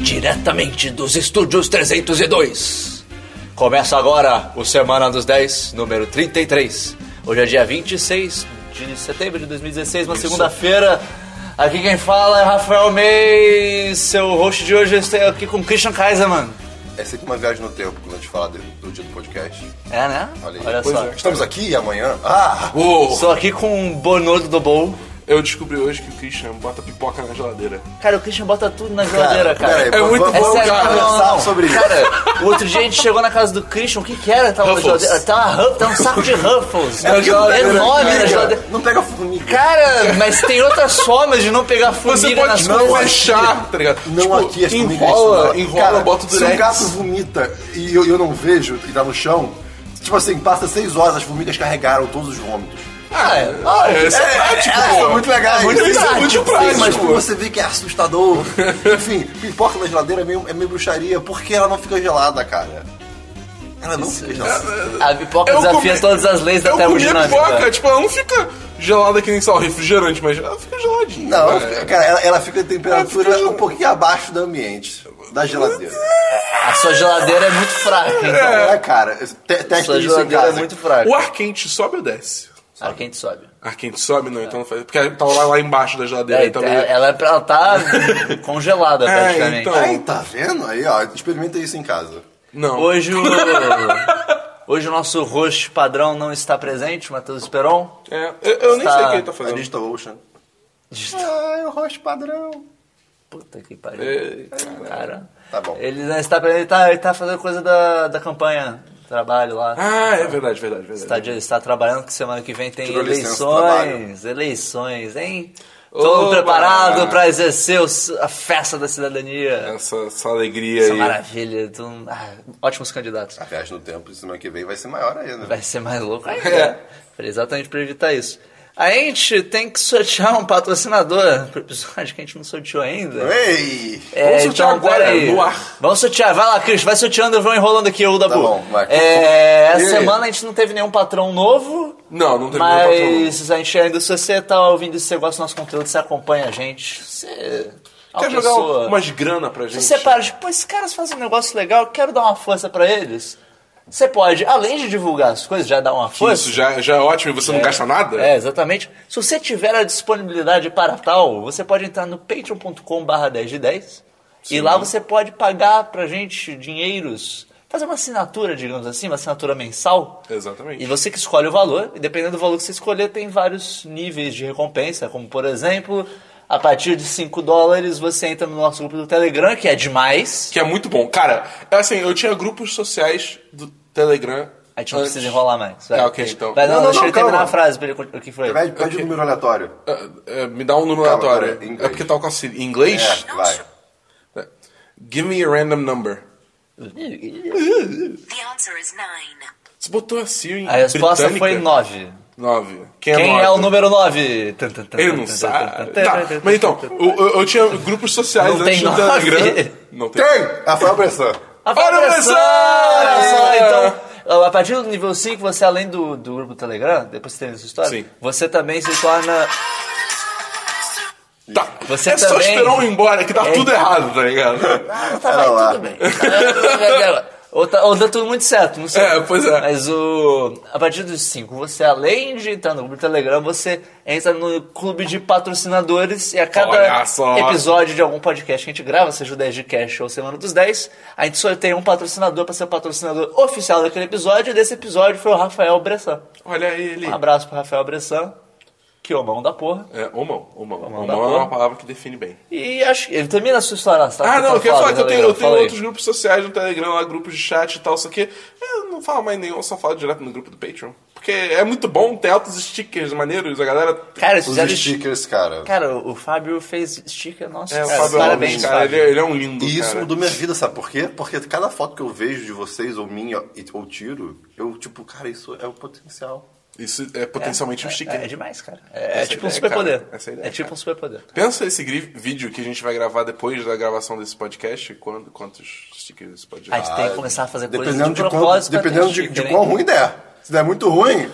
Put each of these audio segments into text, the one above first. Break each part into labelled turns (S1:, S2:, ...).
S1: diretamente dos estúdios 302. Começa agora o Semana dos 10, número 33. Hoje é dia 26 de setembro de 2016, uma segunda-feira. Aqui quem fala é Rafael May, seu host de hoje. Eu estou aqui com Christian Kaiserman.
S2: É sempre uma viagem no tempo quando a gente fala do, do dia do podcast.
S1: É, né?
S2: Olha aí.
S1: Olha
S2: Pois
S1: só.
S2: é. Estamos aqui e amanhã. Ah!
S3: Uou!
S1: Estou aqui com o Bonoldo do Bowl.
S3: Eu descobri hoje que o Christian bota pipoca na geladeira.
S1: Cara, o Christian bota tudo na geladeira, cara.
S2: peraí,
S3: É muito
S2: vamos
S3: bom,
S2: vamos
S3: cara.
S2: conversar sobre isso.
S1: O outro dia a gente chegou na casa do Christian, o que que era? Tava, na
S3: Ruffles.
S1: geladeira- tava, Ruff- tava um saco de Ruffles.
S2: É porque não pega
S1: enorme na
S2: formiga.
S1: geladeira.
S2: Não pega formiga.
S1: Cara, mas tem outras formas de não pegar formiga
S3: Você
S1: nas
S3: pode não
S1: coisas.
S3: fechar, tá ligado?
S2: Não
S3: Tipo,
S2: aqui, as formigas.
S3: enrola,
S2: não. é-
S3: enrola,
S2: Cara,
S3: bota o
S2: Se um gato
S3: direct.
S2: vomita e eu, eu não vejo e tá no chão, tipo assim, passa seis horas, as formigas carregaram todos os vômitos.
S1: Ah, é. Ah,
S3: Ah, esse é prático,
S2: é,
S3: pô.
S2: é muito legal.
S3: muito
S2: isso
S3: prático,
S2: muito
S3: sim,
S2: prático. Mas
S3: pô.
S2: você vê que é assustador. Enfim, pipoca na geladeira é meio, é meio bruxaria, porque ela não fica gelada, cara. Ela não fica gelada.
S1: A pipoca
S3: Eu
S1: desafia
S3: comi-
S1: todas as leis da
S3: Eu comia
S1: termodinâmica.
S3: pipoca, tipo, ela não fica gelada que nem só o refrigerante, mas ela fica geladinha.
S2: Não,
S3: né?
S2: cara, ela, ela fica em temperatura
S3: Ela fica-
S2: um pouquinho abaixo do ambiente, da geladeira.
S1: A sua geladeira é muito fraca, então.
S2: É, cara, te-
S1: A
S2: testa
S1: sua
S2: isso em
S1: geladeira é
S2: casa.
S1: muito fraca.
S3: O ar quente sobe ou desce?
S1: A quente sobe.
S3: Ar quente sobe, não, então não faz. Porque tava lá, lá embaixo da geladeira
S1: É,
S3: então também.
S1: Ela, é pra- ela tá congelada
S3: É,
S1: praticamente.
S3: então.
S2: Aí, tá vendo? Aí, ó, experimenta isso em casa.
S3: Não.
S1: Hoje o... Hoje o nosso host padrão não está presente, o Matheus Esperon.
S3: É, eu, eu nem
S1: Tá.
S3: sei o que ele tá
S2: A
S3: fazendo.
S2: Digital Ocean. Ah, é o rosto padrão.
S1: Puta que pariu.
S3: É,
S1: Cara.
S2: Tá bom.
S1: Ele não está presente, ele tá, ele tá fazendo coisa da, da campanha, trabalho lá.
S3: Ah, é verdade, verdade,
S1: Está,
S3: verdade.
S1: tá de- está trabalhando que semana que vem tem
S2: Tirou licença do
S1: eleições, eleições, hein? Todo
S3: Oba!
S1: preparado para exercer o s- a festa da cidadania.
S3: Essa, essa alegria
S1: Essa
S3: aí.
S1: maravilha. todo mundo- ah, ótimos candidatos.
S2: A viagem no tempo, semana que vem vai ser maior ainda.
S1: Vai ser mais louco
S2: É.
S1: ainda. Foi Exatamente para evitar isso. A gente tem que sortear um patrocinador pro episódio que a gente não sorteou ainda. É,
S2: Ei!
S3: Vamos sortear agora,
S1: peraí.
S3: no ar.
S1: Vamos sortear, vai lá, Cris, vai sorteando, eu vou enrolando aqui o Dabu.
S2: Tá bom, vai.
S1: É,
S2: E
S1: essa
S2: aí?
S1: semana a gente não teve nenhum patrão novo.
S3: Não, não tá teve
S1: mas
S3: nenhum patrão novo.
S1: a gente ainda, se você tá ouvindo, se você gosta do nosso conteúdo, você acompanha a gente. Você. é uma
S3: Quer jogar
S1: pessoa-
S3: umas grana pra gente?
S1: Se você para, tipo, pô, esses caras fazem um negócio legal, eu quero dar uma força pra eles. Você pode, além de divulgar as coisas, já dar uma
S3: Que
S1: força.
S3: Isso já, já é ótimo e você não gasta nada?
S1: É, exatamente. Se você tiver a disponibilidade para tal, você pode entrar no patreon.com barra 10 de 10 e lá você pode pagar pra gente dinheiros, fazer uma assinatura, digamos assim, uma assinatura mensal.
S3: Exatamente.
S1: E você que escolhe o valor, e dependendo do valor que você escolher, tem vários níveis de recompensa, como por exemplo, a partir de 5 dólares você entra no nosso grupo do Telegram, que é demais.
S3: Que é muito bom. Cara, é assim, eu tinha grupos sociais do Telegram.
S1: A gente não
S3: antes.
S1: precisa enrolar mais. Vai.
S3: Ah, ok, então.
S1: Vai, não,
S2: Não, não,
S1: deixa
S2: não,
S1: ele terminar
S2: calma.
S1: a frase pra ele contar o que foi.
S2: Pede, pede um número aleatório.
S3: É, é, me dá um número
S2: Calma,
S3: aleatório.
S2: pera, em
S3: É
S2: inglês.
S3: porque tá com auxílio. Em inglês?
S2: É, vai.
S3: É. Give me a random number.
S4: The answer is nine.
S3: Você botou assim em
S1: A resposta foi
S3: 9.
S1: 9.
S3: 9.
S1: Quem
S3: nove?
S1: é o número 9?
S3: Ele não sabe. Tá, mas então, eu, eu- eu tinha grupos sociais
S1: Não
S3: antes
S1: tem
S3: do
S1: nove.
S3: Telegram. Não tem.
S2: Tem! Rafael Bressan.
S1: Olha
S3: Olha o
S1: só,
S3: professor!
S1: então, a partir do nível 5, você além do, do grupo Telegram, depois você tem essa história,
S3: Sim.
S1: você também se torna...
S3: Tá.
S1: Você
S3: é só
S1: também- É.
S3: esperar um ir embora que tá tudo errado, tá ligado?
S1: Tá,
S2: Pera lá.
S1: Ou, tá, ou deu tudo muito certo, não sei.
S3: É, pois é.
S1: Mas o. A partir dos 5, você, além de entrar no grupo do Telegram, você entra no clube de patrocinadores e a cada
S3: Olha só.
S1: episódio de algum podcast que a gente grava, seja o 10 de Cash ou Semana dos 10, a gente sorteia um patrocinador pra ser o patrocinador oficial daquele episódio, e desse episódio foi o Rafael Bressan.
S3: Olha ele.
S1: Um abraço pro Rafael Bressan, que é o mão da porra.
S3: É, homão, homão. Homão,
S1: dá
S3: é
S1: tá bom.
S3: uma palavra que define bem.
S1: E acho que. Ele termina a sua história, você tá
S3: Ah, não, eu
S1: tentando
S3: queria falar que eu
S1: do
S3: tenho,
S1: Telegram,
S3: eu tenho
S1: fala aí.
S3: outros grupos sociais no Telegram, lá, grupos de chat e tal, só que é, eu não falo mais nenhum, eu só falo direto no grupo do Patreon. Porque é muito bom, tem altos stickers maneiros, a galera.
S1: Cara, eles
S2: Os
S1: fizeram
S2: stickers, cara.
S1: Cara, o Fábio fez sticker, nossa,
S3: É, o
S1: cara,
S3: Fábio
S1: parabéns,
S3: Alves, cara,
S1: Fábio.
S3: ele, ele é um lindo.
S2: E isso
S3: cara.
S2: mudou minha vida, sabe por quê? Porque cada foto que eu vejo de vocês, ou minha, e- ou tiro, eu, tipo, cara, isso é o potencial.
S3: Isso é potencialmente um sticker.
S1: É, é demais, cara. É,
S3: Essa
S1: tipo um
S3: ideia, cara.
S1: superpoder.
S3: Essa ideia,
S1: É tipo
S3: cara.
S1: um superpoder.
S3: Pensa esse gri- vídeo que a gente vai gravar depois da gravação desse podcast, quando, quantos stickers esse
S1: Ah,
S3: podcast
S1: A gente tem que começar a fazer coisas de
S2: Dependendo de, quão,
S1: propósito. pra ter
S2: dependendo de,
S1: sticker,
S2: de quão
S1: hein?
S2: ruim der. Se der muito ruim,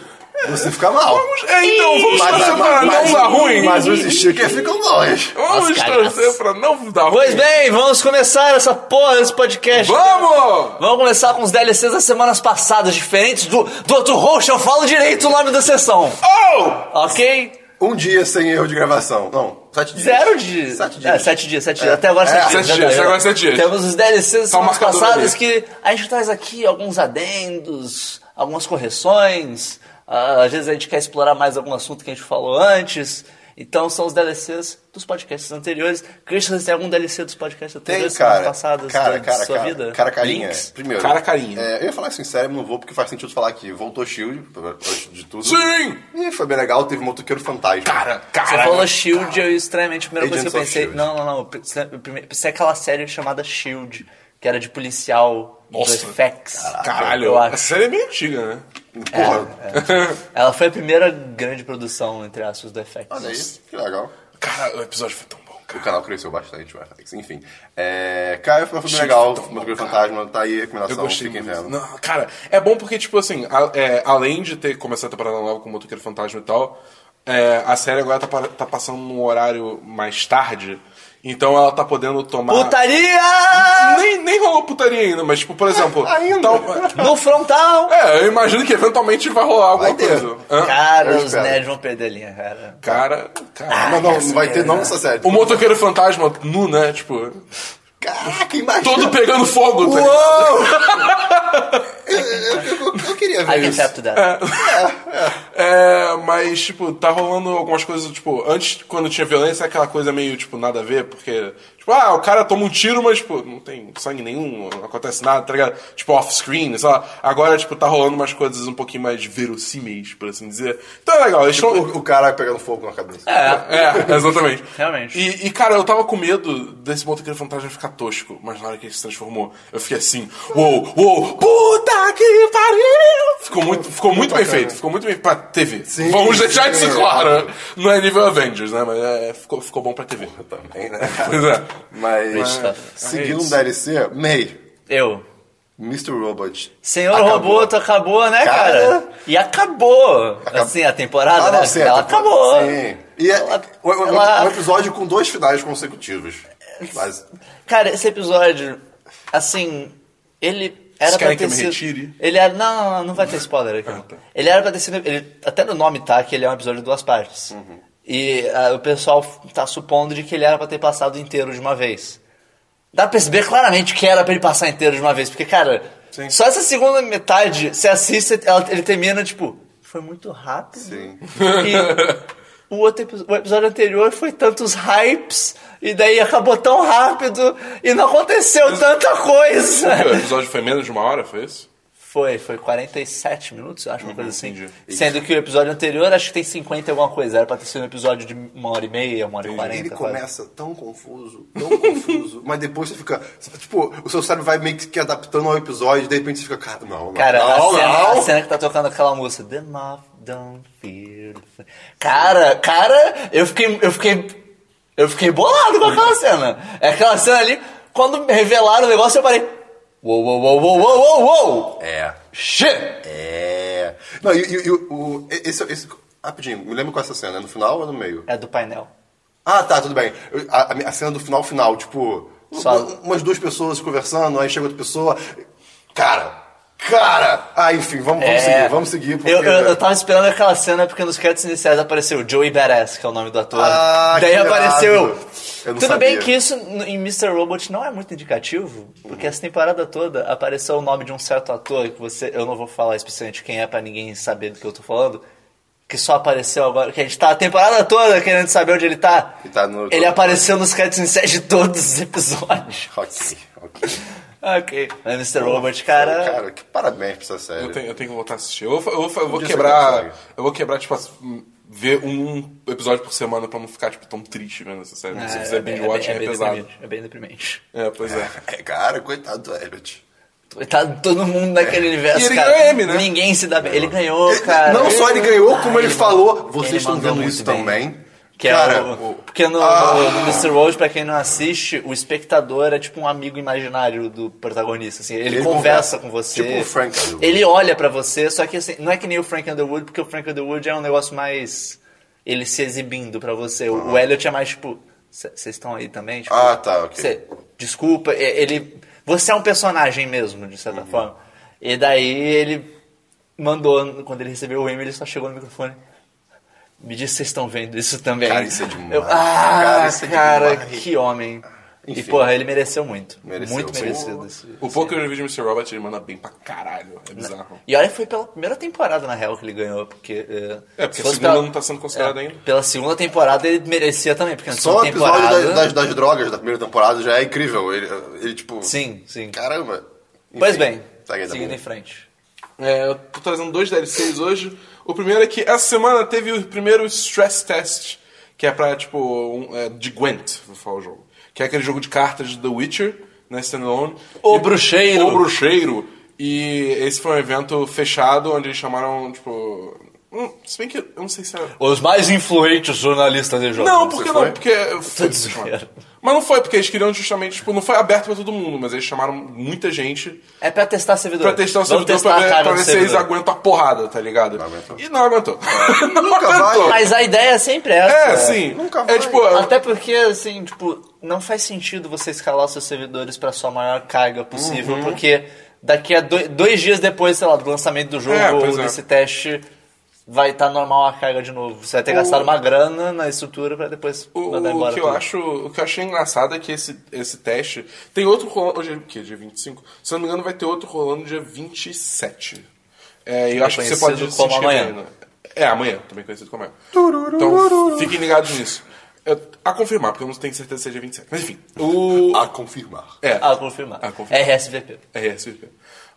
S2: Você fica mal.
S3: Vamos- É, então, vamos torcer pra não dar ruim.
S2: Mas os stickers ficam bons.
S3: Vamos
S1: Nossa, cara,
S3: torcer pra não dar ruim.
S1: Pois bem, vamos começar essa porra desse podcast.
S3: Vamos!
S1: Vamos começar com os DLCs das semanas passadas, diferentes do, do outro host, eu falo direito o nome da sessão.
S3: Oh!
S1: Ok?
S2: Um dia sem erro de gravação. Não, sete dias.
S1: Zero de.
S2: Sete dias.
S1: É, sete dias, sete dias. Até agora
S2: É,
S1: sete,
S3: sete
S1: dias.
S3: dias,
S1: né,
S3: agora
S1: galera?
S3: sete dias.
S1: Temos os DLCs
S3: Tá um
S1: semanas
S3: marcador
S1: passadas
S3: ali.
S1: que a gente traz aqui alguns adendos, algumas correções. ah, às vezes a gente quer explorar mais algum assunto que a gente falou antes. Então são os DLCs dos podcasts anteriores. Christian, você tem algum DLC dos podcasts
S2: Tem,
S1: anteriores
S2: cara.
S1: semanas passadas
S2: cara,
S1: da
S2: cara,
S1: sua
S2: cara,
S1: vida?
S2: cara, carinha.
S1: Links?
S2: Primeiro.
S3: Cara, carinha.
S2: É, eu ia falar sincero, mas não vou, porque faz sentido falar aqui. Voltou Shield, antes de tudo.
S3: Sim!
S2: E foi bem legal, teve motoqueiro fantasma.
S3: Cara,
S1: Você
S3: cara.
S1: falou Shield, eu estranhamente, a primeira coisa que eu
S2: Agents
S1: pensei.
S2: of Shield.
S1: Não, não, não. eu Pensei, eu primeiro- pensei é aquela série chamada Shield, que era de policial
S3: Nossa.
S1: do FX.
S3: Caralho,
S1: eu
S3: a
S1: acho.
S3: série é meio antiga, né?
S2: Porra.
S1: Ela foi a primeira grande produção, entre aspas, do FX.
S2: Olha aí, que legal.
S3: Cara, o episódio foi tão bom,
S2: O
S3: cara.
S2: canal cresceu bastante, o FX. Enfim. É, cara, foi bem
S3: Shield
S2: legal.
S3: foi tão bom,
S2: Motoqueiro
S3: cara.
S2: fantasma, tá aí a
S3: então. Eu
S2: recomendação.
S3: gostei
S2: fiquem
S3: muito.
S2: vendo.
S3: Não, cara, é bom porque, tipo assim, a- é, além de ter começado a temporada nova com o Motoqueiro Fantasma e tal, é, a série agora tá, pa- tá passando num horário mais tarde, então ela tá podendo tomar...
S1: Putaria!
S2: Ah.
S3: Nem, nem rolou putaria ainda, mas, tipo, por exemplo...
S2: ainda?
S3: tal-
S1: No frontal!
S3: é, eu imagino que eventualmente vai rolar alguma
S2: Vai ter.
S3: coisa. É. Hã?
S1: Cara,
S2: Ah. Eu
S1: os
S2: espero.
S1: nerds vão perder a linha, cara.
S3: Cara, cara...
S2: Mas não, não vai ter
S1: né?
S2: não nessa série.
S3: O Motoqueiro Fantasma nu, né? Tipo,
S2: Caraca, imagina.
S3: todo pegando fogo. tá ligado?
S2: Uou! eu, eu- eu- eu queria
S1: I
S2: ver
S1: can
S2: isso. É.
S1: tap to that.
S3: É, mas, tipo, tá rolando algumas coisas, tipo, antes, quando tinha violência, era aquela coisa meio, tipo, nada a ver, porque, tipo, ah, o cara toma um tiro, mas, tipo, não tem sangue nenhum, não acontece nada, tá ligado? Tipo, off-screen, sei lá. Agora, tipo, tá rolando umas coisas um pouquinho mais verossímeis, por assim dizer. Então é legal, eles estão.
S2: O, o cara pegando fogo na
S1: Ah.
S2: cabeça.
S3: É, exatamente.
S1: Realmente.
S3: E, e, cara, eu tava com medo desse motoqueiro fantasma "Tá, ficar tosco, mas na hora que ele se transformou, eu fiquei assim, uou, uou, puta que pariu! Ficou muito, ficou muito bem feito, ficou muito bem pra TV.
S2: Sim,
S3: Vamos deixar
S2: sim,
S3: isso
S2: é.
S3: claro. Não é nível Avengers, né? Mas é, ficou, ficou bom pra TV.
S2: Também, né?
S3: Pois é.
S2: Mas,
S1: Great stuff.
S2: seguindo
S3: isso.
S2: um DLC, May,
S1: Eu.
S2: Mr. Robot.
S1: Senhor
S2: Acabou.
S1: Roboto acabou, né, cara?
S2: Cara.
S1: E acabou. Assim, a temporada,
S2: Ah,
S1: né?
S2: não, certo.
S1: Ela acabou.
S2: Sim. E é
S1: Ela-
S2: um, um-
S1: ela-
S2: um episódio com dois finais consecutivos. Mas,
S1: Cara, esse episódio, assim, ele era
S3: Vocês
S1: pra
S3: querem
S1: ter
S3: que
S1: sido...
S3: eu me retire? Ah, tá.
S1: Ele era... Não, não, não, não vai ter spoiler aqui. Ele era pra ter sido... Ele... Até no nome tá que ele é um episódio de duas partes.
S3: Uhum.
S1: E ah, o pessoal tá supondo de que ele era pra ter passado inteiro de uma vez. Dá pra perceber claramente que era pra ele passar inteiro de uma vez. Porque, cara,
S3: Sim.
S1: só essa segunda metade, você assiste, ela- ele termina, tipo... Foi muito rápido.
S2: sim.
S1: E o, outro epi- o episódio anterior foi tantos hypes, e daí acabou tão rápido, e não aconteceu tanta coisa.
S3: É, O episódio foi menos de uma hora, foi isso?
S1: Foi, foi 47 minutos, eu acho, uma coisa assim.
S3: entendi.
S1: Sendo que o episódio anterior acho que tem 50 e alguma coisa. Era pra ter sido um episódio de uma hora e meia, uma hora e
S2: Ele
S1: quarenta. quase.
S2: começa tão confuso, tão confuso, mas depois você fica. Tipo, o seu cérebro vai meio que adaptando ao episódio, e de repente você fica, cara, não, não.
S1: Cara,
S2: não,
S1: a, cena,
S2: não.
S1: a cena que tá tocando aquela música. The Moth Don't Fear. the Fa-". Cara, cara, eu fiquei. Eu fiquei. Eu fiquei bolado com aquela cena. É aquela cena ali, quando revelaram o negócio, eu parei. Uou, uou, uou, uou, uou, uou, uou!
S2: É.
S1: Shit!
S2: É. Não, e, e- e o- o. Esse, esse, rapidinho, me lembro qual é essa cena, é no final ou no meio?
S1: É do painel.
S2: Ah, tá, tudo bem. Eu- A, a minha- a cena do final, final, tipo,
S1: Só-
S2: uma- umas duas pessoas conversando, aí chega outra pessoa. Cara, cara! Ah, enfim, vamos, vamos seguir, vamos seguir. porque-
S1: É. Eu, eu, eu tava esperando aquela cena porque nos créditos iniciais apareceu o Joey Badass, que é o nome do ator.
S2: Ah,
S1: Daí
S2: que
S1: apareceu.
S2: irado. Eu não
S1: Tudo bem
S2: sabia.
S1: que isso n- em Mr. Robot não é muito indicativo, porque essa temporada toda apareceu o nome de um certo ator que você. Eu não vou falar especificamente quem é pra ninguém saber do que eu tô falando. Que só apareceu agora, que a gente tá a temporada toda querendo saber onde ele tá.
S2: Ele tá no-
S1: Ele apareceu nos créditos iniciais de todos os episódios.
S2: Ok, ok.
S1: ok. Mas Mr. Robot, cara.
S2: Cara, que parabéns pra essa série.
S3: Eu tenho, eu tenho que voltar a assistir. Eu vou, eu vou, eu vou
S2: dia você
S3: quebrar.
S2: consegue.
S3: Eu vou quebrar, tipo, assim, ver um episódio por semana pra não ficar, tipo, tão triste vendo essa série. Se
S1: Ah,
S3: você fizer binge watching, é, pesado.
S1: deprimente, é bem deprimente.
S3: É, pois é.
S2: É, cara, coitado do Elliot.
S1: Tá todo mundo
S2: É.
S1: naquele universo,
S3: E ele
S1: cara.
S3: ganhou M, né?
S1: Ninguém se dá bem. Ele ganhou, cara.
S2: Não só ele ganhou, como ele
S1: Ai,
S2: falou.
S1: ele
S2: Vocês estão
S1: mandou
S2: vendo
S1: muito
S2: isso então.
S1: bem.
S2: também?
S1: Que é
S2: Cara, ah.
S1: o,
S2: o-
S1: porque no, no, no Mr. Rose, pra quem não assiste, o espectador é tipo um amigo imaginário do protagonista. Assim, ele,
S2: Ele
S1: conversa
S2: conversa,
S1: com você.
S2: tipo o Frank Underwood.
S1: Ele olha pra você, só que assim, não é que nem o Frank Underwood, porque o Frank Underwood é um negócio mais. Ele se exibindo pra você. O- O Elliot é mais tipo. Vocês estão aí também? Tipo,
S2: Ah, tá, ok.
S1: "Cê- desculpa, é- ele. Você é um personagem mesmo, de
S2: Uhum.
S1: certa forma. E daí ele mandou, quando ele recebeu o e-mail, ele só chegou no microfone. Me diz se vocês estão vendo isso também.
S2: Cara, isso é demais.
S1: Eu- ah,
S2: Cara,
S1: cara,
S2: isso é demais.
S1: que homem. E,
S2: Enfim.
S1: porra, ele mereceu muito.
S2: Mereceu,
S1: muito
S2: sim.
S1: merecido. esse-
S3: O pouco que eu já vi de Mr. Robot, ele manda bem pra caralho. É bizarro.
S1: E olha, que foi pela primeira temporada, na real, que ele ganhou, porque... eh, se
S3: É, porque a
S1: fosse
S3: segunda
S1: pela- é,
S3: não tá sendo considerada ainda.
S1: Pela segunda temporada ele merecia também, porque na
S2: Só o
S1: segunda
S2: episódio
S1: temporada...
S2: das, das- das drogas da primeira temporada já é incrível. Ele, ele tipo.
S1: Sim, sim.
S2: Caramba.
S1: Pois
S2: Enfim,
S1: bem,
S2: segue
S3: tá
S2: aí,
S1: seguindo
S2: Dabu.
S1: em frente.
S3: É, eu tô trazendo dois DLCs hoje. O primeiro é que essa semana teve o primeiro stress test, que é pra, tipo, um, é, de Gwent, vou falar o jogo. Que é aquele jogo de cartas de The Witcher, né, standalone.
S1: O
S3: E-
S1: Bruxeiro.
S3: O Bruxeiro. E esse foi um evento fechado, onde eles chamaram, tipo... hum, se bem que eu não sei se é era...
S1: Os mais influentes jornalistas de jogos.
S3: Não, porque
S2: você
S3: não,
S2: foi?
S3: porque... Foi
S1: zoando.
S3: chamado. Mas não foi, porque eles queriam justamente, tipo, não foi aberto pra todo mundo, mas eles chamaram muita gente
S1: É pra testar servidor.
S3: pra testar o
S1: Vamos
S3: servidor
S1: testar
S3: pra
S1: a
S3: ver,
S1: cara
S3: pra
S1: do
S3: ver se eles
S1: servidor.
S3: aguentam a porrada, tá ligado?
S2: Não aguentou.
S3: E não aguentou. não
S2: Nunca
S3: aguentou.
S2: vai.
S1: Mas a ideia é sempre essa.
S3: É, sim.
S2: Nunca
S3: É
S2: vai.
S3: tipo.
S1: Até porque, assim, tipo, não faz sentido você escalar os seus servidores pra sua maior carga possível,
S3: Uhum.
S1: porque daqui a doi- dois dias depois, sei lá, do lançamento do jogo
S3: É,
S1: ou
S3: pois é.
S1: desse teste, vai estar normal a carga de novo. Você vai ter gastado uma grana na estrutura pra depois
S3: O,
S1: mandar
S3: o
S1: embora.
S3: que eu
S1: tudo.
S3: acho, o que eu achei engraçado é que esse, esse teste. Tem outro rolando. Hoje é o quê? Dia 25? Se eu não me engano, vai ter outro rolando dia 27. É, e eu acho que você pode
S1: conhecido
S3: se
S1: como
S3: inscrever
S1: amanhã.
S3: ainda. É, amanhã, também conhecido como amanhã. Então, fiquem ligados nisso. É, a confirmar, porque eu não tenho certeza se é dia 27. Mas enfim. O.
S2: A confirmar.
S3: É.
S1: Ah, confirmar.
S3: Ah, confirmar.
S1: RSVP.
S3: É, SVP.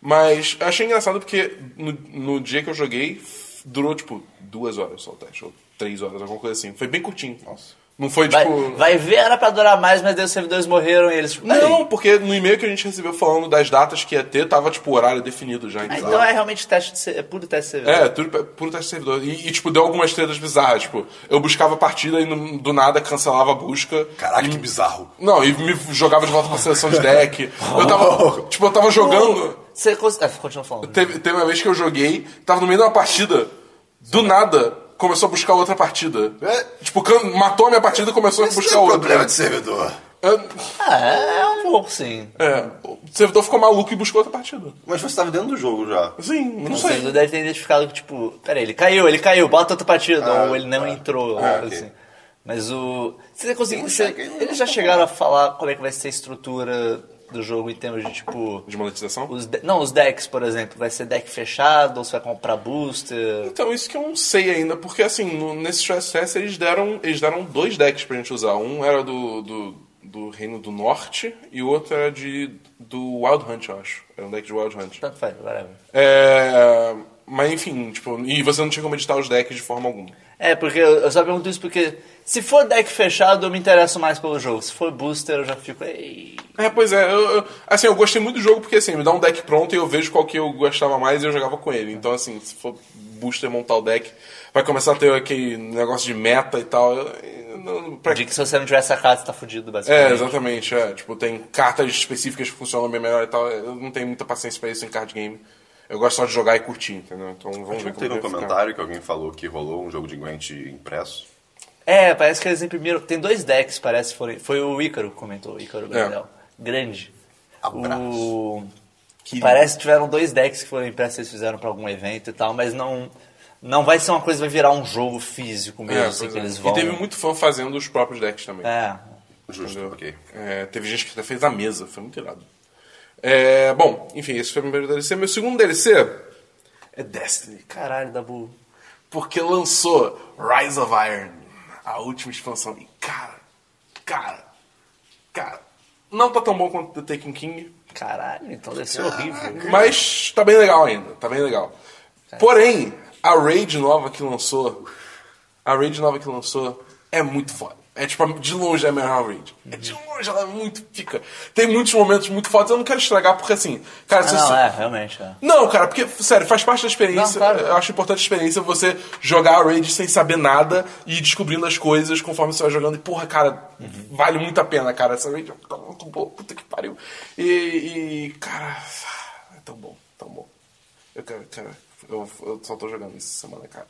S3: Mas eu achei engraçado porque no, no dia que eu joguei, f- durou tipo duas horas só o teste, ou três horas, alguma coisa assim. Foi bem curtinho. Nossa. Não foi
S1: Vai,
S3: tipo.
S1: vai ver, era pra durar mais, mas daí os servidores morreram e eles... tipo,
S3: Não, porque no e-mail que a gente recebeu falando das datas que ia ter, tava tipo o horário definido já.
S1: Ah,
S3: entendeu?
S1: então é realmente teste de ser, é puro teste de servidor.
S3: É, tudo pe- puro teste de servidor. E, e, tipo, deu algumas tretas bizarras. Tipo, eu buscava a partida e não- do nada cancelava a busca.
S2: Caraca,
S1: Hum.
S2: que bizarro.
S3: Não, e me jogava de volta pra seleção de deck. Eu
S2: Oh.
S3: tava. Tipo, eu tava jogando.
S1: Você cons... ah, continua falando.
S3: Teve, teve uma vez que eu joguei, tava no meio de uma partida, do nada começou a buscar outra partida.
S2: É?
S3: Tipo, can- matou a minha partida e começou a
S2: Isso
S3: buscar
S2: não é
S3: outra.
S2: problema de servidor.
S3: É,
S1: Ah, é um pouco sim.
S3: é, o servidor ficou maluco e buscou outra partida.
S2: Mas você tava dentro do jogo já.
S3: Sim, não
S1: O
S3: sei.
S1: servidor deve ter identificado que, tipo, peraí, ele caiu, ele caiu, bota outra partida, ou ele não entrou,
S2: Ah,
S1: algo
S2: ok.
S1: assim. Mas o. Você conseguiu.
S2: Eu
S1: você-
S2: cheguei no-
S1: eles já chegaram a falar como é que vai ser a estrutura do jogo em termos de, tipo.
S3: De monetização?
S1: Os de- não, os decks, por exemplo. Vai ser deck fechado, ou você vai comprar booster.
S3: Então, isso que eu não sei ainda, porque assim, no- nesse stress test eles deram, eles deram dois decks pra gente usar. Um era do, do, do Reino do Norte e o outro era de, do Wild Hunt, eu acho. Era um deck de Wild Hunt.
S1: Tanto faz, whatever.
S3: É, mas enfim, tipo, e você não tinha como editar os decks de forma alguma.
S1: É, porque eu eu só pergunto isso porque. Se for deck fechado, eu me interesso mais pelo jogo. Se for booster, eu já fico. Ei.
S3: É, pois é. Eu, eu- assim, eu gostei muito do jogo porque, assim, me dá um deck pronto e eu vejo qual que eu gostava mais e eu jogava com ele. Então, assim, se for booster montar o deck, vai começar a ter aquele negócio de meta e tal. Eu- eu não- pra-
S1: De que se você não tivesse a carta, você tá fudido, basicamente.
S3: É, exatamente. É. Tipo, tem cartas específicas que funcionam bem melhor e tal. Eu não tenho muita paciência pra isso em card game. Eu gosto só de jogar e curtir, entendeu? Então vamos
S1: é
S3: ver como
S2: Teve um
S3: que vai ficar.
S2: comentário que alguém falou que rolou um jogo de Gwent impresso.
S1: É, parece que eles imprimiram. Tem dois decks, parece. Foram, foi o Ícaro que comentou, o
S3: É.
S1: Ícaro Gabriel. Grande.
S2: Abraço.
S1: O-
S3: Que-
S1: Parece que tiveram dois decks que foram impressos, eles fizeram pra algum evento e tal, mas não. Não vai ser uma coisa que vai virar um jogo físico mesmo,
S3: É,
S1: assim,
S3: pois
S1: que
S3: é.
S1: eles vão.
S3: E teve muito fã fazendo os próprios decks também.
S1: É.
S2: Justo,
S3: Entendeu?
S2: ok.
S1: Tá
S3: É, teve gente que até fez a mesa, foi muito irado. É, bom, enfim, esse foi o meu primeiro DLC. Meu segundo DLC é Destiny,
S1: Caralho, Dabu.
S3: porque lançou Rise of Iron, a última expansão. E cara, cara, cara, não tá tão bom quanto The Taken King,
S1: Caralho, então deve ser horrível.
S3: mas tá bem legal ainda, tá bem legal. Porém, a raid nova que lançou, a raid nova que lançou é muito foda. É tipo, de longe é a Mary Reed. É de
S1: Uhum.
S3: longe, ela é muito pica. Tem muitos momentos muito fodas, eu não quero estragar, porque assim. Cara, se
S1: não,
S3: você-
S1: é, realmente. É.
S3: Não, cara, porque, sério, faz parte da experiência.
S1: Não, claro.
S3: Eu acho importante a experiência você jogar a raid sem saber nada e ir descobrindo as coisas conforme você vai jogando. E, porra, cara, vale muito a pena, cara. Essa raid é tão muito boa, puta que pariu. E, e, cara, é tão bom, tão bom. Eu, quero, quero- eu, eu só tô jogando isso semana, cara.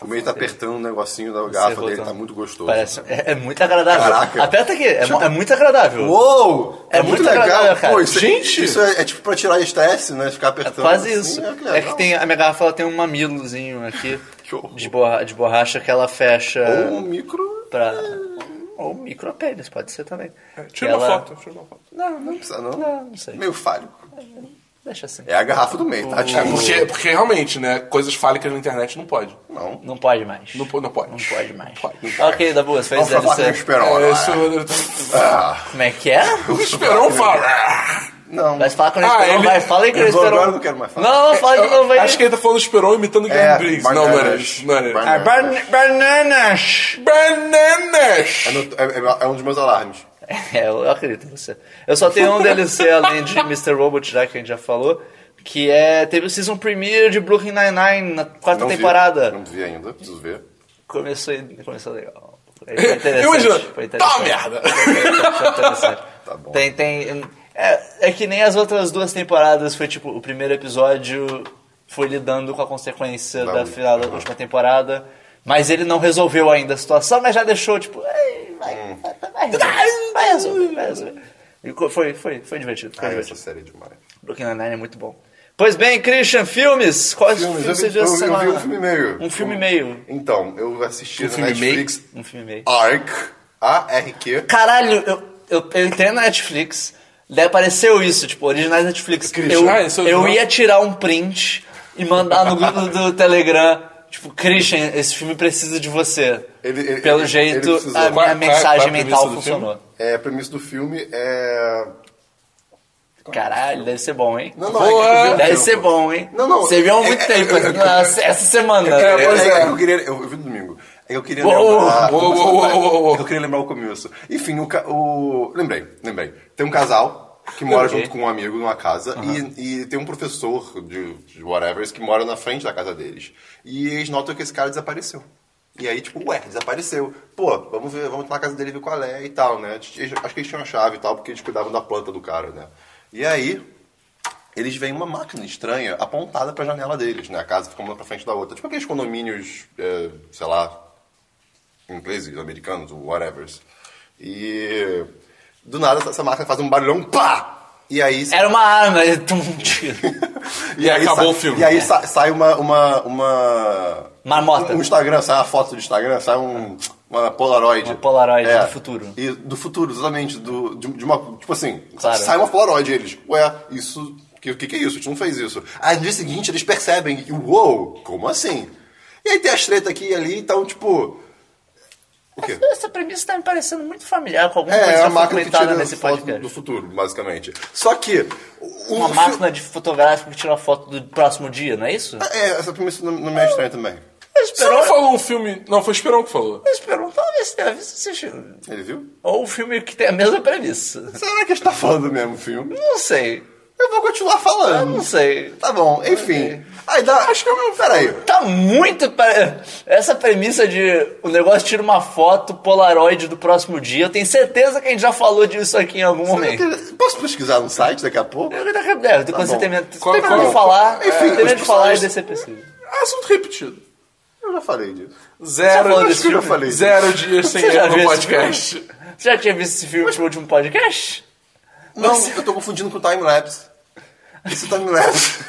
S2: O meio tá apertando o negocinho da garrafa dele,
S1: voltando.
S2: tá muito gostoso.
S1: é Parece, é, é muito agradável.
S2: Caraca.
S1: Aperta aqui, é, mu- é muito agradável.
S2: Uou!
S1: É muito agradável, cara.
S2: Pô, isso é-
S3: Gente!
S2: Isso é, é tipo pra tirar estresse, né? Ficar
S1: É
S2: apertando.
S1: quase
S2: assim,
S1: isso.
S2: né?
S1: é que
S2: legal.
S1: tem, a minha garrafa ela tem um mamilozinho aqui
S2: Que horror.
S1: de, borra- de borracha que ela fecha
S2: Ou um micro.
S1: pra. Ou micropênis, pode ser também.
S3: É, Tira
S1: Ela-
S3: uma foto, tira uma foto.
S1: Não, não
S2: Precisa não?
S1: Não, não sei.
S2: Meio falho.
S1: Deixa assim.
S2: É a garrafa do meio, tá?
S3: É, porque, porque realmente, né? Coisas fálicas na internet não pode.
S2: Não.
S1: Não pode mais.
S3: Não, po- não pode.
S1: Não pode mais.
S3: Pode.
S1: Ok, Dabu, você
S2: Vamos
S1: fez
S2: falar com o
S1: DLC.
S2: Esperon
S3: É,
S2: agora.
S3: isso
S2: Ah,
S1: Como é que é?
S3: eu- O Esperão fala.
S2: Não.
S1: Vai falar com o Esperon,
S3: Ah, ele-
S1: vai, fala aí com o
S2: Eu vou
S1: Esperon.
S2: agora, eu não quero mais falar.
S1: Não, não, fala de novo aí.
S3: Acho que ele tá falando Esperon imitando o
S2: É,
S3: Guilherme Briggs. Não, não era isso. Não era isso. É
S2: Bananas.
S1: Bananas!
S3: Bananas!
S2: É, no- é- é- é um dos meus alarmes.
S1: É, eu acredito em você. Eu só tenho um DLC além de Mr. Robot, já que a gente já falou, que é. Teve o Season Premiere de Brooklyn Nine-Nine na quarta
S2: Não vi.
S1: temporada.
S2: Não vi ainda, preciso ver.
S1: Começou, começou legal. Foi interessante,
S3: Imagina,
S1: foi
S3: tá
S1: interessante.
S3: uma merda!
S1: Foi interessante.
S2: Tá bom.
S1: Tem, tem. É, é que nem as outras duas temporadas foi tipo, o primeiro episódio foi lidando com a consequência
S2: Da
S1: da
S2: última.
S1: final da última temporada. Mas ele não resolveu ainda a situação, mas já deixou, tipo, "Ei, vai,
S2: Hum.
S1: vai, vai resolver, vai resolver, vai resolver." E co- foi, foi, foi divertido. Foi
S2: Ah, essa
S1: divertido.
S2: série é demais.
S1: Brooklyn Nine-Nine é muito bom. Pois bem, Christian, filmes? Quais filmes,
S2: Filmes, eu
S1: você
S2: vi-
S1: viu essa
S2: eu vi- eu
S1: semana?
S2: vi um filme e meio.
S1: Um filme e meio.
S2: Então, eu assisti
S3: Um
S2: na
S3: filme
S2: Netflix
S1: Um filme e meio.
S2: ARK. A-R-Q.
S1: Caralho, eu, eu, eu entrei na Netflix, daí apareceu isso, tipo, originais Netflix. Eu,
S3: Ah, esse é
S1: eu
S3: original?
S1: ia tirar um print e mandar no grupo do Telegram, tipo, Christian, esse filme precisa de você.
S2: Ele- ele-
S1: Pelo
S2: ele- ele
S1: jeito,
S2: precisou.
S1: a minha
S3: Qual é- qual é-
S1: mensagem
S3: qual é a premissa
S1: mental
S3: do
S1: funcionou.
S2: É, a premissa do filme é.
S1: Caralho, deve ser bom, hein?
S2: Não, não, é que eu vi há um
S1: Deve
S2: tempo.
S1: ser bom, hein?
S2: Não, não,
S1: Você viu há muito
S2: é-
S1: tempo,
S2: é- é-
S1: na- essa semana.
S2: É,
S1: né?
S2: pois
S3: é.
S2: é. Eu queria, eu, eu vi no domingo. É que Eu queria
S1: Uou,
S2: lembrar.
S3: uou, uou, uou, uou, uou.
S2: É que Eu queria lembrar o começo. Enfim, o, ca- o- lembrei, lembrei. Tem um casal que mora
S1: Ok.
S2: junto com um amigo numa casa e, e tem um professor de, de whatever que mora na frente da casa deles. E eles notam que esse cara desapareceu. E aí, tipo, ué, desapareceu. Pô, vamos ver, vamos lá na casa dele ver qual é e tal, né? Eles- Acho que eles tinham a chave e tal, porque eles cuidavam da planta do cara, né? E aí, eles veem uma máquina estranha apontada pra janela deles, né? A casa fica uma pra frente da outra. Tipo aqueles condomínios, é, sei lá, ingleses, americanos, ou whatever. E do nada essa- essa máquina faz um barulhão, pá! E aí.
S1: Era uma arma, ele tomou um tiro.
S3: E acabou
S2: sai-
S3: o filme.
S2: E aí sa- sai uma. uma, uma
S1: Marmota.
S2: Um Instagram, sai uma foto do Instagram, sai um, uma Polaroid. É.
S1: Uma Polaroid do futuro.
S2: E, do futuro, exatamente. Do, de, de uma. Tipo assim,
S1: Claro.
S2: sai uma Polaroid e eles. Ué, isso. O que, que, que é isso? A gente não fez isso. Aí no dia seguinte eles percebem, e uou, como assim? E aí tem as treta aqui e ali, então, tipo. O quê?
S1: Essa premissa tá me parecendo muito familiar com alguma
S2: É,
S1: coisa
S2: é
S1: já
S2: a máquina que
S1: frequentada
S2: tira
S1: nesse
S2: foto
S1: podcast.
S2: do futuro, basicamente. Só que. o-
S1: Uma
S2: o fi-
S1: máquina de fotográfico que tira foto do próximo dia, não é isso?
S2: É, essa premissa não, não me é estranha também.
S3: Você não falou um filme. Não, foi o Esperão que falou.
S1: Esperou, talvez tenha visto esse filme.
S2: Ele viu?
S1: Ou um filme que tem a mesma premissa.
S2: Será que a gente tá falando do mesmo filme?
S1: Não sei.
S2: Eu vou continuar
S1: Eu
S2: falando.
S1: não sei.
S2: Tá bom, enfim. Aí dá. Acho que eu meu. Peraí.
S1: Tá muito. pare- Essa premissa de o negócio tira uma foto Polaroid do próximo dia. Eu tenho certeza que a gente já falou disso aqui em algum
S2: Será
S1: momento.
S2: que- Posso pesquisar no site daqui a pouco?
S1: Eu ainda- É, quando você
S2: Tá bom. é
S1: termina,
S3: Qual-
S1: termina de
S3: qual-
S1: falar,
S2: enfim,
S1: termina de
S2: os
S1: falar e
S2: personagens-
S1: descer pesquisa.
S3: É Assunto repetido.
S2: Eu já falei disso.
S3: Zero,
S1: falou
S2: desse filme?
S3: zero dias sem
S1: Você já
S2: é
S3: erro
S1: viu
S3: no
S1: esse
S3: podcast.
S1: filme? Você já tinha visto esse filme no último podcast?
S2: Não, eu tô confundindo com time-lapse. Esse time-lapse.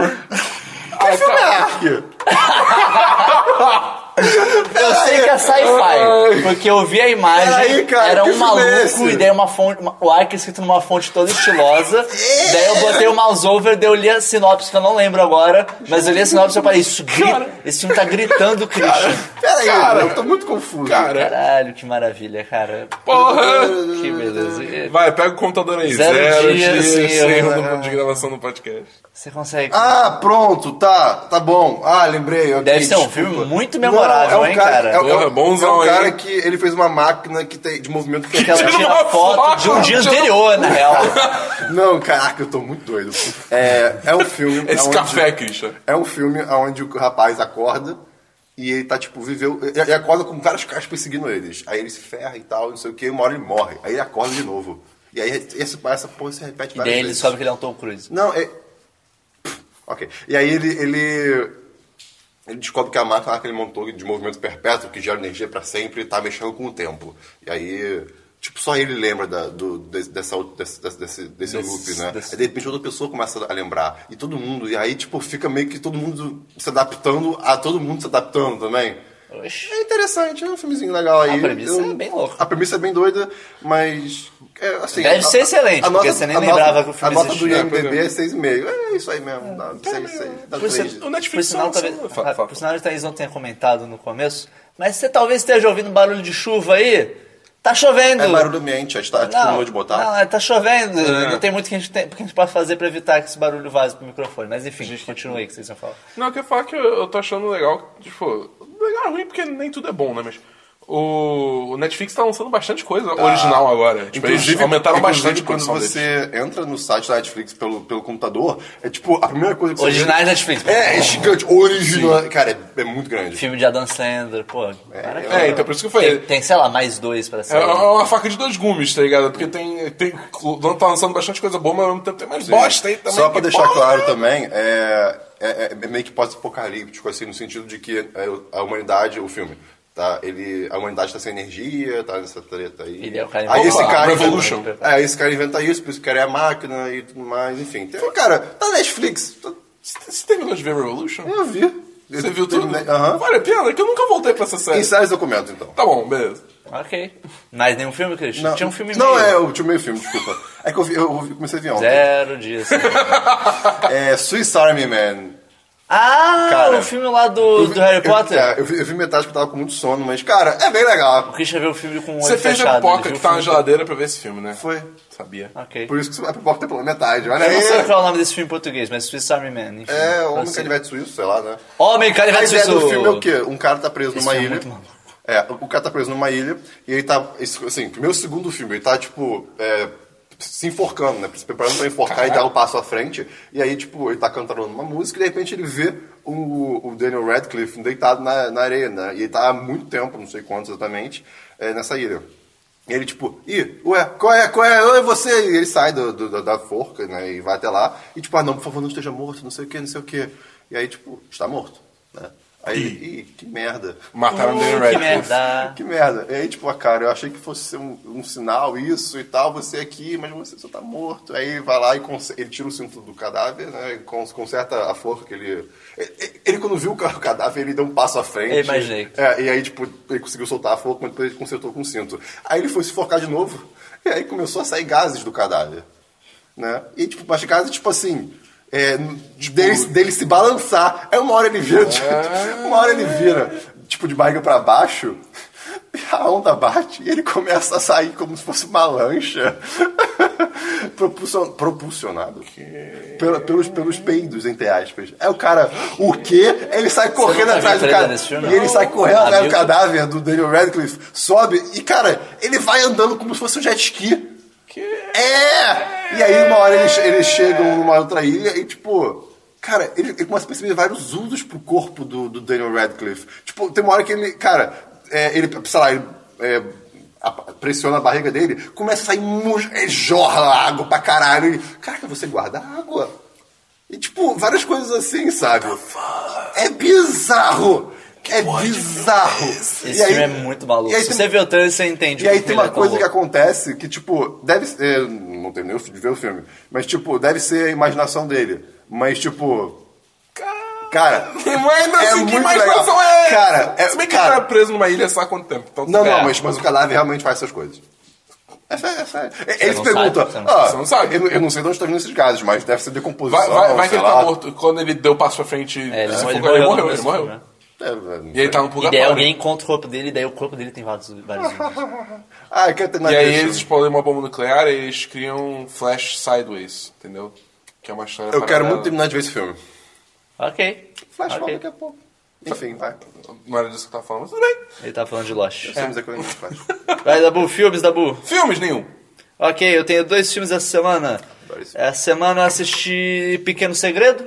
S3: Ah,
S2: é
S3: cara,
S1: Eu sei que é sci-fi, porque eu vi a imagem,
S2: Peraí, cara,
S1: era
S2: que
S1: um
S2: filme
S1: maluco
S2: é esse?
S1: e daí uma fonte, uma- o arco escrito numa fonte toda estilosa.
S2: É.
S1: daí eu botei o mouse over, daí eu li a sinopse, que eu não lembro agora, mas eu li a sinopse e eu falei, isso grita, esse filme tá gritando, Christian.
S2: Peraí, eu tô muito confuso.
S3: cara.
S1: Caralho, que maravilha, cara.
S3: Porra!
S1: Que beleza. E-
S3: Vai, pega o computador aí.
S1: Zero
S3: Zero,
S1: dias
S3: dias
S1: sem
S3: sem
S1: erro.
S3: erro no- de gravação do podcast.
S1: Você consegue.
S2: Ah, pronto, tá, tá bom. Ah, lembrei. ok,
S1: Deve ser um
S2: desculpa.
S1: filme muito memorável,
S2: Não, é um
S1: hein,
S2: cara,
S1: cara?
S2: É, é um
S3: Porra, bonzão
S2: é um cara
S3: aí.
S2: que ele fez uma máquina que tem, de movimento que
S5: Ela
S3: Tira
S5: tira
S3: uma
S5: foto de um
S3: foto,
S5: dia
S3: tira-
S5: anterior, na real.
S2: Não, caraca, eu tô muito doido. É, é um filme.
S3: Esse
S2: aonde-
S3: café, Christian.
S2: É um filme onde o rapaz acorda e ele tá, tipo, viveu. Ele acorda com vários caras perseguindo eles. Aí ele se ferra e tal, não sei o que, uma hora ele morre. Aí ele acorda de novo. E aí esse, essa porra se repete
S5: E daí ele
S2: vezes.
S5: descobre que ele é um Tom Cruise.
S2: Não, é. Pff, Ok. E aí ele. ele... Ele descobre que a máquina que ele montou de movimento perpétuo, que gera energia pra sempre, tá mexendo com o tempo. E aí, tipo, só ele lembra da- do, desse, dessa, outra- desse, desse, desse, desse
S5: Desse-
S2: loop, né?
S5: desse-
S2: Aí, de repente, outra pessoa começa a lembrar. E todo mundo. E aí, tipo, fica meio que todo mundo se adaptando a todo mundo se adaptando também.
S5: Oxi.
S2: É interessante, é um filmezinho legal aí.
S5: A premissa
S2: Eu-
S5: é bem louca.
S2: A premissa é bem doida, mas. é, assim,
S5: Deve
S2: a-
S5: ser
S2: a-
S5: excelente,
S2: a
S5: porque
S2: nota-
S5: você nem
S2: a nota-
S5: lembrava que o filme
S2: A nota do
S5: existia.
S2: IMDB é 6,5. É isso aí mesmo. Dá 6, 6. Dá
S5: Por, sin-
S2: 3.
S3: o Netflix
S5: por sinal,
S3: não-
S5: talvez,
S3: não- fala, fala.
S5: por sinal, a Thaís não tenha comentado no começo, mas você talvez esteja ouvindo um barulho de chuva aí. Tá chovendo!
S2: É barulho ambiente, a gente tá acostumado de botar.
S5: não, é, tá chovendo.
S3: É.
S5: Não tem muito que a gente, tem, que a gente pode fazer pra evitar que esse barulho vaze pro microfone. Mas enfim, continue aí que vocês vão falar.
S3: Não, eu quero falar é que eu, eu tô achando legal, tipo, legal é ruim porque nem tudo é bom, né, mas... O, o Netflix tá lançando bastante coisa original agora. Tipo, eles aumentaram
S2: inclusive,
S3: bastante a
S2: quando
S3: produção deles.
S2: você entra no site da Netflix pelo, pelo computador, é tipo, a primeira coisa que você
S5: Originais
S2: vê-
S5: Netflix.
S2: É, é gigante. Original. Cara, é, é muito grande.
S5: Filme de Adam Sandler, pô. maravilha.
S3: É, então por isso que eu falei.
S5: Tem, tem, sei lá, mais dois pra
S3: É
S5: sair.
S3: uma faca de dois gumes, tá ligado? Porque tem. tem o dono tá lançando bastante coisa boa, mas ao mesmo tempo tem mais bosta aí também.
S2: Só
S3: que
S2: pra deixar
S3: porra!
S2: claro também, é, é, é meio que pós-apocalíptico, assim, no sentido de que é, a humanidade, o filme, tá? Ele, a humanidade tá sem energia, tá nessa treta aí.
S5: Ele é o cara
S2: aí esse
S5: inventado.
S2: cara
S3: Revolution.
S2: inventa- É, esse cara inventa isso, por isso que quer é a máquina e tudo mais, enfim. Tem, cara, tá Netflix. tá-
S3: Você você terminou de ver Revolution?
S2: eu vi.
S3: Você
S2: É, Eu
S3: viu tudo?
S2: terminei- né? Aham.
S3: Vale a pena, é que eu nunca voltei pra essa série.
S2: Insere esse documento, então.
S3: Tá bom, beleza.
S5: Ok. Mais nenhum filme, Christian? Tinha um filme
S2: Não,
S5: meio.
S2: é, eu tinha meio filme, desculpa. É que eu, vi, eu vi- comecei a ver ontem.
S5: Zero dias.
S2: É, Swiss Army Man.
S5: ah,
S2: Cara,
S5: o filme lá do,
S2: Eu vi-
S5: do Harry
S2: eu-
S5: Potter.
S2: é, eu vi, eu vi metade porque eu tava com muito sono, mas, cara, é bem legal.
S5: O Christian viu o filme com o olho
S3: Você fez a
S5: fechado. ele
S3: pipoca
S5: viu
S3: que
S5: o
S3: tá na
S5: filme-
S3: geladeira pra ver esse filme, né?
S2: Foi. Ah.
S3: Sabia.
S5: Ok.
S2: Por isso que a pipoca tem pela metade, olha
S5: Eu não sei
S2: aí.
S5: qual é o nome desse filme em português, mas Swiss Army Man. Enfim,
S2: É,
S5: Eu
S2: Homem
S5: sei.
S2: Canivete Suíço, sei lá, né?
S5: Homem
S2: A
S5: Canivete
S2: ideia
S5: Suíço.
S2: do filme é o quê? Um cara tá preso numa
S5: filme é
S2: ilha.
S5: muito maluco.
S2: É, o cara tá preso numa ilha e ele tá. isso, Assim, primeiro e segundo filme, ele tá, tipo. é, se enforcando, né? Se preparando pra enforcar e dar um passo à frente. E aí, tipo, ele tá cantando uma música e de repente ele vê o, o Daniel Radcliffe deitado na, na areia, né? E ele tá há muito tempo, não sei quanto exatamente, é, nessa ilha. E ele, tipo, ih, ué, qual é, qual é, oi, você? E ele sai do, do- da- da forca, né, e vai até lá. E tipo, ah, não, por favor, não esteja morto, não sei o que, não sei o que. E aí, tipo, está morto, né? Aí ele, ih, que merda.
S3: Mataram o Daniel
S2: um
S5: Que
S3: Radcliffe.
S5: merda.
S2: Que merda. E aí, tipo, ah, cara, eu achei que fosse ser um, um sinal isso e tal, você aqui, mas você só tá morto. Aí ele vai lá e conse- ele tira o cinto do cadáver, né, e cons- conserta a forca que ele... Ele, ele, quando viu o ca- o cadáver, ele deu um passo à frente.
S5: Eu imaginei.
S2: É, e aí, tipo, ele conseguiu soltar a forca, mas depois ele consertou com o cinto. Aí ele foi se forcar de novo, e aí começou a sair gases do cadáver. Né? E, tipo, mas gases, tipo assim. É, de- dele, dele se balançar. Aí uma hora ele vira, tipo, uma hora ele vira, tipo, de barriga pra baixo, e a onda bate, e ele começa a sair como se fosse uma lancha. Propulsion, propulsionado. Pela- pelos, pelos peidos, entre aspas. É o cara, o quê? Ele sai correndo
S5: nunca viu
S2: atrás do
S5: trailer
S2: cara.
S5: desse filme,
S2: E
S5: não?
S2: ele sai correndo
S5: Ah,
S2: atrás do
S5: viu?
S2: cadáver do Daniel Radcliffe, sobe e, cara, ele vai andando como se fosse um jet ski. É! E aí, uma hora eles, eles chegam numa outra ilha e, tipo. Cara, ele, ele começa a perceber vários usos pro corpo do, do Daniel Radcliffe. Tipo, tem uma hora que ele. Cara, é, ele, sei lá, ele. é, a- pressiona a barriga dele, começa a sair. mu- é, jorra água pra caralho. Ele, Caraca, você guarda água? E, tipo, várias coisas assim, sabe? É bizarro! É bizarro!
S5: Esse filme é muito maluco.
S2: e aí
S5: Se
S2: tem-
S5: você vê o trailer, você entende.
S2: e aí
S5: porque
S2: tem
S5: ele
S2: uma
S5: é
S2: coisa
S5: tão
S2: que
S5: louco.
S2: acontece que, tipo, deve ser. Não tem nem o de ver o filme. Mas, tipo, deve ser a imaginação dele. Mas, tipo. Cara.
S3: Mas
S2: É
S3: assim, que
S2: muito
S3: imaginação
S2: legal.
S3: é.
S2: Cara, é-
S3: Se bem que
S2: cara-
S3: ele tá preso numa ilha só há quanto tempo? Então,
S2: Não,
S5: É.
S2: não, mas, mas o cadáver realmente faz essas coisas. É sério, é sério. Ele se
S5: não
S2: pergunta.
S5: sabe, você não
S2: "Ah,
S3: sabe." Você não sabe.
S2: Eu, eu não sei de onde estão vindo esses gases, mas deve ser decomposição.
S3: Vai, vai, vai que
S2: sei
S3: ele
S2: lá.
S3: tá morto. Quando ele deu o passo pra frente,
S5: É, ele,
S3: se
S5: ele
S3: focou, ele
S5: morreu. no
S3: morreu. Ele
S5: começo do
S3: morreu.
S5: filme, né?
S2: É, é,
S3: E ele tá no
S5: E daí
S3: purgatório.
S5: alguém encontra o corpo dele, e daí o corpo dele tem vários, vários usos.
S2: Ah, eu quero terminar
S3: E aí
S2: isso.
S3: eles explodem uma bomba nuclear e eles criam um Flash Sideways, entendeu? Que é uma história
S2: Eu quero
S3: paralela.
S2: muito terminar de ver esse filme.
S5: Ok.
S2: Flash
S5: Ok.
S2: daqui a pouco. Enfim, vai.
S3: Não era disso que eu tava falando, mas tudo bem.
S1: Ele tá falando de Lost.
S2: Somos é. econômicos, faz.
S1: Vai, Dabu, filmes, Dabu.
S3: Filmes nenhum.
S1: Ok, eu tenho dois filmes essa semana.
S2: Parece.
S1: Essa semana eu assisti Pequeno Segredo,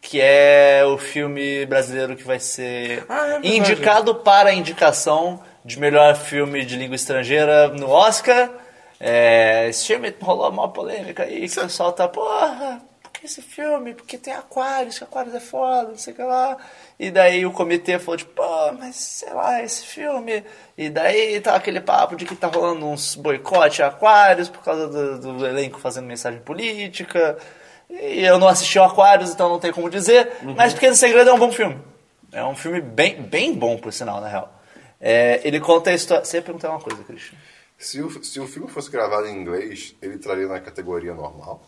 S1: que é o filme brasileiro que vai ser
S3: Ah, é verdade.
S1: indicado para a indicação de melhor filme de língua estrangeira no Oscar. É, esse filme rolou uma polêmica aí, que o pessoal tá, porra, por que esse filme? Porque tem Aquários, que Aquários é foda, não sei o que lá. E daí o comitê falou, tipo, pô, mas sei lá, esse filme. E daí tá aquele papo de que tá rolando uns boicote a Aquários por causa do, do elenco fazendo mensagem política. E eu não assisti o Aquários, então não tem como dizer.
S3: Uhum.
S1: Mas Pequeno Segredo é um bom filme. É um filme bem, bem bom, por sinal, na real. É, ele conta a história. Você ia perguntar uma coisa, Christian.
S2: Se o, se o filme fosse gravado em inglês, ele traria na categoria normal.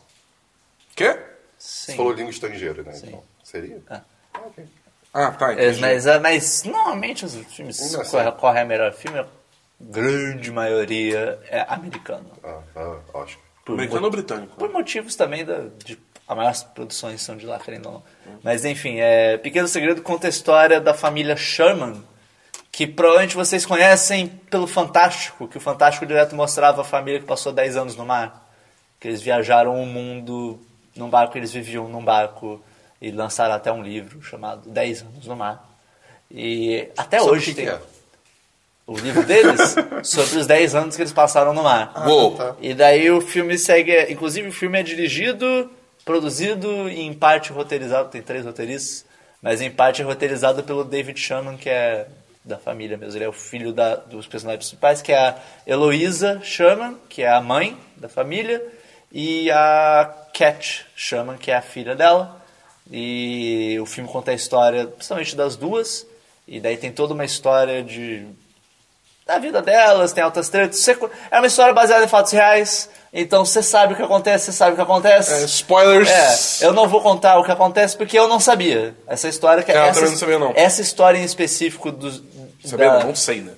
S3: Quê?
S1: Sim.
S2: Você falou língua estrangeira, né? Então, seria?
S1: Ah.
S2: Ah, ok.
S3: Ah, tá.
S1: É,
S3: entendi.
S1: mas, é, mas normalmente os filmes
S2: Ainda assim.
S1: corre, corre a melhor filme, a grande maioria é americano.
S2: Ah, ah, acho.
S1: Por,
S3: Americano
S1: mo-
S3: ou é britânico?
S1: por motivos também da, de as maiores produções são de lá, querendo ou não. Mas enfim, é, Pequeno Segredo conta a história da família Sherman, que provavelmente vocês conhecem pelo Fantástico, que o Fantástico direto mostrava a família que passou 10 anos no mar. Que eles viajaram o mundo num barco, eles viviam num barco e lançaram até um livro chamado 10 anos no mar. E até
S2: Sobre o
S1: hoje
S2: que
S1: tem
S2: que é?
S1: o livro deles sobre os 10 anos que eles passaram no mar.
S3: Uou.
S2: tá.
S1: E daí o filme segue. Inclusive, o filme é dirigido, produzido e em parte roteirizado. Tem três roteiristas, mas em parte é roteirizado pelo David Shannon, que é da família mesmo. Ele é o filho da- dos personagens principais, que é a Heloísa Shannon, que é a mãe da família, e a Cat Shannon, que é a filha dela. E o filme conta a história, principalmente das duas. E daí tem toda uma história de da vida delas, tem altas tretas. Você co- É uma história baseada em fatos reais, então você sabe o que acontece, você sabe o que
S3: É,
S1: acontece.
S3: spoilers.
S1: É, eu não vou contar o que acontece porque eu não sabia. Essa história que
S3: É, eu
S1: essa,
S3: também não sabia, não.
S1: Essa história em específico dos
S3: Sabia?
S1: da,
S3: Não sei, né?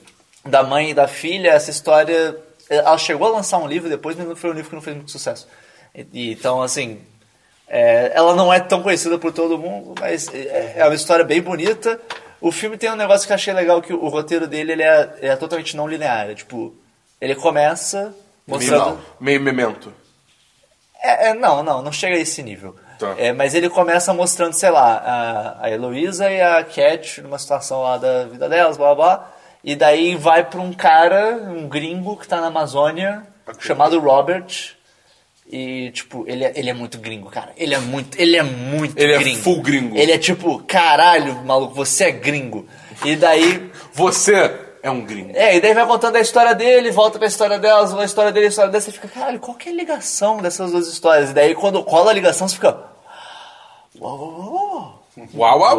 S1: da mãe e da filha, essa história. Ela chegou a lançar um livro depois, mas não foi um livro que não fez muito sucesso. E- e- então, assim. é, ela não é tão conhecida por todo mundo, mas é, é uma história bem bonita. O filme tem um negócio que eu achei legal, que o, o roteiro dele ele é, ele é totalmente não linear. é tipo, ele começa mostrando...
S2: Linear.
S3: Meio memento.
S1: É, é, não, não, não chega a esse nível.
S3: Tá.
S1: É, mas ele começa mostrando, sei lá, a, a Heloísa e a Cat numa situação lá da vida delas, blá blá blá. E daí vai pra um cara, um gringo que tá na Amazônia,
S2: Ok.
S1: chamado Robert. E, tipo, ele é, ele é muito gringo, cara. Ele é muito, ele é muito
S3: Ele é
S1: gringo.
S3: full gringo.
S1: Ele é tipo, caralho, maluco, você é gringo. E daí
S3: Você é um gringo.
S1: é, e daí vai contando a história dele, volta pra história delas, a história dele, a história dela, você fica, caralho, qual que é a ligação dessas duas histórias? E daí quando cola a ligação, você fica. Uau, uau, uau, uau.
S3: Uau, uau, uau.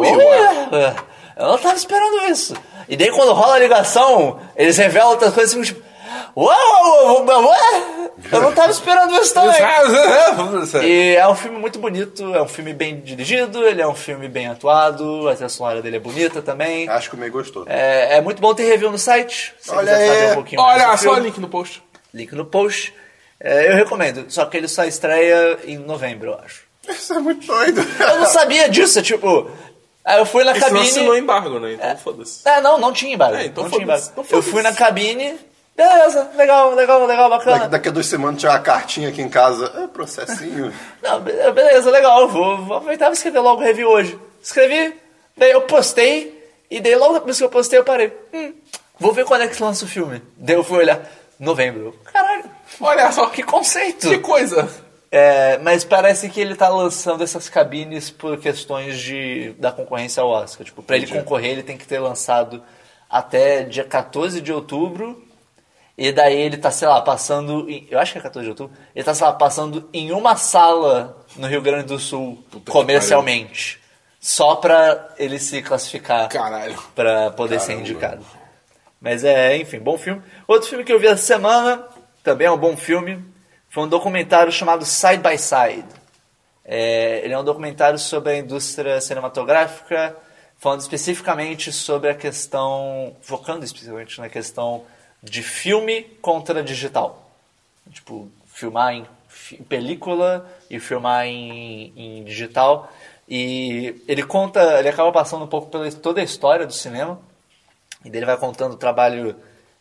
S1: Olha, é, Eu não tava esperando isso. E daí quando rola a ligação, eles revelam outras coisas assim, tipo. Uau, uau, uau, uau, uau. é, Eu não tava esperando isso também. E é um filme muito bonito, é um filme bem dirigido, ele é um filme bem atuado, a trilha sonora dele é bonita também.
S2: Acho que o meio gostou.
S1: É, é muito bom ter review no site. Se
S2: Ah. Olha
S1: quiser saber
S2: aí.
S1: um pouquinho mais
S3: Olha
S1: do
S3: só o
S1: filme.
S3: link no post.
S1: Link no post. É, eu recomendo, só que ele só estreia em novembro, eu acho.
S2: Isso é muito doido.
S1: Eu não sabia disso, é tipo. Aí eu fui na
S3: Esse não assinou
S1: cabine.
S3: embargo, né? Então foda-se.
S1: Ah, não, não tinha embargo.
S3: É, então
S1: não tinha
S3: foda-se,
S1: embargo.
S3: então
S1: eu
S3: foda-se.
S1: fui na cabine. Beleza, legal, legal, legal,
S2: Da-
S1: bacana.
S2: Daqui a duas semanas tinha uma cartinha aqui em casa. É, processinho.
S1: Não, be- beleza, legal, eu vou, vou aproveitar e vou escrever logo o review hoje. Escrevi, daí eu postei, e daí logo depois que eu postei eu parei. Hum, vou ver quando é que lança o filme. Daí eu fui olhar, novembro. Caralho,
S3: Olha só que,
S1: que conceito!
S3: que coisa.
S1: É, mas parece que ele tá lançando essas cabines por questões de, da concorrência ao Oscar. Tipo, pra ele concorrer, ele tem que ter lançado até dia 14 de outubro. E daí ele tá, sei lá, passando. em- eu acho que é 14 de outubro. Ele tá, sei lá, passando em uma sala no Rio Grande do Sul,
S3: Puta que
S1: comercialmente. Só pra ele se classificar
S3: Caralho.
S1: pra poder ser
S2: Caramba.
S1: indicado. Mas é, enfim, bom filme. Outro filme que eu vi essa semana, também é um bom filme, foi um documentário chamado Side by Side. É, ele é um documentário sobre a indústria cinematográfica, falando especificamente sobre a questão, focando especificamente na questão de filme contra digital. Tipo, filmar em fi- película e filmar em, em digital. E ele conta, ele acaba passando um pouco pela toda a história do cinema. E daí ele vai contando o trabalho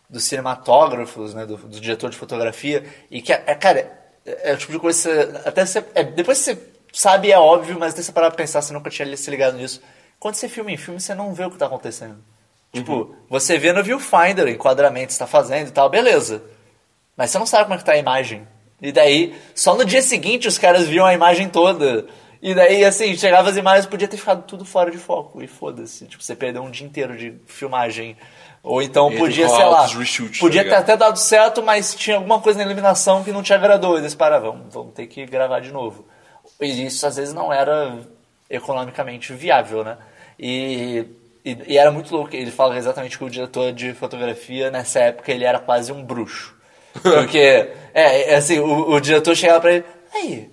S1: dos cinematógrafos, né, do, do diretor de fotografia. E que, é, cara, é o tipo de coisa que você, até você, é, depois que você sabe, é óbvio, mas até você parar pra pensar, você nunca tinha se ligado nisso. Quando você filma em filme, você não vê o que tá acontecendo. Tipo, você vê no viewfinder o enquadramento que você tá fazendo e tal, beleza. Mas você não sabe como é que tá a imagem. E daí, só no dia seguinte os caras viam a imagem toda. E daí, assim, chegava as imagens, podia ter ficado tudo fora de foco. E foda-se. Tipo, você perdeu um dia inteiro de filmagem. Ou então
S3: Ele
S1: podia,
S3: rola
S1: sei lá.
S3: altos reshoots, tá
S1: Podia ter
S3: ligado?
S1: até dado certo, mas tinha alguma coisa na iluminação que não te agradou. E eles paravam, vamos, vamos ter que gravar de novo. E isso às vezes não era economicamente viável, né? E, e, e era muito louco. Ele fala exatamente que o diretor de fotografia, nessa época, ele era quase um bruxo. Porque, é, é assim, o, o diretor chegava pra ele, aí,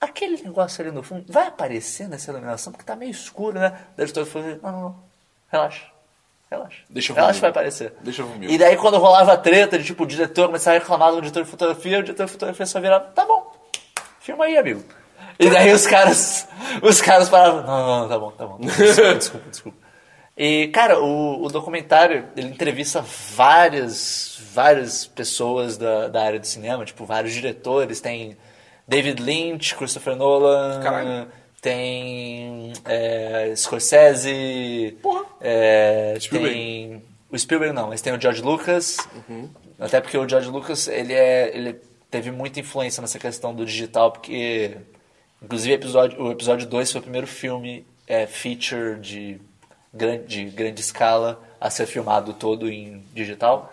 S1: aquele negócio ali no fundo, vai aparecer nessa iluminação, porque tá meio escuro, né? Daí o diretor falou, não, não, não, relaxa, relaxa.
S3: Deixa eu ver
S1: Relaxa
S3: o
S1: vai
S3: meu.
S1: aparecer.
S3: Deixa eu ver o meu.
S1: E daí quando rolava a treta de, tipo, o diretor começava a reclamar do diretor de fotografia, o diretor de fotografia só virava, tá bom, filma aí, amigo. E daí os caras, os caras paravam, não, não, não, tá bom, tá bom, desculpa, desculpa, desculpa. E, cara, o, o documentário, ele entrevista várias, várias pessoas da, da área do cinema, tipo, vários diretores, tem David Lynch, Christopher Nolan,
S3: Caralho.
S1: tem é, Scorsese, é,
S3: Spielberg.
S1: tem... O Spielberg não, mas tem o George Lucas, até porque o George Lucas, ele, é, ele teve muita influência nessa questão do digital, porque, inclusive, episódio, o episódio 2 foi o primeiro filme é, feature de grande, de grande escala a ser filmado todo em digital.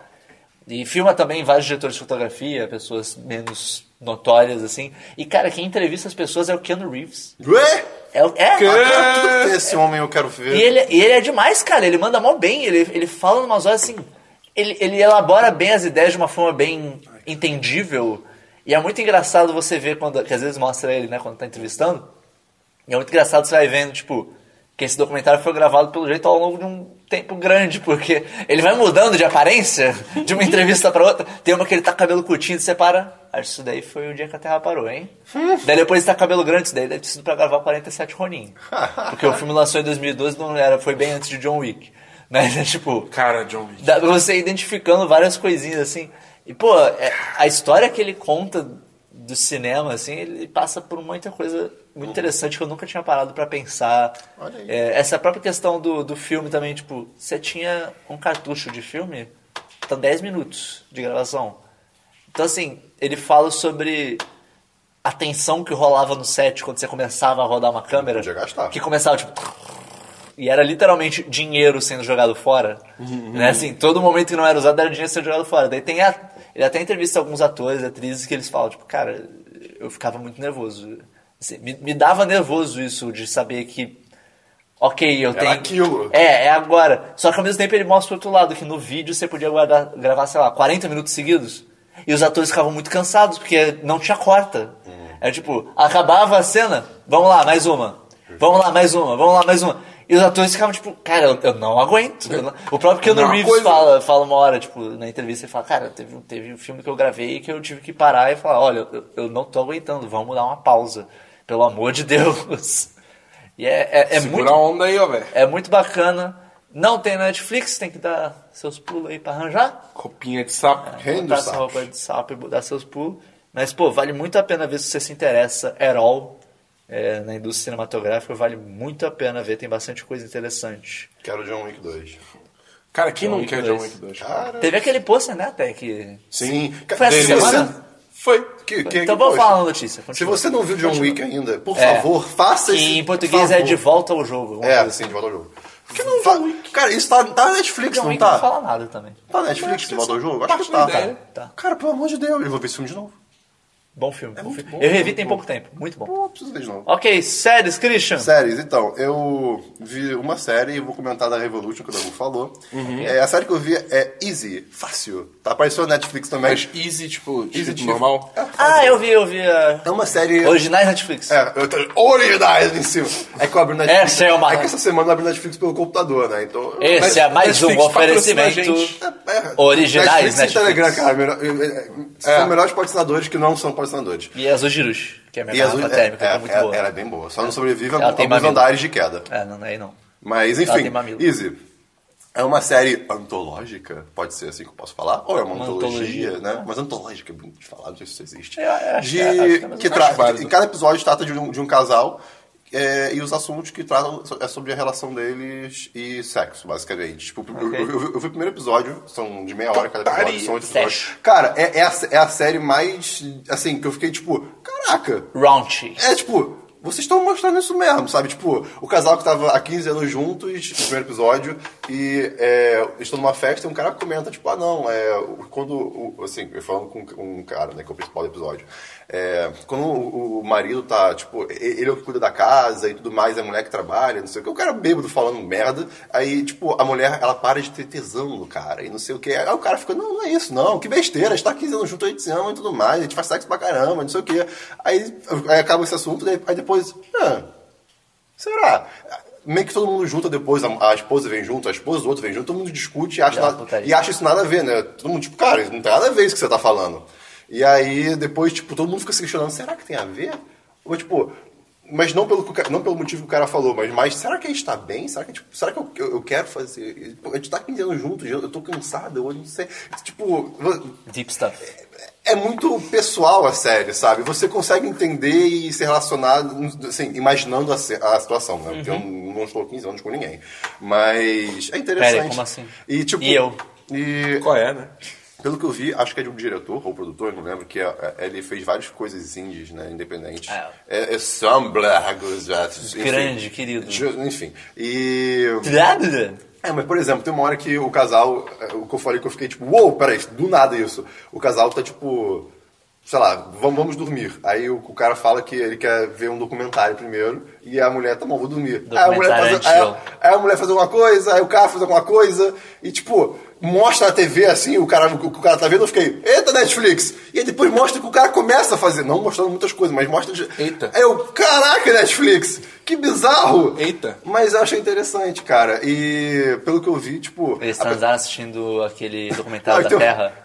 S1: E filma também vários diretores de fotografia, pessoas menos notórias, assim. E, cara, quem entrevista as pessoas é o Keanu Reeves.
S2: Ué?
S1: É, o- é,
S2: Ah, cara, tudo que tem esse homem eu quero ver.
S1: e ele, e ele é demais, cara. Ele manda mal bem. Ele, ele fala numas horas assim. Ele, ele elabora bem as ideias de uma forma bem entendível. E é muito engraçado você ver quando. Que às vezes mostra ele, né, quando tá entrevistando. E é muito engraçado você vai vendo, tipo, que esse documentário foi gravado pelo jeito ao longo de um tempo grande, porque ele vai mudando de aparência de uma entrevista pra outra. Tem uma que ele tá com cabelo curtinho e você para. Acho que isso daí foi o dia que a Terra parou, hein? daí depois ele tá com cabelo grande, isso daí deve ter sido pra gravar 47 Ronin. Porque o filme lançou em 2012, não era, foi bem antes de John Wick. Né? Então, tipo,
S3: Cara, John Wick.
S1: dá pra você ir identificando várias coisinhas assim. E, pô, é- a história que ele conta do cinema, assim, ele passa por muita coisa muito interessante que eu nunca tinha parado pra pensar.
S2: Uhum. Olha aí.
S1: É, essa própria questão do, do filme também, tipo, você tinha um cartucho de filme, então 10 minutos de gravação. Então, assim, ele fala sobre a tensão que rolava no set quando você começava a rodar uma câmera.
S2: Podia gastar.
S1: Que começava, tipo, e era literalmente dinheiro sendo jogado fora. né? Assim, todo momento que não era usado era dinheiro sendo jogado fora. Daí tem a, ele até entrevista alguns atores, atrizes que eles falam, tipo, cara, eu ficava muito nervoso. Assim, me, me dava nervoso isso de saber que, ok, eu tenho.
S2: aquilo.
S1: É, é agora. Só que ao mesmo tempo ele mostra o outro lado, que no vídeo você podia guardar- gravar, sei lá, 40 minutos seguidos. E os atores ficavam muito cansados, porque não tinha corta. É tipo, acabava a cena, vamos lá, mais uma. Vamos lá, mais uma, vamos lá, mais uma. E os atores ficavam tipo, cara, eu, eu não aguento. Eu não- O próprio Keanu
S3: Não,
S1: Reeves
S3: coisa-
S1: fala, fala uma hora, tipo, na entrevista, ele fala, cara, teve, um- teve um filme que eu gravei que eu tive que parar e falar, olha, eu, eu não tô aguentando, vamos dar uma pausa. Pelo amor de Deus. E é, é, é
S3: Segura
S1: muito
S3: a onda aí, ó, velho.
S1: é muito bacana. Não tem Netflix, tem que dar seus pulos aí pra arranjar.
S3: Copinha de sapo.
S2: Rei
S1: botar
S2: dos
S1: essa
S2: sapos.
S1: roupa de sapo e dar seus pulos. Mas, pô, vale muito a pena ver se você se interessa at all é, na indústria cinematográfica. Vale muito a pena ver, tem bastante coisa interessante.
S2: Quero John Wick 2.
S3: Cara, quem
S1: John
S3: não
S1: Wick
S3: quer John
S1: dois.
S3: Wick 2?
S2: Cara.
S1: Teve aquele pôster, né, até que...
S2: Sim.
S1: Foi essa
S2: Se você-
S1: semana?
S3: Foi.
S2: Que, que,
S1: Então
S2: que
S1: vou
S2: poxa.
S1: falar a notícia.
S2: Se
S1: continua.
S2: você não viu John Wick ainda, por
S1: É.
S2: favor, faça
S1: Que
S2: isso.
S1: em português é de volta ao jogo. Um alguma
S2: um É,
S1: coisa.
S2: assim, de volta ao jogo. Por que não Fa... Cara, isso tá, tá na Netflix,
S1: John
S2: não
S1: Wick
S2: tá?
S1: não fala nada também.
S2: Tá na Netflix de volta ao jogo? Acho
S3: Parte
S2: que
S3: da
S2: tá.
S3: ideia.
S1: Tá.
S2: Cara, pelo amor de Deus, eu vou ver esse filme de novo.
S1: Bom filme. bom
S2: muito
S1: filme.
S2: bom,
S1: Eu
S2: é
S1: revi
S2: muito
S1: tem
S2: bom.
S1: pouco tempo. Muito bom.
S2: Pô, preciso ver de novo.
S1: Ok, séries, Christian.
S2: Séries, então, eu vi uma série e vou comentar da Revolution que o Dabu falou.
S1: Uhum.
S2: É, a série que eu vi é Easy, fácil. Tá, apareceu na Netflix também.
S3: Mas easy, tipo,
S2: Easy
S3: easy
S2: Chief.
S3: normal.
S1: Ah, eu vi, eu vi a...
S2: É uma série.
S1: Originais Netflix.
S2: É, eu tô originais em cima. É que eu abri na Netflix.
S1: Essa é uma-
S2: É que essa semana eu abri na Netflix pelo computador, né? Então.
S1: Esse é mais
S3: Netflix
S1: um oferecimento.
S3: patrocina
S2: É,
S1: Originais
S2: Netflix e
S1: Netflix.
S2: é. Telegram, cara. melhor- é, é, São melhores patrocinadores que não são patrocinadores.
S1: E Azul Girus.
S5: Que é a minha
S2: E as
S5: garrafa
S2: uni-
S5: térmica,
S2: é,
S5: que é
S2: é,
S5: muito
S2: é-
S5: boa.
S2: Ela é bem boa. Só não sobrevive
S5: Ela
S2: a
S5: tem
S2: alguns
S5: mamilo.
S2: andares de queda.
S5: É, não, aí não.
S2: Mas
S5: Ela
S2: enfim,
S5: tem mamilo.
S2: Easy. É uma série antológica, pode ser assim que eu posso falar, ou é uma,
S5: Uma
S2: antologia,
S5: antologia,
S2: né? Mas antológica é bonito de falar, não sei se isso existe.
S5: Eu acho que-
S2: de,
S5: acho que é, mas
S2: que
S5: eu
S2: tra-
S3: acho válido.
S2: e cada episódio trata de um, de um casal é, e os assuntos que tratam so- é sobre a relação deles e sexo, basicamente. Tipo, eu- eu, eu- eu vi o primeiro episódio, são de meia hora cada episódio,
S3: Putaria.
S2: são oito episódios.
S5: Sexo.
S2: Cara, é, é a, é a série mais, assim, que eu fiquei tipo, caraca,
S5: Raunchy.
S2: é tipo, vocês estão mostrando isso mesmo, sabe? Tipo, o casal que tava há 15 anos juntos, no primeiro episódio, e é, eles estão numa festa e um cara comenta, tipo, ah não, é, o- quando. o- assim, eu falando com um cara, né, que é o principal do episódio. é, quando o, o marido tá, tipo, e- ele é o que cuida da casa e tudo mais, é a mulher que trabalha, não sei o que, o cara bêbado falando merda, aí, tipo, a mulher, ela para de ter tesão no cara e não sei o que. Aí o cara fica, não, não é isso, não, que besteira, a gente tá há 15 anos junto, a gente se ama e tudo mais, a gente faz sexo pra caramba, não sei o que. Aí, aí acaba esse assunto, daí- aí depois, ah, será? Meio que todo mundo junta depois, a, a esposa vem junto, a esposa do outro vem junto, todo mundo discute e acha,
S5: Não,
S2: nada-
S5: putaria.
S2: e acha isso nada a ver, né? Todo mundo, tipo, cara, isso não tem nada a ver isso que você tá falando. E aí depois, tipo, todo mundo fica se questionando, será que tem a ver? Ou tipo. Mas não pelo, que o ca- não pelo motivo que o cara falou, mas, mas será que a gente tá bem? Será que, tipo, será que eu, eu, eu quero fazer? A gente tá 15 anos juntos, eu eu tô cansado, eu não sei. Tipo,
S5: Deep stuff.
S2: é muito pessoal a série, sabe? Você consegue entender e se relacionar, assim, imaginando a, se- a situação, né? Porque eu não estou 15 anos com ninguém. Mas é interessante.
S5: Uhum. Pera aí, como assim?
S2: E, tipo,
S5: E eu?
S2: e,
S3: Qual é, né?
S2: pelo que eu vi, acho que é de um diretor ou produtor, não lembro, que é- é- ele fez várias coisas indies, né? Independentes.
S5: Ah.
S2: É, é Sambla, enfim.
S5: Grande, querido.
S2: Ju- Enfim. E. É, mas por exemplo, tem uma hora que o casal, é, o que eu falei que eu fiquei tipo, uou, peraí, do nada isso. O casal tá tipo, sei lá, vamos, vamos dormir. Aí o, o cara fala que ele quer ver um documentário primeiro e a mulher, tá bom, vou dormir. Aí a mulher,
S5: Documentário
S2: faz, aí,
S5: antigo.
S2: aí a mulher faz alguma coisa, aí o cara faz alguma coisa e tipo, mostra na TV assim, o cara, o, que o cara tá vendo, eu fiquei, eita Netflix! E aí depois mostra o que o cara começa a fazer, não mostrando muitas coisas, mas mostra. de-
S3: Eita.
S2: Aí eu, caraca, Netflix! Que bizarro!
S3: Eita.
S2: Mas eu achei interessante, cara. E pelo que eu vi, tipo.
S5: Eles
S2: a-
S5: transaram assistindo aquele documentário
S2: Ah,
S5: da
S2: então-
S5: Terra.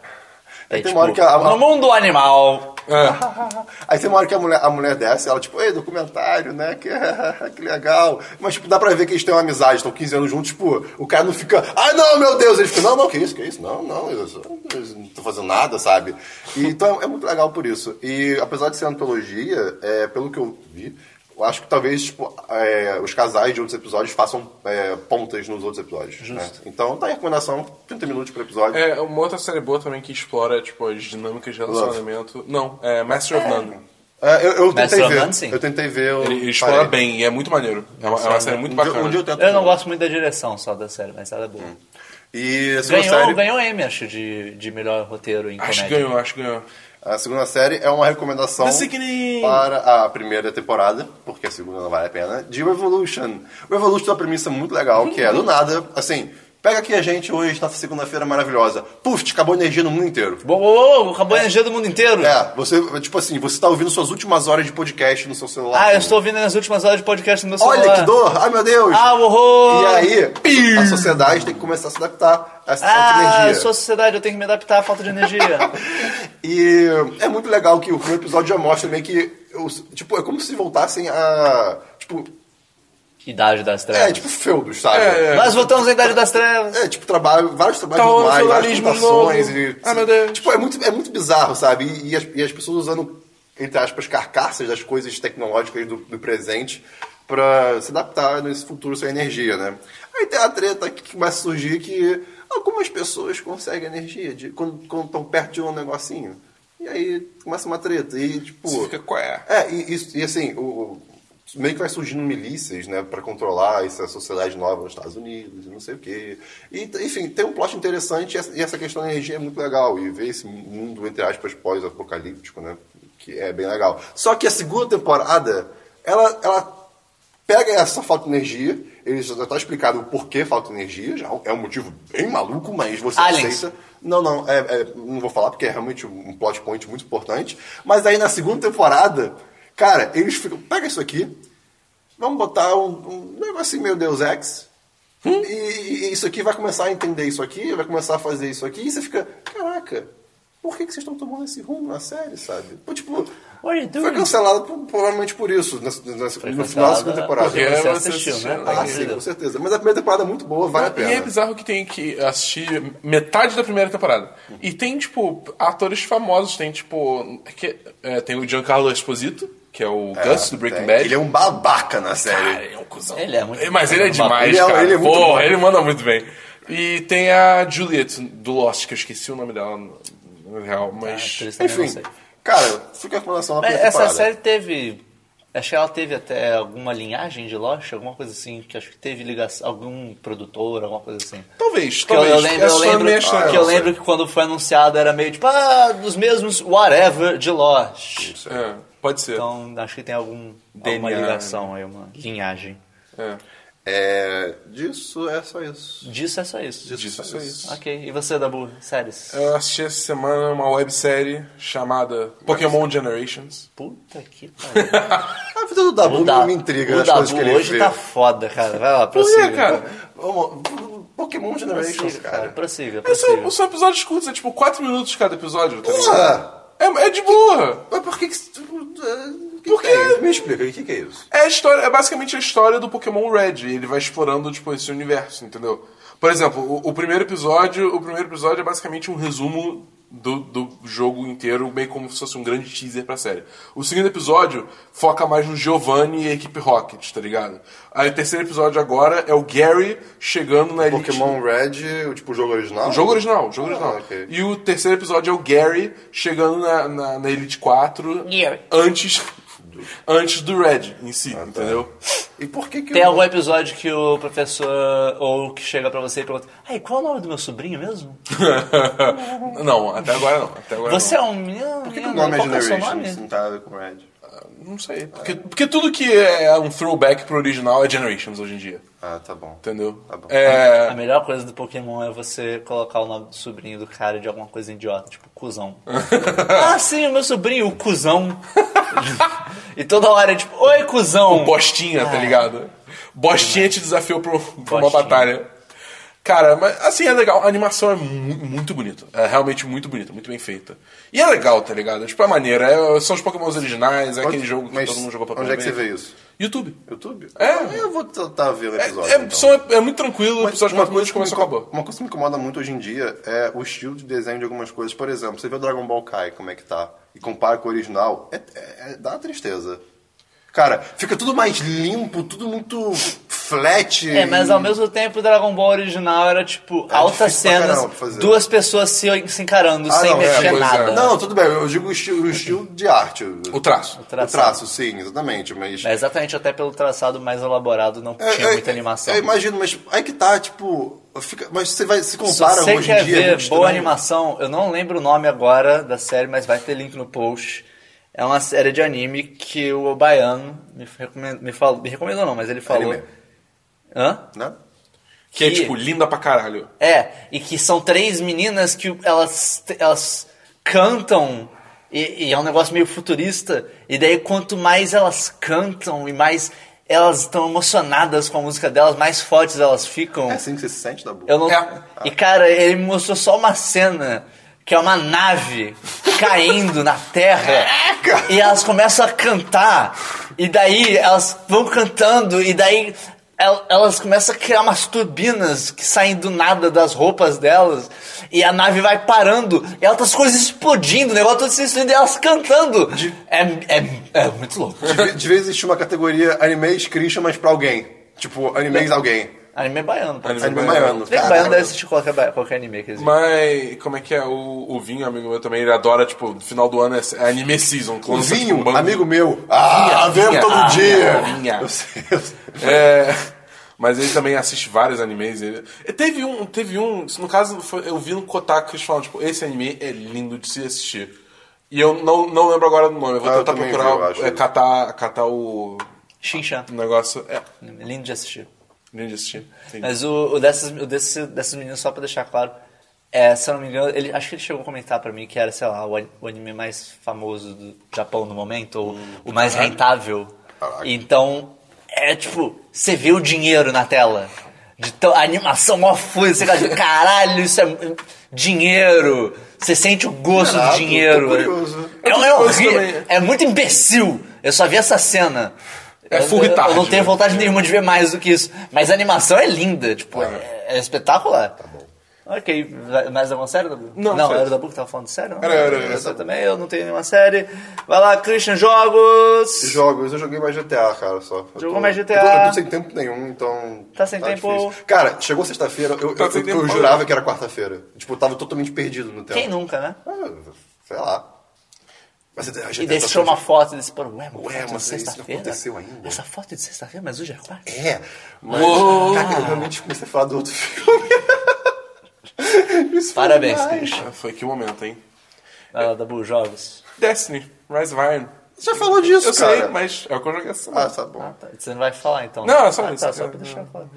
S5: É,
S2: tem uma hora que a-
S5: No mundo animal.
S3: Ah,
S2: Aí tem uma hora que a mulher, a mulher desce, ela, tipo, ei, documentário, né? Que, que legal. Mas, tipo, dá pra ver que eles têm uma amizade, estão 15 anos juntos, tipo, o cara não fica, ai não, meu Deus, ele fica, não, não, que isso, que isso, não, não, eu, só- eu não tô fazendo nada, sabe? E, então é, é muito legal por isso. E apesar de ser antologia, é, pelo que eu vi, eu acho que talvez tipo, é, os casais de outros episódios façam é, pontas nos outros episódios. né? Então tá em recomendação, 30 minutos por episódio.
S3: é uma outra série boa também que explora, tipo, as dinâmicas de relacionamento. Não, é Master of None.
S2: É, eu, eu
S5: Mas
S2: tentei
S5: Sir
S2: ver.
S5: Hansen?
S2: Eu tentei ver. Eu
S3: Ele explora
S2: parei.
S3: bem e é muito maneiro. É uma, é uma série muito
S2: Um dia,
S3: bacana.
S2: um dia eu tento.
S5: Eu não gosto muito da direção só da série, mas ela é boa.
S2: E a segunda,
S5: Ganhou,
S2: Hum. série,
S5: ganhou M, acho, de, de melhor roteiro em
S3: Acho que
S5: comédia.
S3: ganhou, acho que ganhou.
S2: a segunda série é uma recomendação
S3: The Sickening!
S2: para a primeira temporada, porque a segunda não vale a pena, de Revolution. Revolution tem uma premissa muito legal, que é do nada, assim, pega aqui a gente hoje, nessa segunda-feira maravilhosa. Puf, acabou a energia no mundo inteiro.
S5: Boa, boa, boa, acabou a energia do mundo inteiro.
S2: É, você, tipo assim, você tá ouvindo suas últimas horas de podcast no seu celular.
S5: Ah, eu estou ouvindo nas últimas horas de podcast no meu celular.
S2: Olha que dor! Ai meu Deus!
S5: Ah, o horror!
S2: E aí, a sociedade tem que começar a se adaptar a essa falta de
S5: Ah,
S2: energia.
S5: eu sou a sociedade, eu tenho que me adaptar à falta de energia.
S2: E é muito legal que o primeiro episódio já mostra meio que. os- tipo, é como se voltassem a. Tipo.
S5: Idade das trevas.
S2: É, tipo feudos, sabe?
S3: É,
S2: É,
S5: Nós voltamos à Idade das Trevas.
S2: tipo, trabalho, vários trabalhos
S3: Tá rolando
S2: normais, várias
S3: feudalismo
S2: plantações
S3: novo.
S2: e.
S3: Ah, meu Deus.
S2: Tipo, é muito, é muito bizarro, sabe? E, e as, e as pessoas usando, entre aspas, carcaças das coisas tecnológicas do, do presente pra se adaptar nesse futuro sem energia, né? Aí tem a treta que começa a surgir que algumas pessoas conseguem energia de, quando estão perto de um negocinho. E aí começa uma treta. E, tipo.
S3: Você fica qual é?
S2: É, e, e- e assim, o, o- meio que vai surgindo milícias, né, para controlar essa sociedade nova nos Estados Unidos, e não sei o quê. E, t- enfim, tem um plot interessante e essa- e essa questão da energia é muito legal. E ver esse mundo, entre aspas, pós-apocalíptico, né, que é bem legal. Só que a segunda temporada, ela, ela pega essa falta de energia, ele já tá explicado o porquê falta de energia, já é um motivo bem maluco, mas você
S5: Aliens.
S2: aceita. Não, não, é- é, não vou falar porque é realmente um plot point muito importante. Mas aí na segunda temporada, cara, eles ficam. Pega isso aqui, vamos botar um, um negocinho meio Deus Ex. E, e isso aqui vai começar a entender isso aqui, vai começar a fazer isso aqui, e você fica, caraca, por que, que vocês estão tomando esse rumo na série, sabe? Pô, Tipo, foi cancelado por- provavelmente por isso, nessa- nessa- no final da segunda temporada.
S1: né? Porque você
S3: você
S1: assistiu, né?
S3: assistiu,
S1: Tá
S2: Ah,
S1: na
S2: sim,
S1: vida.
S2: com certeza. Mas a primeira temporada é muito boa, vale a
S3: E é
S2: pena.
S3: bizarro que tem que assistir metade da primeira temporada. E tem, tipo, atores famosos. Tem, tipo. que- é, tem o Giancarlo Esposito, que é o Gus do Breaking
S2: É,
S3: Bad.
S2: Ele é um babaca na
S3: Cara,
S2: série.
S3: ele é um cuzão.
S1: Ele é muito
S3: Mas ele é demais,
S2: Ele é-
S3: cara.
S2: ele é muito
S3: Porra,
S2: bom.
S3: ele manda muito bem. E tem a Juliet do Lost, que eu esqueci o nome dela no no real,
S1: Ah,
S3: mas.
S1: atriz também, não
S2: Enfim,
S1: sei.
S2: cara, fica a recomendação na
S1: Mas
S2: primeira
S1: É, essa
S2: temporada.
S1: série teve. Acho que ela teve até alguma linhagem de Lost, alguma coisa assim, que acho que teve ligação, algum produtor, alguma coisa assim.
S3: Talvez,
S1: Que eu,
S3: talvez. É
S1: eu lembro,
S3: Essa
S1: eu
S3: foi a
S1: lembro,
S3: minha estranha,
S1: que, eu
S3: não sei.
S1: lembro que quando foi anunciado era meio tipo, ah, dos mesmos whatever de Lost.
S3: É, pode ser.
S1: Então acho que tem algum, alguma
S3: DNA,
S1: ligação aí, uma linhagem.
S3: É.
S2: É, disso é só isso.
S1: Disso é só isso.
S3: Disso é só isso.
S1: Ok, e você, Dabu? Séries?
S3: Eu assisti essa semana uma websérie chamada Pokémon Generations.
S1: Puta que pariu.
S2: A vida do Dabu
S1: Da-
S2: me intriga
S1: o
S2: nas coisas que
S1: Dabu
S2: ele
S1: hoje
S2: vê.
S1: tá foda, cara. Vai lá,
S3: Por
S1: prossiga.
S3: quê, cara?
S2: Vamos- Pokémon Generations,
S1: Prossiga, cara.
S2: é cara.
S1: Prossiga,
S3: É,
S1: prossiga.
S2: um
S3: São, são episódios curtos, é tipo 4 minutos cada episódio, tá ligado?
S2: Porra!
S3: É, é de boa!
S2: Mas por que que... que
S3: Por
S2: que
S3: quê?
S2: é isso? Me explica, o que que é isso?
S3: É, a história, é basicamente a história do Pokémon Red. e Ele vai explorando, tipo, esse universo, entendeu? Por exemplo, o, o primeiro episódio. O primeiro episódio é basicamente um resumo do, do jogo inteiro, meio como se fosse um grande teaser pra série. O segundo episódio foca mais no Giovanni e a equipe Rocket, tá ligado? Aí o terceiro episódio agora é o Gary chegando na Elite.
S2: Pokémon Red, o tipo, o jogo original?
S3: O jogo original, o jogo
S2: Ah,
S3: original.
S2: ok.
S3: E o terceiro episódio é o Gary chegando na, na, na Elite 4
S1: Gary.
S3: antes, antes do Red em si,
S2: Ah, tá.
S3: entendeu?
S2: E por que que...
S1: Tem
S2: o-
S1: algum episódio que o professor ou que chega pra você e pergunta: Ai, qual é o nome do meu sobrinho mesmo?
S2: Tá
S3: não, até agora não. Até agora
S1: Você
S3: não.
S1: é um menino?
S2: Por que que o
S1: menino?
S2: nome é
S1: Qual que é o seu
S2: Generations?
S1: nome?
S2: Não tá a ver com Red.
S3: Não sei. Porque, porque tudo que é um throwback pro original é Generations hoje em dia.
S2: Ah, tá bom.
S3: Entendeu?
S2: Tá bom.
S1: A
S3: É.
S1: melhor coisa do Pokémon é você colocar o nome do sobrinho do cara de alguma coisa idiota, tipo cuzão. ah, sim, o meu sobrinho, o cuzão. e toda hora é tipo, oi, cuzão.
S3: Bostinha,
S2: É.
S3: tá ligado? Bostinha te desafiou pra, um, pra uma
S1: Bostinha.
S3: batalha. Cara, mas assim é legal. A animação é mu- muito bonita. É realmente muito bonita, muito bem feita. E é legal, tá ligado? Tipo, é maneira. É- são os Pokémons originais, é aquele jogo que
S2: Mas
S3: todo mundo jogou pra
S2: Onde é que
S3: primeira
S2: você
S3: vez.
S2: vê isso?
S3: YouTube.
S2: YouTube? Ah,
S3: É.
S2: Eu vou tentar ver o
S3: É,
S2: episódio,
S3: é-
S2: então.
S3: são- é muito tranquilo, o
S2: Mas
S3: episódio de 4 minutos
S2: que me
S3: começou e
S2: inco-
S3: acabou.
S2: uma coisa que me incomoda muito hoje em dia é o estilo de desenho de algumas coisas. Por exemplo, você vê o Dragon Ball Kai, como é que tá, e compara com o original, é, é- é- dá uma tristeza. Cara, fica tudo mais limpo, tudo muito flat.
S1: É, mas ao mesmo tempo o Dragon Ball original era tipo altas
S2: difícil pra
S1: cenas,
S2: caramba fazer.
S1: duas pessoas se, se encarando sem
S2: não,
S1: mexer
S2: é, pois é.
S1: nada.
S2: Não, tudo bem, eu digo o estilo, o estilo de arte.
S3: O traço.
S2: O traço, sim, exatamente. Mas
S1: É, exatamente, até pelo traçado mais elaborado não
S2: É,
S1: tinha
S2: é,
S1: muita animação.
S2: Eu imagino, mas aí que tá, tipo. fica- mas você vai se
S1: Se
S2: compara
S1: você
S2: hoje em
S1: quer
S2: dia. é
S1: ver
S2: muito estranho.
S1: boa animação, eu não lembro o nome agora da série, mas vai ter link no post. É uma série de anime que o baiano me recomendou, me, falou, me recomendou não, mas ele falou.
S2: Anime.
S1: Hã?
S2: Né?
S3: Que é,
S1: Que-
S3: tipo, linda pra caralho.
S1: É, e que são três meninas que elas, elas cantam, e, e é um negócio meio futurista, e daí quanto mais elas cantam e mais elas estão emocionadas com a música delas, mais fortes elas ficam.
S2: É assim que você se sente da boca.
S1: Eu não...
S3: É.
S1: E cara, ele me mostrou só uma cena que é uma nave caindo na terra e elas começam a cantar e daí elas vão cantando e daí el- elas começam a criar umas turbinas que saem do nada das roupas delas e a nave vai parando e outras coisas explodindo, o negócio todo se explodindo e elas cantando. É, é, é muito louco.
S2: Devia, devia existir uma categoria animes Christian, mas pra alguém. Tipo, animes alguém.
S1: Anime baiano, pô.
S3: Anime
S1: Anime
S2: Anime
S3: baiano.
S2: baiano.
S1: baiano deve
S2: Caraca.
S1: assistir qualquer, ba- qualquer anime que existe.
S3: Mas, como é que é? O, o Vinho, amigo meu também, ele adora, tipo, no final do ano é, é anime season.
S2: O
S3: quando lança, tipo, um
S2: Vinho,
S3: bando-
S2: amigo meu. Ah,
S3: Vinha,
S2: vendo todo
S3: ah,
S2: dia.
S3: Vinha.
S2: Eu sei, eu sei.
S3: É, mas ele também assiste vários animes. Ele, e teve um, teve um, no caso, foi- eu vi no Kotaku eles falando, tipo, esse anime é lindo de se assistir. E eu não, não lembro agora do nome, eu vou
S2: Ah, eu
S3: tentar
S2: também
S3: procurar,
S2: vi, eu acho.
S3: é, catar, catar o
S1: Shin-chan.
S3: negócio. É,
S1: Lindo de assistir.
S3: lindo de assistir. Entendi.
S1: Mas o, o dessas, o desse, dessas meninas, só pra deixar claro, é, se eu não me engano, ele, acho que ele chegou a comentar pra mim que era, sei lá, o, an- o anime mais famoso do Japão no momento, ou o mais rentável.
S2: Hum, Caraca.
S1: Então, é tipo, você vê o dinheiro na tela. De tão, a animação mó fúria, você fala de caralho, isso é dinheiro. Você sente o gosto
S2: Caraca,
S1: do dinheiro.
S2: tô curioso.
S1: É, é,
S3: Eu tô curioso
S1: horrível,
S3: também.
S1: é muito imbecil. Eu só vi essa cena.
S3: É
S1: Eu-
S3: full
S1: eu, eu
S3: retard,
S1: não tenho
S3: né?
S1: vontade nenhuma de ver mais do que isso. Mas a animação é linda, tipo, é, é espetacular. Tá bom. Ok, vai- mais alguma série, Dabu?
S3: Não,
S1: não
S3: sério.
S1: era o Dabu que tava falando sério? não?
S3: Era, era, era.
S1: Você também, eu não tenho nenhuma série. Vai lá, Christian, jogos!
S2: Jogos, eu joguei mais GTA, cara, só. Eu
S1: Jogou
S2: tô-
S1: mais GTA.
S2: Eu tô, eu tô sem tempo nenhum, então.
S1: Tá sem tempo.
S2: difícil. Cara, chegou sexta-feira, eu,
S3: Tá
S2: eu-
S3: sem
S2: eu-
S3: tempo.
S2: eu jurava que era quarta-feira. Tipo, eu tava totalmente perdido no tempo.
S1: Quem nunca, né?
S2: Ah, sei lá. Mas tá GTA,
S1: E daí você tirou uma foto e disse, pô, ué, mas
S2: Ué,
S1: foto de
S2: mas isso não
S1: sexta-feira?
S2: aconteceu ainda.
S1: Essa foto é de sexta-feira, mas hoje é quarta.
S2: É, mas.
S3: Uou.
S2: Cara, eu realmente comecei a falar do outro filme. Isso foi
S1: Parabéns,
S2: demais.
S1: Christian.
S3: Ah, Foi que momento, hein?
S1: Vai lá, Dabu, jogos.
S3: Destiny, Rise of Iron.
S2: Você já falou disso,
S3: Eu
S2: cara.
S3: sei, mas é o que eu joguei essa
S2: Ah,
S3: semana.
S2: tá bom.
S1: Ah, tá. Você não vai falar então?
S3: Não, é só
S1: ah,
S3: isso.
S1: Tá, só pra deixar claro.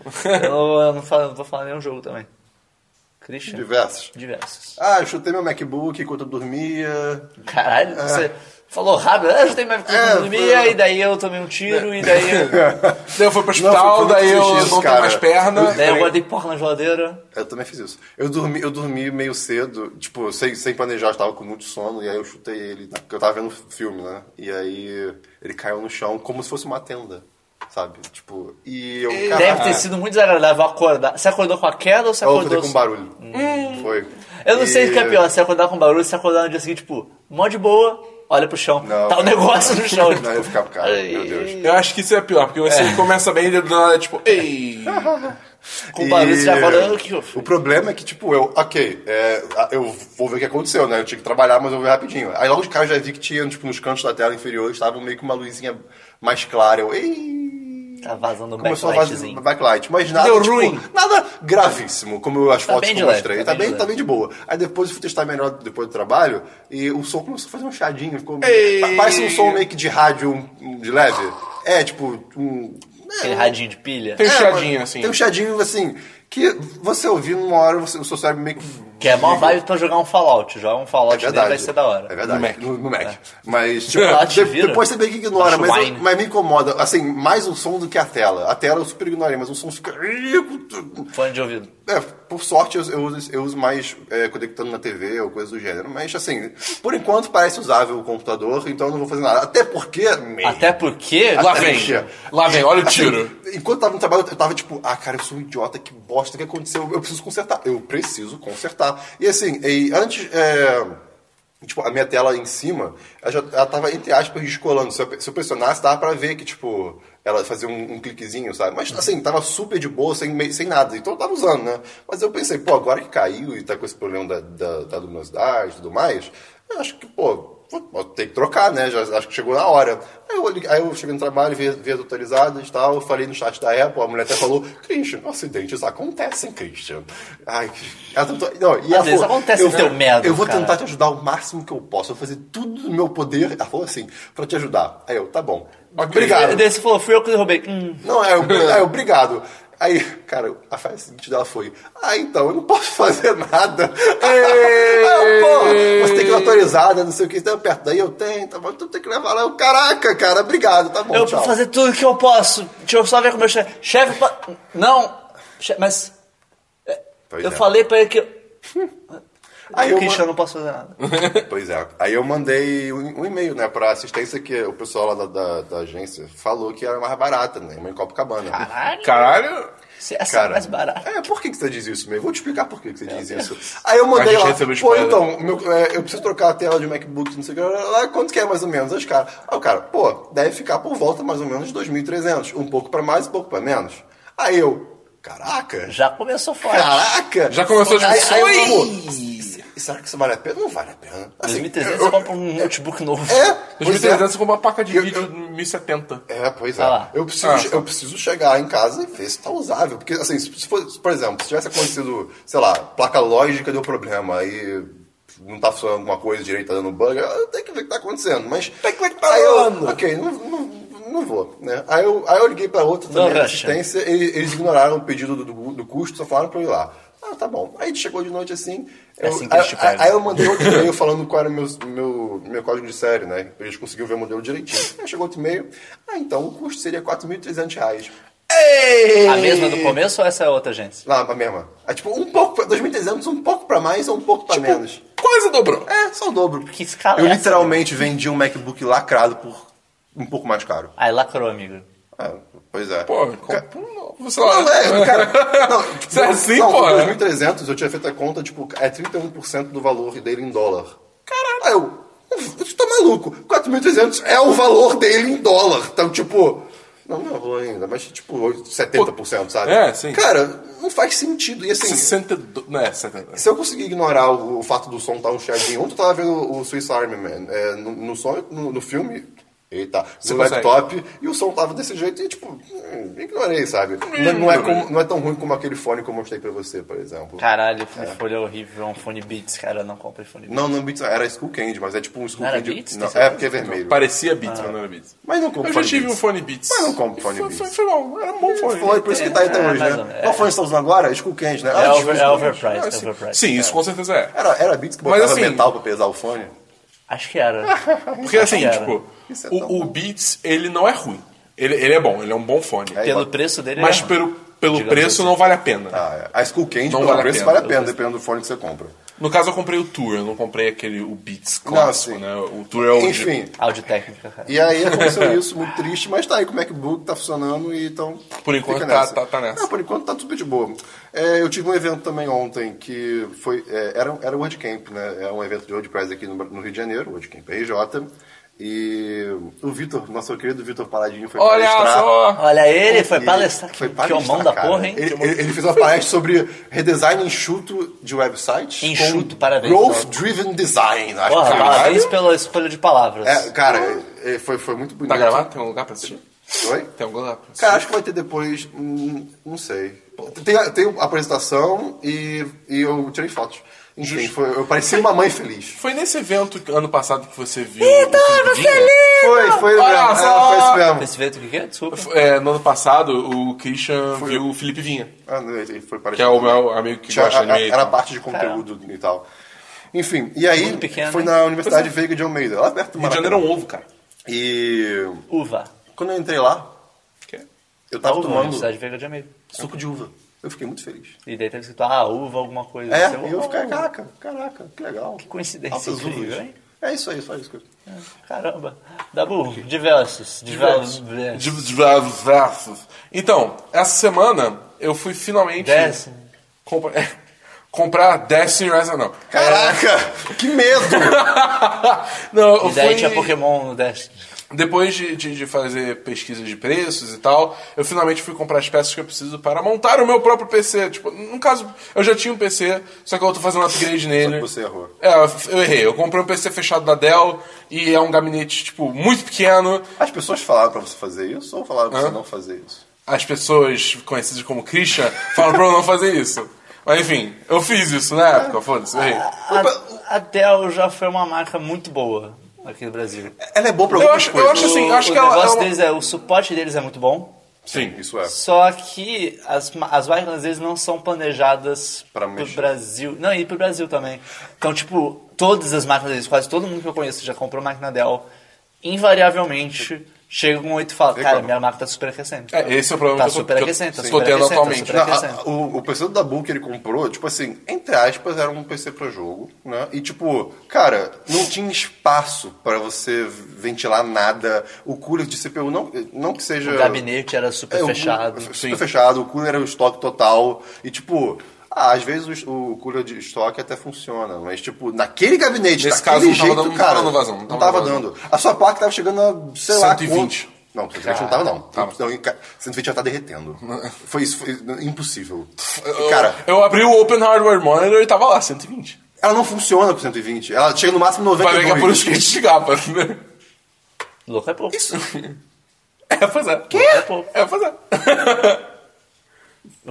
S1: Eu, não- eu não, falo, não vou falar nenhum jogo também. Christian?
S2: Diversos.
S1: Diversos.
S2: Ah, eu chutei meu MacBook enquanto eu dormia.
S1: Caralho, você falou rápido. Ah, eu tenho mais
S2: É,
S1: dormia,
S2: foi-
S1: e daí eu tomei um tiro, e daí eu,
S3: Daí eu
S2: ah, Não,
S3: fui pro
S2: foi-
S3: hospital,
S2: foi
S3: daí eu
S2: muito triste isso,
S3: não tenho
S2: cara.
S3: mais perna.
S1: daí eu
S3: Falei,
S1: guardei porra na geladeira.
S2: Eu também fiz isso. Eu dormi, eu dormi meio cedo, tipo, sem, sem planejar, eu tava com muito sono, e aí eu chutei ele, né, porque eu tava vendo filme, né? E aí ele caiu no chão como se fosse uma tenda, sabe? Tipo, e eu. caraca,
S1: Deve ter sido muito desagradável acordar. Você acordou com a queda ou você
S2: Ah. Eu
S1: acordou...
S2: acordei com um barulho. Foi.
S1: Eu não sei
S2: E-
S1: o que é pior, se acordar com barulho, se acordar no dia seguinte, tipo, mó de boa, olha pro chão.
S2: Não.
S1: tá o negócio no chão. tipo,
S2: Não, eu ficava, cara,
S1: Ai.
S2: meu Deus.
S3: Eu acho que isso é pior, porque você começa bem e do nada é tipo, ei.
S1: Com barulho, você já
S2: E
S1: fala, "Ah, o que eu fiz?"
S2: O problema é que, tipo, eu, ok, é, a- eu vou ver o que aconteceu, né? Eu tinha que trabalhar, mas eu vou ver rapidinho. Aí logo de cara eu já vi que tinha, tipo, nos cantos da tela inferior, estava meio que uma luzinha mais clara. Eu, ei!
S1: Tá vazando o
S2: Começou a fazer
S1: backlightzinho.
S2: backlight, mas nada,
S3: Deu
S2: tipo,
S3: ruim.
S2: nada gravíssimo, como as
S1: Tá
S2: fotos
S1: bem
S2: que
S1: de
S2: eu
S1: leve,
S2: mostrei.
S1: tá
S2: Tá,
S1: bem de
S2: bem,
S1: leve.
S2: tá bem de boa. Aí depois eu fui testar melhor depois do trabalho e o som começou a fazer um chadinho. Ficou...
S3: Ei.
S2: Pa- Parece um som meio que de rádio um- um de leve. É, tipo, um... é,
S1: Aquele radinho de pilha.
S3: Tem um
S2: é,
S3: chiadinho,
S2: mas
S3: assim.
S2: Tem um chiadinho, assim, que você ouvir numa hora, você, o seu cérebro meio que...
S1: Que é mó
S2: desliga.
S1: vibe pra jogar um Fallout. Joga um
S2: É
S1: Fallout dele
S2: verdade.
S1: vai ser da hora.
S2: É verdade.
S3: No Mac.
S2: No, no Mac. Mas, tipo,
S1: Lá te
S2: de-
S1: vira.
S2: depois você meio que ignora,
S1: Acho
S2: mas, eu-
S1: wine.
S2: mas me incomoda. Assim, mais o som do que a tela. A tela eu super ignorei, mas o som fica...
S1: Fone de ouvido.
S2: É, por sorte eu, eu uso, eu uso mais é, conectando na TV ou coisa do gênero. Mas, assim, por enquanto parece usável o computador, então eu não vou fazer nada. Até porque...
S1: Até porque.
S3: Lá
S2: Até
S3: vem.
S2: mexer.
S3: Lá vem, olha o tiro.
S2: Assim, Enquanto eu tava no trabalho, eu tava tipo, ah, cara, eu sou um idiota, que bosta, o que aconteceu? Eu preciso consertar. Eu preciso consertar. E assim, e antes. é, Tipo, a minha tela em cima, ela, já, ela tava, entre aspas, descolando. Se eu, se eu pressionasse, dava pra ver que, tipo, ela fazia um, um cliquezinho, sabe? Mas, assim, tava super de boa, sem, mei- sem nada. Então, eu tava usando, né? Mas eu pensei, pô, agora que caiu e tá com esse problema da, da, da luminosidade e tudo mais, eu acho que, pô, Pô, Tem que trocar, né? Já, acho que chegou na hora. Aí eu, li- aí eu cheguei no trabalho, vi, vi as autorizadas e tal, falei no chat da Apple, a mulher até falou, Christian, um acidentes acontecem, Christian. Ai, que- ela tentou- não, e ela
S1: vezes
S2: falou,
S1: acontece
S2: eu,
S1: no teu merda,
S2: Eu vou
S1: cara.
S2: tentar te ajudar o máximo que eu posso, eu vou fazer tudo no meu poder, ela falou assim, pra te ajudar. Aí eu, tá bom.
S1: E
S2: Obrigado.
S1: daí você falou, fui eu que derrubei. Hum.
S2: Não, é, obri- é obrigado. Aí, cara, a frase seguinte dela foi: Ah, então, eu não posso fazer nada. Aí eu, pô, você tem que ir autorizada, não sei o que, então perto daí eu tenho, tá bom, tu tem que levar lá. Eu, Caraca, cara, obrigado, tá bom.
S1: eu
S2: tchau.
S1: vou fazer tudo que eu posso. Deixa eu só ver com o meu chefe. Chefe, pa- não. Che- Mas. é,
S2: Pois
S1: eu
S2: é.
S1: falei pra ele que. eu-
S2: Aí eu
S1: Christian, eu
S2: ma-
S1: não posso fazer nada.
S2: Pois é. Aí eu mandei um, um e-mail, né, pra assistência que o pessoal lá da, da- da agência falou que era mais barata, né, uma em Copacabana.
S1: Caralho.
S3: Caralho.
S1: Você é
S2: Cara,
S1: mais barato.
S2: É, por que, que você diz isso mesmo? Vou te explicar por
S3: É,
S2: que, que você diz isso. Aí eu mandei
S3: A gente
S2: lá,
S3: recebeu
S2: pô,
S3: spoiler.
S2: então, meu- é, eu preciso trocar a tela de MacBook, não sei o que, lá, lá, lá, quanto que é mais ou menos? Aí os caras, aí o cara, pô, deve ficar por volta mais ou menos de 2.300, um pouco pra mais, um pouco pra menos. Aí eu, caraca,
S1: Já começou forte. um-
S2: caraca.
S3: Já começou
S2: aí,
S3: tipo,
S2: aí, eu,
S3: "Ui!"
S2: pô, se- será que isso vale a pena? Não vale a pena. Assim,
S1: 2300
S2: eu-
S1: você compra um notebook novo.
S2: é, pois é.
S3: 2300 você compra uma placa de
S2: Eu-
S3: vídeo
S2: eu-
S3: 1070.
S2: É, pois
S1: Vai
S2: é.
S1: lá.
S2: Eu preciso,
S3: Ah,
S2: che- eu preciso chegar em casa e ver se tá usável. Porque, assim, se se for- se, por exemplo, se tivesse acontecido, sei lá, placa lógica deu problema, aí não tá funcionando alguma coisa direito, tá dando bug, eu tenho que ver o que tá acontecendo. Mas.
S3: Tem que ver o que tá
S2: Aí eu-
S3: rolando.
S2: Ok, não, não, não vou, né? Aí eu, aí eu liguei pra outra
S1: Não,
S2: também,
S1: Russia.
S2: assistência, e- eles, ignoraram o pedido do, do, do custo, só falaram pra eu ir lá. Ah, tá bom. Aí chegou de noite assim.
S1: É
S2: eu-
S1: assim que eles te
S2: aí-
S1: pegam.
S2: aí eu eu mandei outro e-mail falando qual era o meu, meu, meu código de série, né? Eles conseguiram ver o modelo direitinho. Aí chegou outro e-mail. Ah, então o custo seria 4.300 reais. Ei!
S1: A mesma do começo ou essa é outra, gente?
S2: Lá, a mesma. É tipo, um pouco, pra- 2.300, um pouco pra mais ou um pouco
S1: Tipo,
S2: pra menos.
S3: Quase dobrou.
S2: É, só o dobro.
S1: Que escala
S2: Eu
S1: é essa,
S2: literalmente vendi um MacBook lacrado por um pouco mais caro.
S1: Aí lacrou, amigo.
S2: É, pois é.
S3: Pô,
S2: Ca-
S3: compra um novo, sei lá.
S2: Não, é, cara. Não, tipo,
S3: Se é assim,
S2: não,
S3: pô,
S2: o
S3: né?
S2: 2300, eu tinha feito a conta, tipo, é 31% do valor dele em dólar. Caralho. Aí eu, tu tá maluco? 4.300 é o valor dele em dólar. Então, tipo, não, não é o valor ainda, mas tipo, 70%, sabe?
S3: É, sim.
S2: Cara, não faz sentido. E assim,
S3: 62. Não é, 62.
S2: se eu conseguir ignorar o, o fato do som estar um chegadinho, ontem eu tava vendo o Swiss Army Man é, no, no som, no, no filme. Eita, no
S3: consegue.
S2: laptop, e o som tava desse jeito, e tipo, hum, ignorei, sabe? Não, não é como- não é tão ruim como aquele fone que eu mostrei pra você, por exemplo.
S1: Caralho, o fone folha é horrível, é um fone Beats, cara, não comprei fone Beats.
S2: Não, não, Beats, era School Candy, mas é tipo um School
S1: Não era
S2: Candy.
S1: Beats? Tem
S2: não, é
S1: certeza?
S2: porque é vermelho.
S3: Parecia Beats,
S1: Ah.
S3: mas não era Beats.
S2: Mas não compro
S3: Eu já
S2: fone
S3: tive
S2: Beats.
S3: um fone Beats.
S2: Mas não compro fone
S3: Foi-
S2: Beats.
S3: Foi, foi bom, era um bom fone.
S2: Foi, por isso que tá aí até
S1: É,
S2: hoje,
S1: mais ou
S2: né?
S1: menos,
S2: Qual
S1: é.
S2: fone você tá usando agora? É School Candy, né?
S3: Tá
S1: É,
S2: Ah,
S1: over,
S2: difícil,
S1: é
S2: né?
S1: overpriced,
S3: Ah,
S1: é
S3: sim.
S1: overpriced.
S3: Sim, isso com certeza é.
S2: Era, era Beats que botava
S3: assim-
S2: metal pra pesar o fone?
S1: Acho que era.
S3: Porque
S1: Acho que
S3: assim,
S1: era.
S3: tipo,
S2: Isso é tão
S3: o, o Beats, ele não é ruim. Ele, ele é bom, ele é um bom fone.
S2: É,
S1: Pelo preço dele,
S3: Mas
S1: né?
S3: pelo, pelo
S1: Digamos
S3: preço
S1: assim.
S3: não vale a pena.
S2: Ah, é. a School Candy,
S3: Não
S2: pelo
S3: vale a
S2: preço,
S3: pena.
S2: vale a pena, dependendo do fone que você compra.
S3: No caso, eu comprei o Tour, eu não comprei aquele o Beats
S2: Não,
S3: clássico,
S2: sim.
S3: né? O Tour é o. de-
S2: Enfim,
S1: Áudio técnica, cara.
S2: E aí aconteceu isso, muito triste, mas tá aí com o MacBook, tá funcionando e então.
S3: Por enquanto
S2: fica
S3: tá- tá- tá nessa.
S2: Não, por enquanto tá tudo de boa. É, eu tive um evento também ontem que foi. é, era, era o WordCamp, né? É um evento de WordPress aqui no, no Rio de Janeiro, WordCamp RJ. E o Vitor, nosso querido Vitor Paladinho, foi
S3: Olha
S2: palestrar.
S3: só!
S1: Olha ele, foi
S2: E
S1: palestrar.
S2: Foi
S1: que-
S2: palestrar,
S1: que homão da
S2: cara.
S1: porra, hein?
S2: Ele, ele- ele fez uma palestra sobre redesign enxuto de websites.
S1: Enxuto,
S2: com
S1: parabéns. né?
S2: Growth Driven Design. Acho
S1: Porra, tá.
S2: que-
S1: parabéns pela escolha de palavras.
S2: É, cara, é, foi, foi muito bonito.
S3: Tá gravado? Tem um lugar pra assistir?
S2: Oi?
S3: Tem um lugar pra assistir?
S2: Cara, acho que vai ter depois. hum, não sei. Tem, a- tem a apresentação e, e eu tirei fotos. Enfim, foi, eu pareci uma mãe feliz.
S3: Foi nesse evento que- ano passado que você viu. Vitor, tá, você é
S2: Foi, foi,
S3: Olha
S2: mesmo.
S3: só!
S2: É, foi isso mesmo.
S1: Esse evento o que que é? Desculpa.
S3: É, no ano passado, o Christian viu o Felipe Vinha,
S2: Ah, não, ele foi
S3: que
S2: parecido.
S3: é o meu amigo que
S2: Tinha-
S3: gosta de
S2: a- a-
S3: anime. e
S2: Era a
S3: tal.
S2: parte de conteúdo e tal. Enfim, e aí
S1: Mundo pequeno,
S2: foi
S1: né?
S2: na Universidade Veiga de Almeida, lá perto do
S3: Rio de Janeiro é
S2: Maracanã.
S3: um ovo, cara.
S2: E
S1: Uva.
S2: quando eu entrei lá,
S3: Que- é
S2: eu tava
S1: uva,
S2: tomando
S1: Universidade Veiga de Almeida.
S2: suco de uva. Eu fiquei muito feliz.
S1: E daí tava escrito, ah, uva, alguma coisa.
S2: É,
S1: Você,
S2: e eu
S1: "Oh,
S2: fiquei, caraca, caraca, que legal. Que
S1: coincidência incrível, hein?
S2: É isso aí, só isso. cara.
S1: Caramba. Dabu, diversos. Diversos. diversos.
S3: De- de- versos. Então, essa semana eu fui finalmente
S1: Décimo.
S3: compra- comprar Destiny Rise não.
S2: Caraca, que medo!
S3: não, eu
S1: E daí
S3: fui
S1: tinha Pokémon no Destiny.
S3: depois de, de- de fazer pesquisa de preços e tal, eu finalmente fui comprar as peças que eu preciso para montar o meu próprio PC. Tipo, no caso, eu já tinha um PC, só que eu tô fazendo um upgrade nele.
S2: que você errou.
S3: É, eu- eu errei. Eu comprei um PC fechado da Dell e é um gabinete tipo muito pequeno.
S2: As pessoas falaram pra você fazer isso ou falaram pra você
S3: Hã?
S2: não fazer isso?
S3: as pessoas conhecidas como Christian falam pra eu não fazer isso. Mas enfim, eu fiz isso na época, foda-se, eu errei.
S1: A, a Dell já foi uma marca muito boa aqui no Brasil.
S2: Ela é boa pra
S3: Eu
S2: algumas
S3: acho- eu
S2: coisas.
S3: acho assim,
S1: o,
S3: acho
S1: o
S3: que ela-
S1: negócio
S3: ela-
S1: deles é, o suporte deles é muito bom.
S3: Sim, isso.
S2: Isso é.
S1: Só que as, ma- as máquinas deles não são planejadas
S2: Pra
S1: pro
S2: mexer.
S1: Brasil. Não, e pro Brasil também. Então, tipo, todas as máquinas deles, quase todo mundo que eu conheço já comprou máquina Dell, invariavelmente chega com um oito e fala, cara,
S2: Reclama.
S1: minha máquina tá superaquecendo.
S3: É, esse é o problema
S1: Tá
S3: que eu tô-
S1: superaquecendo,
S3: que eu
S1: tá
S3: tô tendo
S1: superaquecendo, tá
S3: atualmente.
S2: Não, a-
S1: superaquecendo.
S2: a- o, o PC do Dabu que ele comprou, tipo assim, entre aspas, era um PC pra jogo, né? E tipo, cara, não tinha espaço pra você ventilar nada. O cooler de CPU, não, não que seja...
S1: O gabinete era super
S2: ah,
S3: um
S2: É, o-
S1: fechado.
S2: Super
S3: sim.
S2: fechado, o cooler era o estoque total. E tipo, ah, às vezes o, o cooler de estoque até funciona, mas tipo, naquele gabinete,
S3: Nesse
S2: daquele
S3: caso, não tava
S2: jeito,
S3: dando- não
S2: cara,
S3: tava dando vazão,
S2: Não tava, dando. A sua placa tava chegando a, sei lá,
S3: 120.
S2: quanto- Não, 120 não tava, não.
S3: Tava.
S2: Não, e, cara, 120 já tá derretendo. Foi isso, foi impossível.
S3: Eu-
S2: Cara,
S3: eu abri o Open Hardware Monitor e tava lá, 120.
S2: ela não funciona com 120. Ela chega no máximo
S3: Vai ver que é por
S2: 92.
S3: isso que a gente ligava, né?
S1: Louco é pouco. Isso.
S3: É, pois é. Quê?
S1: É pouco.
S3: É, pois é.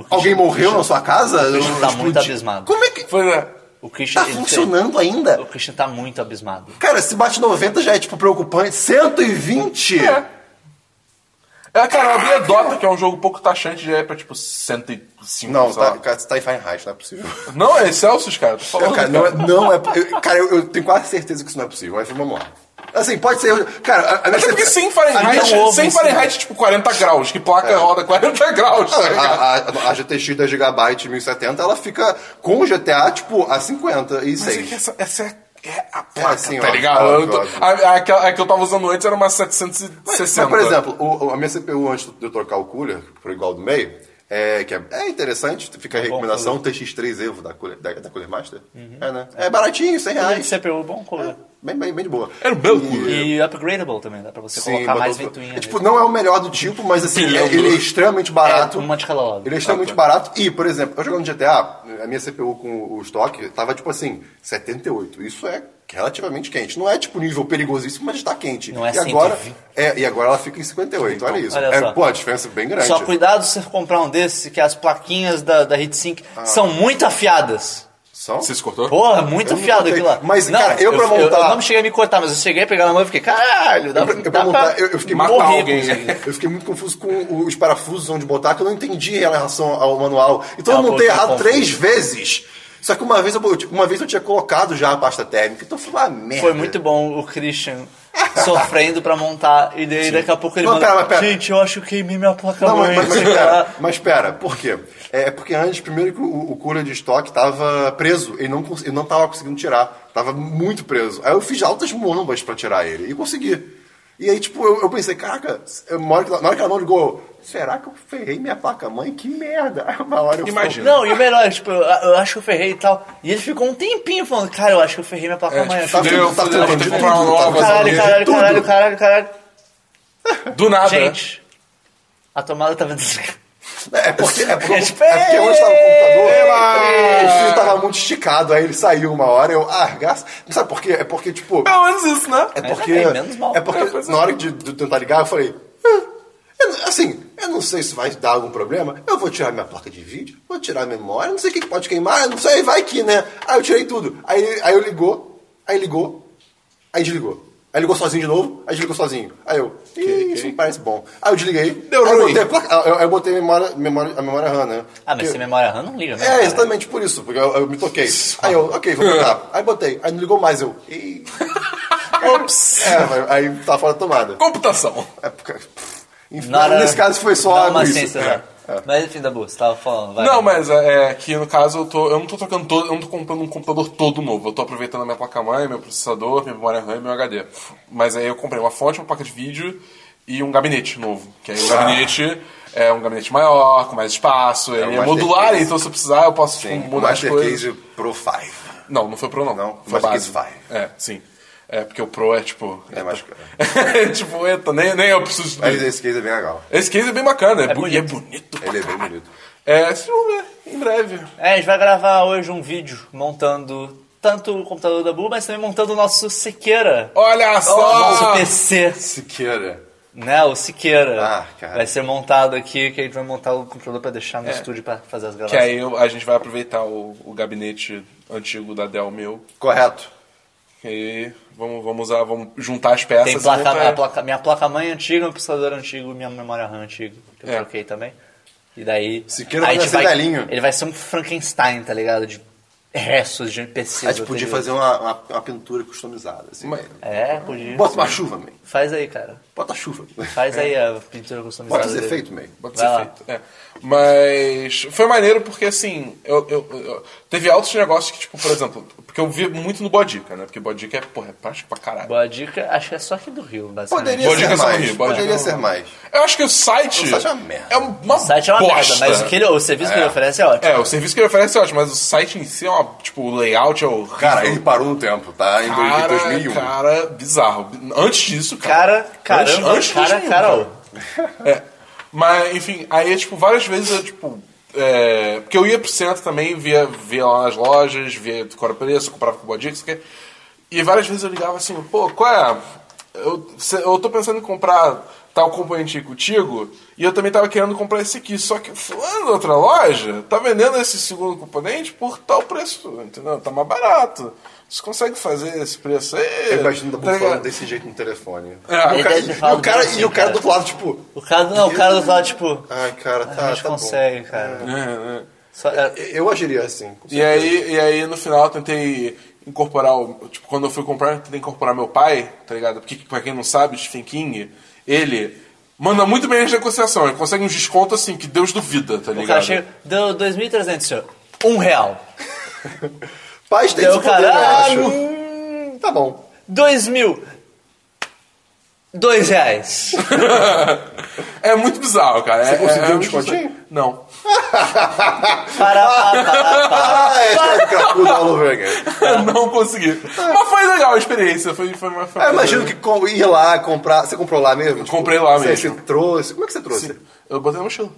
S2: Alguém morreu na sua casa?
S1: O Christian tá muito
S2: Explodiu.
S1: abismado.
S2: Como é que...
S3: Pois é.
S1: O Christian,
S2: Tá
S1: ele-
S2: funcionando ainda?
S1: O Christian tá muito abismado.
S2: Cara, se bate 90 já é tipo preocupante. 120?
S3: É. É, cara, eu abri a Dota, que é um jogo pouco taxante, já é pra tipo 105,
S2: Não,
S3: sei lá.
S2: tá, cara, você tá em Fahrenheit, não é possível.
S3: Não, é Celsius, cara. Tô falando,
S2: Cara, não é. Não é eu- cara, eu, eu tenho quase certeza que isso não é possível, mas vamos lá. Assim, pode ser. Cara, a, a minha
S3: Até porque
S2: perce-
S3: É tipo sem
S2: a minha-
S3: Fahrenheit,
S1: ovo em
S3: sem
S1: cima.
S3: Fahrenheit é tipo 40 graus, que
S2: É.
S3: placa roda 40 graus. tá ligado?
S2: Ah, A, a- a GTX da Gigabyte 1070, ela fica com o GTA, tipo, a 50 e
S3: Mas é que
S2: 6.
S3: essa, essa é, é a placa,
S2: assim,
S3: tá
S2: ó,
S3: ligado?
S2: óbvio,
S3: Eu tô-
S2: óbvio.
S3: a, a que- a que eu tava usando antes era uma
S2: Mas,
S3: 760.
S2: mas, por exemplo, o- o- a minha CPU, antes de eu trocar o cooler pro igual do meio, é, que é, é interessante, fica a recomendação TX3 Evo da Cooler, da, da cooler Master. É, né? É baratinho, 100
S1: Tem
S2: reais.
S1: CPU bom, color.
S2: Bem, bem, bem de boa.
S3: Era um belo
S2: E-
S3: cooler.
S1: E upgradable também, dá pra você
S2: Sim,
S1: colocar mais
S2: botou-
S1: ventoinha.
S2: é, tipo,
S1: nele.
S2: não é o melhor do tipo, mas assim,
S3: Pilhão
S2: é- ele é
S3: do-
S2: extremamente barato.
S1: É, uma de cada lado.
S2: Ele é extremamente barato. E, por exemplo, eu jogando GTA, a minha CPU com o estoque tava tipo assim, 78. Isso é relativamente quente. Não é tipo nível perigosíssimo, mas está quente.
S1: Não é
S2: e agora
S1: 120.
S2: É, e agora ela fica em 58. olha isso.
S1: Então, olha
S2: é,
S1: só.
S2: pô, a diferença é bem grande.
S1: Só cuidado se você comprar um desses, que as plaquinhas da, da HitSync
S2: Ah.
S1: são muito afiadas.
S2: São?
S3: Você se cortou?
S1: Porra, muito
S2: Eu me
S1: afiado
S2: cortei.
S1: aquilo lá.
S2: Mas, cara, eu pra
S1: Eu,
S2: montar-
S1: não cheguei a me cortar, mas eu cheguei a pegar na mão e fiquei, caralho, dá,
S2: Eu, pra- eu, pra
S1: dá
S2: montar,
S1: pra
S2: eu, eu fiquei
S3: matar
S2: muito-
S3: alguém,
S2: confuso.
S3: né?
S2: Eu fiquei muito confuso com os parafusos onde botar, que eu não entendi em relação ao manual. Então
S1: É
S2: eu
S1: uma
S2: montei
S1: posição
S2: errado
S1: confusa.
S2: três vezes. Só que uma vez, eu, bot- uma vez eu tinha colocado já a pasta térmica, então foi uma merda.
S1: Foi muito bom o Christian sofrendo pra montar, e daí daqui a pouco ele
S2: Não,
S1: manda,
S2: pera, mas pera.
S1: gente, eu acho que queimei minha placa
S3: Então
S2: Não,
S1: mãe.
S2: mas, mas, pera, mas pera, por quê? É porque antes, primeiro que o, o cooler de estoque tava preso, ele não, cons- ele não tava conseguindo tirar, tava muito preso. Aí eu fiz altas moambas pra tirar ele e consegui. E aí, tipo, eu, eu pensei, caraca, eu- na hora que, na hora que ela não ligou, será que eu ferrei minha placa-mãe? Que merda! Aí Uma hora eu
S3: Imagina.
S1: Não, e o melhor, é, tipo, eu, eu acho que eu ferrei e tal. E ele ficou um tempinho falando, cara, eu acho que eu ferrei minha placa
S3: É,
S1: mãe.
S3: tipo,
S1: eu acho que-
S3: fudeu,
S2: tá
S3: fudeu,
S2: tudo,
S3: tem que
S2: tá
S3: comprar
S2: tudo,
S3: uma
S2: tá
S3: nova.
S2: tudo.
S1: Caralho,
S3: sabe?
S1: caralho,
S2: Tudo. né?
S1: caralho, caralho, caralho.
S3: Do nada. né?
S1: Gente, a tomada tá tava desligada.
S2: É porque, é porque,
S1: Respeita!
S2: é porque eu estava no computador, o fio tava muito esticado, aí ele saiu uma hora, eu, ah, graça. Sabe por quê? É porque, tipo.
S3: Pelo menos isso, né?
S2: É porque.
S1: bem, menos mal.
S2: É porque
S3: É, pois é.
S2: na hora de, de tentar ligar, eu falei. "Ah, eu não- assim, eu não sei se vai dar algum problema. Eu vou tirar minha placa de vídeo, vou tirar a memória, não sei o que que pode queimar, não sei, vai que, né? Aí eu tirei tudo. Aí, aí eu ligou, aí ligou, aí desligou. Aí ligou sozinho de novo, aí desligou sozinho. Aí eu, "Ih, isso não parece bom. Aí eu desliguei.
S3: Deu
S2: aí eu
S3: ruim.
S2: botei, a placa- eu, eu botei a memória, memória- a memória RAM, né?
S1: Ah, mas
S2: Porque-
S1: sem memória RAM não liga, né?
S2: é,
S1: cara?
S2: exatamente por isso, porque eu, eu me toquei. Aí eu, ok, vou botar. Aí botei, aí não ligou mais, eu. Ih.
S3: Ops.
S2: É, mas aí tá fora da tomada.
S3: Computação.
S2: É, porque- pff, enfim,
S1: Não, não,
S2: nesse
S1: não.
S2: caso foi só
S1: Não,
S2: algo
S1: uma
S2: isso.
S1: ciência, né?
S2: É.
S1: não. Mas enfim, Dabu, você tava falando. vai.
S3: Não, mas é é que no caso eu, tô, eu não tô trocando todo, eu não tô comprando um computador todo novo. Eu tô aproveitando a minha placa-mãe, meu processador, minha memória RAM e meu HD. Mas aí eu comprei uma fonte, uma placa de vídeo e um gabinete novo. Que aí o gabinete é um gabinete maior, com mais espaço, ele é
S2: Master
S3: modular,
S2: Case.
S3: então se eu precisar eu posso tipo,
S2: Sim, É o
S3: mudar as
S2: Master
S3: coisas.
S2: Case Pro 5.
S3: Não, não foi Pro não.
S2: Não,
S3: foi
S2: Master
S3: base.
S2: Case Five.
S3: É, sim. É, porque o Pro é tipo.
S2: É mais caro.
S3: tipo, eita, nem, nem eu preciso.
S2: Mas esse case é bem legal.
S3: Esse case é bem bacana, é, bu-
S1: bonito.
S3: e é bonito.
S2: Ele é bem bonito.
S3: É, vocês vão ver em breve.
S1: É, a gente vai gravar hoje um vídeo montando tanto o computador da Bu, mas também montando o nosso Siqueira.
S3: Olha
S1: O nosso
S3: só!
S1: PC,
S2: Siqueira.
S1: né? O Siqueira.
S2: Ah, cara.
S1: Vai ser montado aqui, que a gente vai montar o computador pra deixar no estúdio pra fazer as
S3: É. Que
S1: gravações.
S3: aí eu- a gente vai aproveitar o, o gabinete antigo da Dell meu.
S2: Correto.
S3: E vamos, vamos usar, vamos juntar as peças.
S1: Tem
S3: e
S1: placa,
S3: montar-
S1: a placa- minha placa-mãe antiga, meu processador antigo, minha memória RAM antiga, que eu
S3: É.
S1: troquei também. E daí...
S2: Siqueira
S1: a
S2: vai
S1: gente
S2: nascer velhinho.
S1: Ele vai ser um Frankenstein, tá ligado? De restos de NPCs.
S2: A gente podia
S1: anteriores.
S2: fazer uma, uma, uma pintura customizada. Assim.
S3: Mas-
S1: É, podia.
S2: Bota uma chuva, man.
S1: Faz aí, cara.
S2: Bota chuva.
S1: Faz aí a pintura customizada.
S2: Bota os
S1: dele.
S2: efeitos, man.
S3: Bota
S1: Vai
S3: esse
S1: lá.
S3: efeito, é. Mas foi maneiro porque, assim, eu, eu- eu- teve altos negócios que, tipo, por exemplo, porque eu vi muito no Bodica, né? Porque Bodica é, porra, é prático pra caralho.
S1: Boa dica, acho que é só aqui do Rio, basicamente.
S2: Poderia
S3: Boa dica,
S2: ser
S3: Samir,
S2: mais.
S3: boa dica.
S2: Poderia ser mais.
S3: Eu acho que o site.
S2: O site é uma merda.
S3: É uma
S1: O site é uma
S3: bosta.
S1: merda, mas o, que ele- o serviço que ele oferece é ótimo.
S3: É, o serviço que ele oferece é ótimo, mas o site em si é uma. Tipo, o layout é horrível.
S2: Cara, ele parou no tempo, tá? Em dois- em
S3: Cara,
S2: 2001.
S3: cara, bizarro. Antes disso, cara.
S1: Cara, caramba,
S3: É. Antes- né? antes
S1: cara,
S3: de mim,
S1: Carol.
S3: É. Mas, enfim, aí, tipo, várias vezes eu, tipo. é, porque eu ia pro centro também, via, via lá nas lojas, via qual era o preço, comprava com o Bodix, e várias vezes eu ligava assim, pô, qual é? Eu, cê- eu tô pensando em comprar tal componente aí contigo, e eu também tava querendo comprar esse aqui, só que fulano da outra loja tá vendendo esse segundo componente por tal preço, entendeu? Tá mais barato. Você consegue fazer esse preço aí?
S2: Eu imagino da
S3: tá
S2: tá falando
S3: ligado?
S2: desse jeito no telefone.
S3: É,
S2: E o
S1: Ele
S2: cara-
S1: deve ter falado
S2: e o cara,
S1: bem
S2: e o
S1: assim,
S2: cara
S1: cara.
S2: do outro lado, tipo.
S1: O cara, não, o cara do lado, tipo,
S2: Ai, cara,
S1: a
S2: tá.
S1: gente
S2: tá bom."
S1: consegue, cara.
S3: É, é.
S1: Só- é,
S2: Eu agiria assim. com
S3: E aí, e aí no final eu tentei incorporar o. Tipo, quando eu fui comprar, eu tentei incorporar meu pai, tá ligado? Porque, pra quem não sabe, Stephen King, ele manda muito bem as negociações. Ele consegue uns descontos assim que Deus duvida, tá
S1: O cara
S3: ligado?
S1: chega, deu 2.300, senhor. Um real.
S2: Paz tem
S1: Deu
S2: esse poder, eu
S1: caralho.
S2: acho. Tá bom.
S1: Dois mil. Dois reais.
S3: É muito bizarro, cara. Você é,
S2: conseguiu
S3: é,
S2: um
S3: é muito
S2: descontinho?
S3: bizarro. Não.
S1: Para, para, para, para.
S2: Ah, é, Steve Capullo all over again.
S3: não consegui. Mas foi legal a experiência. Foi, foi uma foi
S2: Ah, eu imagino que com- ir lá comprar. Você comprou lá mesmo? Tipo,
S3: Comprei lá
S2: você,
S3: mesmo.
S2: Você trouxe. Como é que você trouxe?
S3: assim. Eu botei na mochila.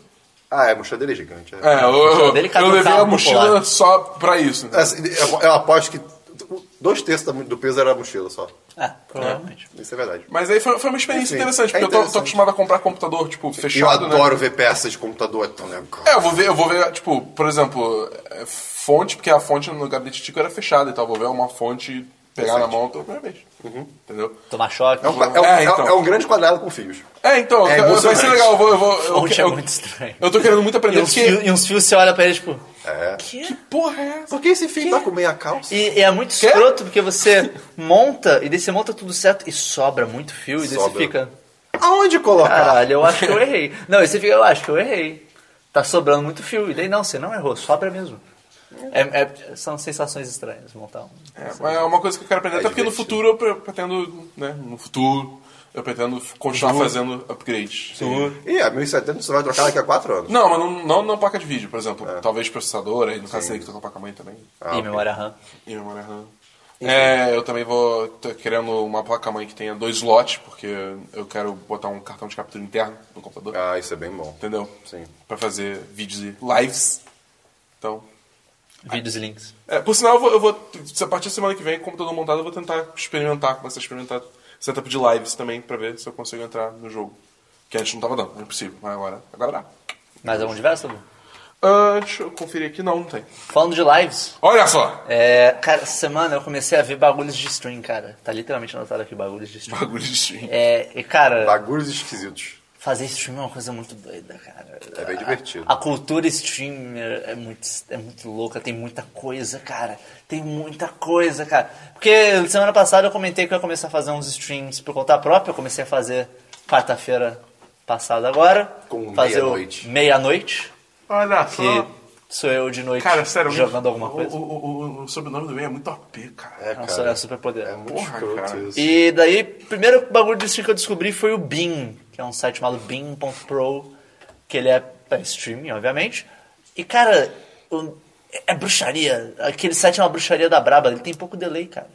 S2: Ah, é, a mochila dele é gigante. É.
S3: É, eu, eu,
S1: dele cabe
S3: eu
S1: um
S3: levei
S1: carro
S3: a mochila
S1: popular.
S3: só pra isso. entendeu?
S2: Assim, eu- Eu aposto que dois terços da- do peso era a mochila só.
S1: Ah, provavelmente.
S2: Isso é verdade.
S3: Mas aí foi, foi uma experiência
S2: Enfim,
S3: interessante,
S2: é
S3: porque eu tô- tô,
S2: interessante.
S3: acostumado a comprar computador, tipo,
S2: E eu
S3: fechado, né?
S2: adoro ver peças de computador, então, né?
S3: É, eu vou ver, eu vou ver, tipo, por exemplo, é, fonte, porque a fonte no gabinete Tico era fechada e tal. Vou ver uma fonte, pegar na mão, tô a primeira vez.
S2: Uhum.
S3: Entendeu?
S1: Tomar choque.
S2: É um, é, um, é,
S3: É, então.
S2: é um grande quadrado com fios.
S3: É, então,
S2: É
S3: eu- eu- vai ser
S2: emocionante.
S3: legal, eu vou. Eu, vou,
S2: um
S3: eu,
S1: Fonte é
S3: eu-
S1: muito estranho.
S3: eu tô querendo muito
S1: E
S3: aprender,
S1: uns,
S3: porque.
S1: fios, e uns fios você olha pra ele, tipo...
S2: É.
S1: Que?
S3: Porra, é essa?
S2: Por que esse fio tá com meia calça?
S1: E, e é muito escroto, porque você monta, e daí você monta tudo certo, e sobra muito fio, e daí você
S2: Sobra.
S1: fica...
S2: Aonde colocar?
S1: Caralho, eu acho que eu errei. Não, e você fica, eu acho que eu errei. Tá sobrando muito fio. E daí, não, você não errou, sobra mesmo. É- é- são sensações estranhas montar um.
S3: É, mas é uma coisa que eu quero aprender,
S2: É
S3: até porque no
S2: divertido.
S3: futuro eu pre- pretendo, né? No futuro, eu pretendo f- continuar fazendo upgrades.
S2: Ih, a 1070 você vai trocar daqui a 4 anos.
S3: Não, mas não, não, não placa de vídeo, por exemplo.
S2: É.
S3: Talvez processador, aí no caso seria que tô com a placa mãe também.
S1: e memória RAM.
S3: E né? memória RAM. É, eu também vou tô querendo uma placa-mãe que tenha dois slots, porque eu quero botar um cartão de captura interno no computador.
S2: Ah, isso é bem bom.
S3: Entendeu?
S2: Sim.
S3: Pra fazer vídeos e lives. Então.
S1: Vídeos e links.
S3: é, por sinal, eu vou, eu vou- se A partir da semana que vem, com o computador montado, eu vou tentar experimentar, começar a experimentar setup de lives também, pra ver se eu consigo entrar no jogo. Que antes não tava dando, não é possível. Mas agora, agora dá.
S1: Mais algum diverso? Dabu?
S3: Ah, deixa eu conferir aqui, não, não tem.
S1: Falando de lives,
S3: Olha só!
S1: é, cara, essa semana eu comecei a ver bagulhos de stream, cara. Tá literalmente anotado aqui, bagulhos de stream.
S3: Bagulho de stream.
S1: É, e cara,
S2: Bagulhos esquisitos.
S1: fazer stream é uma coisa muito doida, cara.
S2: É bem
S1: A-
S2: divertido.
S1: A, cultura streamer é muito, é muito louca, tem muita coisa, cara. Tem muita coisa, cara. Porque semana passada eu comentei que eu ia começar a fazer uns streams por conta própria. Eu comecei a fazer quarta-feira passada agora.
S2: Com
S1: fazer o
S2: meia-noite. Ah.
S1: Meia-noite,
S3: Olha
S1: que sou eu de noite
S3: Cara, sério,
S1: jogando
S3: o-
S1: alguma coisa.
S3: O, o, o- o sobrenome do meio é muito OP, cara.
S2: É,
S1: Nossa,
S2: cara.
S1: é super poder.
S2: É muito
S3: Porra,
S2: escroto
S3: cara.
S2: isso.
S1: E daí, o primeiro bagulho de stream que eu descobri foi o Beam, que é um site chamado Beam.pro, que ele é pra streaming, obviamente. E, cara, o- é bruxaria. Aquele site é uma bruxaria da braba, ele tem pouco delay, cara.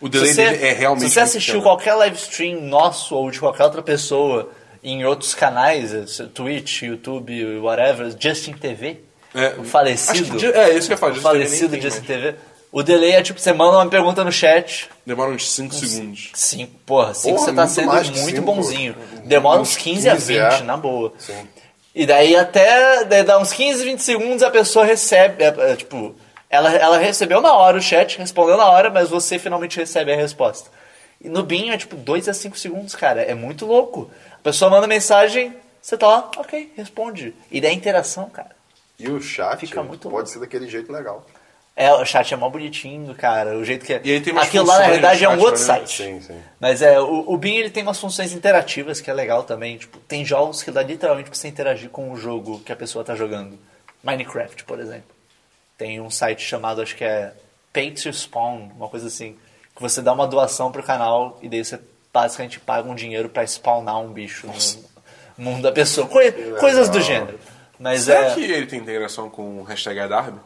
S3: O delay
S1: Se você-
S3: dele é realmente
S1: Se você
S3: muito
S1: assistiu
S3: pequeno.
S1: qualquer live stream nosso ou de qualquer outra pessoa em outros canais, eh, Twitch, YouTube, whatever, Justin TV,
S3: É,
S1: o falecido.
S3: acho que Ju- é, isso que eu ia falar,
S1: o
S3: Justin TV nem
S1: falecido
S3: tem
S1: Justin
S3: mais.
S1: TV. O delay é tipo, você manda uma pergunta no chat,
S3: Demora uns 5 segundos.
S1: Cinco, porra, cinco
S2: Porra,
S1: você tá
S2: muito
S1: sendo
S2: mais que
S1: muito
S2: cinco.
S1: bonzinho. Demora uns
S2: Uns
S1: 15 a 20,
S2: 15, é.
S1: na boa.
S2: Sim.
S1: E daí até daí dá uns 15, 20 segundos a pessoa recebe, é, é, tipo, ela, ela recebeu na hora o chat, respondeu na hora, mas você finalmente recebe a resposta. E no BIM é tipo 2 a 5 segundos, cara, é muito louco. A pessoa manda mensagem, você tá lá, ok, responde. E daí a interação, cara.
S2: E o chat
S1: Fica muito
S2: pode
S1: louco.
S2: ser daquele jeito legal.
S1: É, o chat é mó bonitinho, cara. O jeito que é.
S3: E aí tem umas
S1: Aquilo lá, na
S3: funções de
S1: verdade, é um
S3: chat
S1: outro
S3: também, né?
S1: site.
S2: Sim, sim.
S1: Mas é, o, o Bing ele tem umas funções interativas que é legal também. Tipo, tem jogos que dá literalmente pra você interagir com o jogo que a pessoa tá jogando. Minecraft, por exemplo. Tem um site chamado, acho que é Pay to Spawn, uma coisa assim. Que você dá uma doação pro canal e daí você basicamente paga um dinheiro pra spawnar um bicho no mundo da pessoa. Coi- coisas do gênero. Mas
S3: Será
S1: é.
S3: que ele tem integração com o hashtag Adarb?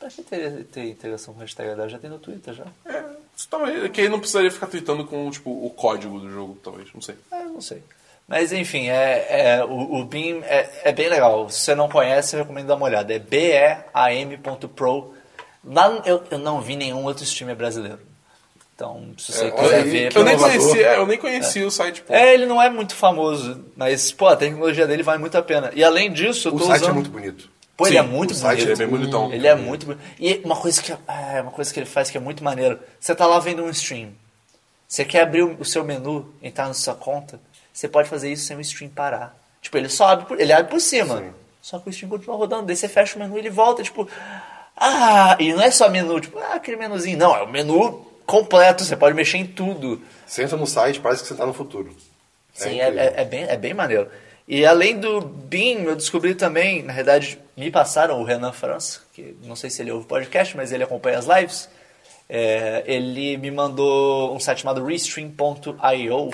S1: Pra que ter, ter integração com a hashtag dela? Já tem no Twitter já.
S3: É, isso talvez. Que ele não precisaria ficar tweetando com tipo, o código do jogo, talvez. Não sei.
S1: É, não sei. Mas enfim, é, é, o, o BIM é, é bem legal. Se você não conhece, eu recomendo dar uma olhada. É beam.pro. Lá eu, eu não vi nenhum outro streamer brasileiro. Então, se você
S2: É, olha
S1: quiser
S2: aí,
S1: ver.
S2: que
S3: Eu nem
S1: pelo-
S2: inovador.
S3: conhecia, é, eu nem conhecia o site. Pô.
S1: É, ele não é muito famoso, mas pô, a tecnologia dele vale muito a pena. E além disso, eu
S2: O
S1: tô
S2: site
S1: usando.
S2: é muito bonito.
S1: Pô, ele é
S3: Sim,
S1: muito
S2: o site
S1: bonito.
S2: é
S3: bem bonitão.
S1: Ele é muito bonito. E uma coisa que é uma coisa que ele faz que é muito maneiro. Você tá lá vendo um stream. Você quer abrir o seu menu, entrar na sua conta, você pode fazer isso sem o stream parar. Tipo, ele só abre por, ele abre por cima. Só que o stream continua rodando, daí você fecha o menu e ele volta, tipo, Ah, e não é só menu, tipo, ah, aquele menuzinho. Não, é o menu completo, você pode mexer em tudo.
S2: Você entra no site, parece que você tá no futuro.
S1: Sim, é,
S2: incrível.
S1: é- é bem, é bem maneiro. E além do BIM, eu descobri também, na verdade, me passaram o Renan França, que não sei se ele ouve o podcast, mas ele acompanha as lives. É, ele me mandou um site chamado restream.io,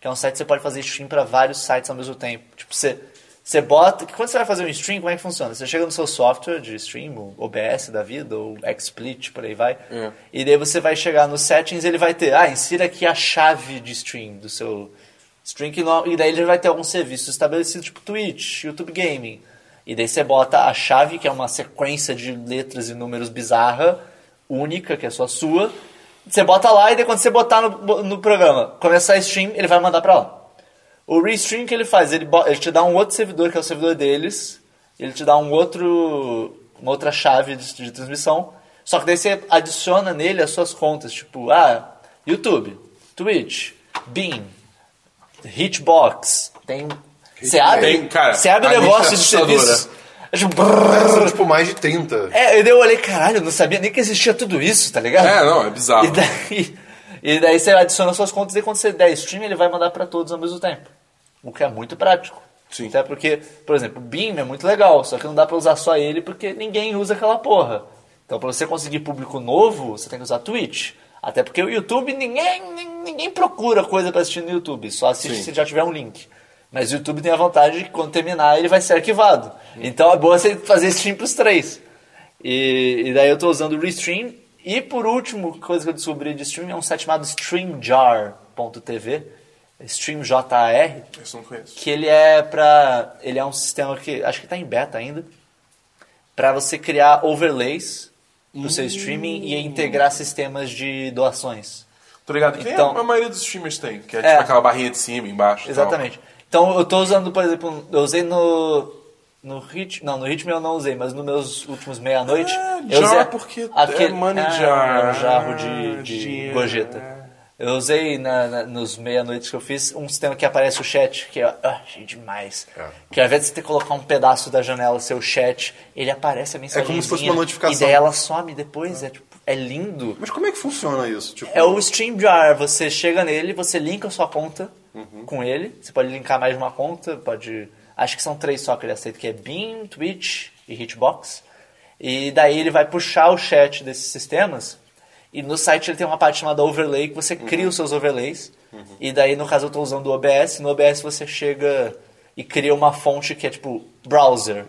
S1: que é um site que você pode fazer stream para vários sites ao mesmo tempo. Tipo, você, você bota. que Quando você vai fazer um stream, como é que funciona? Você chega no seu software de stream, o OBS da vida, ou XSplit, por aí vai. E daí você vai chegar nos settings ele vai ter, ah, insira aqui a chave de stream do seu. String que não- e daí ele vai ter alguns serviços estabelecidos, tipo Twitch, YouTube Gaming. E daí você bota a chave, que é uma sequência de letras e números bizarra, única, que é só sua. Você bota lá e daí quando você botar no, no programa, começar a stream, ele vai mandar pra lá. O restream que ele faz, ele, bo- ele te dá um outro servidor, que é o servidor deles, ele te dá um outro, uma outra chave de, de transmissão, só que daí você adiciona nele as suas contas, tipo, ah, YouTube, Twitch, Beam, Hitbox, tem... Você abre,
S3: Tem, cara,
S1: você abre
S3: a
S1: o
S3: lista
S1: negócio
S3: é
S1: de
S3: assustadora.
S1: serviços... é tipo, brrr.
S2: São tipo mais de 30.
S1: É, e daí eu olhei, caralho, eu não sabia nem que existia tudo isso, tá ligado?
S3: É, não, é bizarro.
S1: E daí, e daí você adiciona suas contas e quando você der stream, ele vai mandar pra todos ao mesmo tempo. O que é muito prático. Então,
S3: Sim.
S1: Até assim, porque, por exemplo, o Beam é muito legal, só que não dá pra usar só ele porque ninguém usa aquela porra. Então, pra você conseguir público novo, você tem que usar Twitch. Até porque o YouTube, ninguém, nin- ninguém procura coisa pra assistir no YouTube. Só assiste
S3: Sim.
S1: se já tiver um link. Mas o YouTube tem a vantagem de que quando terminar ele vai ser arquivado. Então é boa você fazer stream pros três. E, e daí eu tô usando o Restream. E por último, coisa que eu descobri de stream é um site chamado StreamJar.tv. StreamJR
S3: Isso eu não conheço.
S1: que ele é pra. ele é um sistema que acho que tá em beta ainda, pra você criar overlays no seu streaming e integrar sistemas de doações.
S3: Tô ligado. Que nem
S1: Então-
S3: a maioria dos streamers tem, que é,
S1: É.
S3: tipo aquela barrinha de cima, embaixo. e tal.
S1: Exatamente. Então eu tô usando, por exemplo, eu usei no no ritmo, não, no ritmo eu não usei, mas nos meus últimos meia-noite,
S3: Ah,
S1: eu usei
S3: jar porque é money
S1: ah,
S3: jar. Ah,
S1: é um jarro de, de
S3: Dinheiro. é.
S1: gorjeta. Eu usei na- na- nos meia-noites que eu fiz um sistema que aparece o chat, que eu achei demais.
S3: É.
S1: Que ao invés de você ter que colocar um pedaço da janela, seu chat, ele aparece a
S3: É
S1: mensagem.
S2: como se fosse uma notificação.
S1: E daí ela some depois, é, tipo, é lindo.
S2: Mas como é que funciona isso? Tipo,
S1: É o StreamYard, você chega nele, você linka a sua conta
S2: Uhum.
S1: com ele. Você pode linkar mais de uma conta, pode... Acho que são três só que ele aceita, que é Beam, Twitch e Hitbox. E daí ele vai puxar o chat desses sistemas. E no site ele tem uma parte chamada Overlay, que você
S2: Uhum.
S1: cria os seus overlays. E daí, no caso, eu estou usando o OBS. No OBS você chega e cria uma fonte que é tipo browser.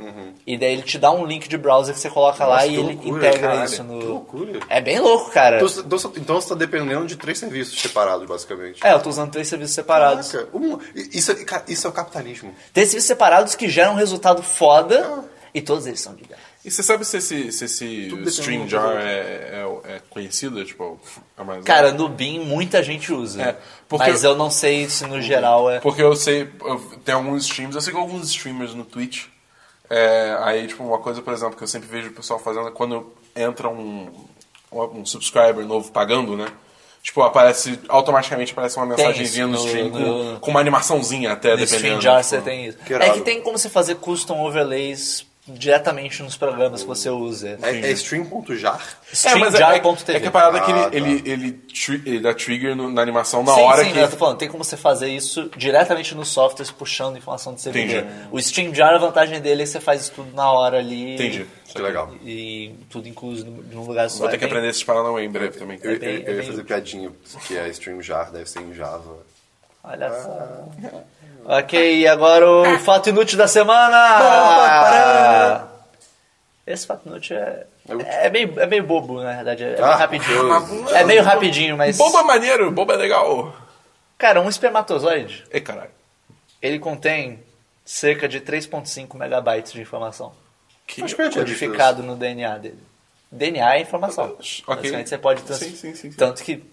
S1: E daí ele te dá um link de browser que você coloca lá e
S2: Uhum. Nossa, que
S1: ele
S2: loucura,
S1: integra
S2: caralho.
S1: isso no...
S2: Que loucura.
S1: É bem louco, cara.
S2: Então, você- então você- então você tá dependendo de três serviços separados, basicamente.
S1: É, eu tô usando três serviços separados.
S2: Caraca, um- isso, é- cara, isso é o capitalismo.
S1: Três serviços separados que geram um resultado
S2: Ah.
S1: foda e todos eles são de graça.
S3: E você sabe se esse, se esse
S2: Tudo depende
S3: Stream
S2: do
S3: Jar
S2: produto.
S3: é, é, é conhecido? Tipo, a mais
S1: Cara, no BIM muita gente usa.
S3: É, porque-
S1: Mas eu não sei se no geral é.
S3: Porque eu sei, eu- tem alguns streams, eu sigo alguns streamers no Twitch. É, aí, tipo, uma coisa, por exemplo, que eu sempre vejo o pessoal fazendo é quando entra um, um, um subscriber novo pagando, né? Tipo, aparece, automaticamente aparece uma
S1: Tem
S3: mensagenzinha no
S1: isso,
S3: stream
S1: no-
S3: com,
S1: no-
S3: com uma animaçãozinha até,
S1: No
S3: dependendo.
S1: StreamYard
S3: tipo.
S1: você tem isso.
S2: Que
S1: é que
S2: irado.
S1: tem como você fazer custom overlays diretamente nos programas que você usa.
S2: É, é stream.jar?
S3: É, mas é, é,
S1: StreamYard.tv.
S3: é que a parada é que ele,
S2: Ah, tá.
S3: ele, ele, tri- ele dá trigger no- na animação na
S1: sim,
S3: hora
S1: sim,
S3: que.
S1: eu tô falando, tem como você fazer isso diretamente nos softwares, puxando informação do servidor.
S3: Entendi.
S1: O StreamYard, a vantagem dele é que você faz isso tudo na hora ali.
S3: Entendi.
S2: Que legal.
S1: E tudo incluso num- num lugar só.
S3: Vou ter
S1: É
S3: que
S1: bem-
S3: aprender esses paranauê em breve também.
S2: Eu,
S1: É bem- é
S2: eu- eu ia
S1: bem
S2: fazer
S1: útil.
S2: piadinha, que é stream.jar, deve ser em Java.
S1: Olha só. Ok, e agora o fato inútil da semana! Esse fato inútil é, é, meio, é meio bobo, na verdade. É meio
S2: Ah,
S1: rapidinho.
S2: Deus.
S1: É meio rapidinho, mas.
S3: Boba é maneiro, boba é legal.
S1: Cara, um espermatozoide
S3: Ei, caralho.
S1: ele contém cerca de 3,5 megabytes de informação
S3: Que-
S2: Mas qual é a diferença?
S1: codificado no DNA dele. DNA é informação.
S3: Ok.
S1: Basicamente você pode trans...
S3: Sim, sim, sim, sim.
S1: Tanto que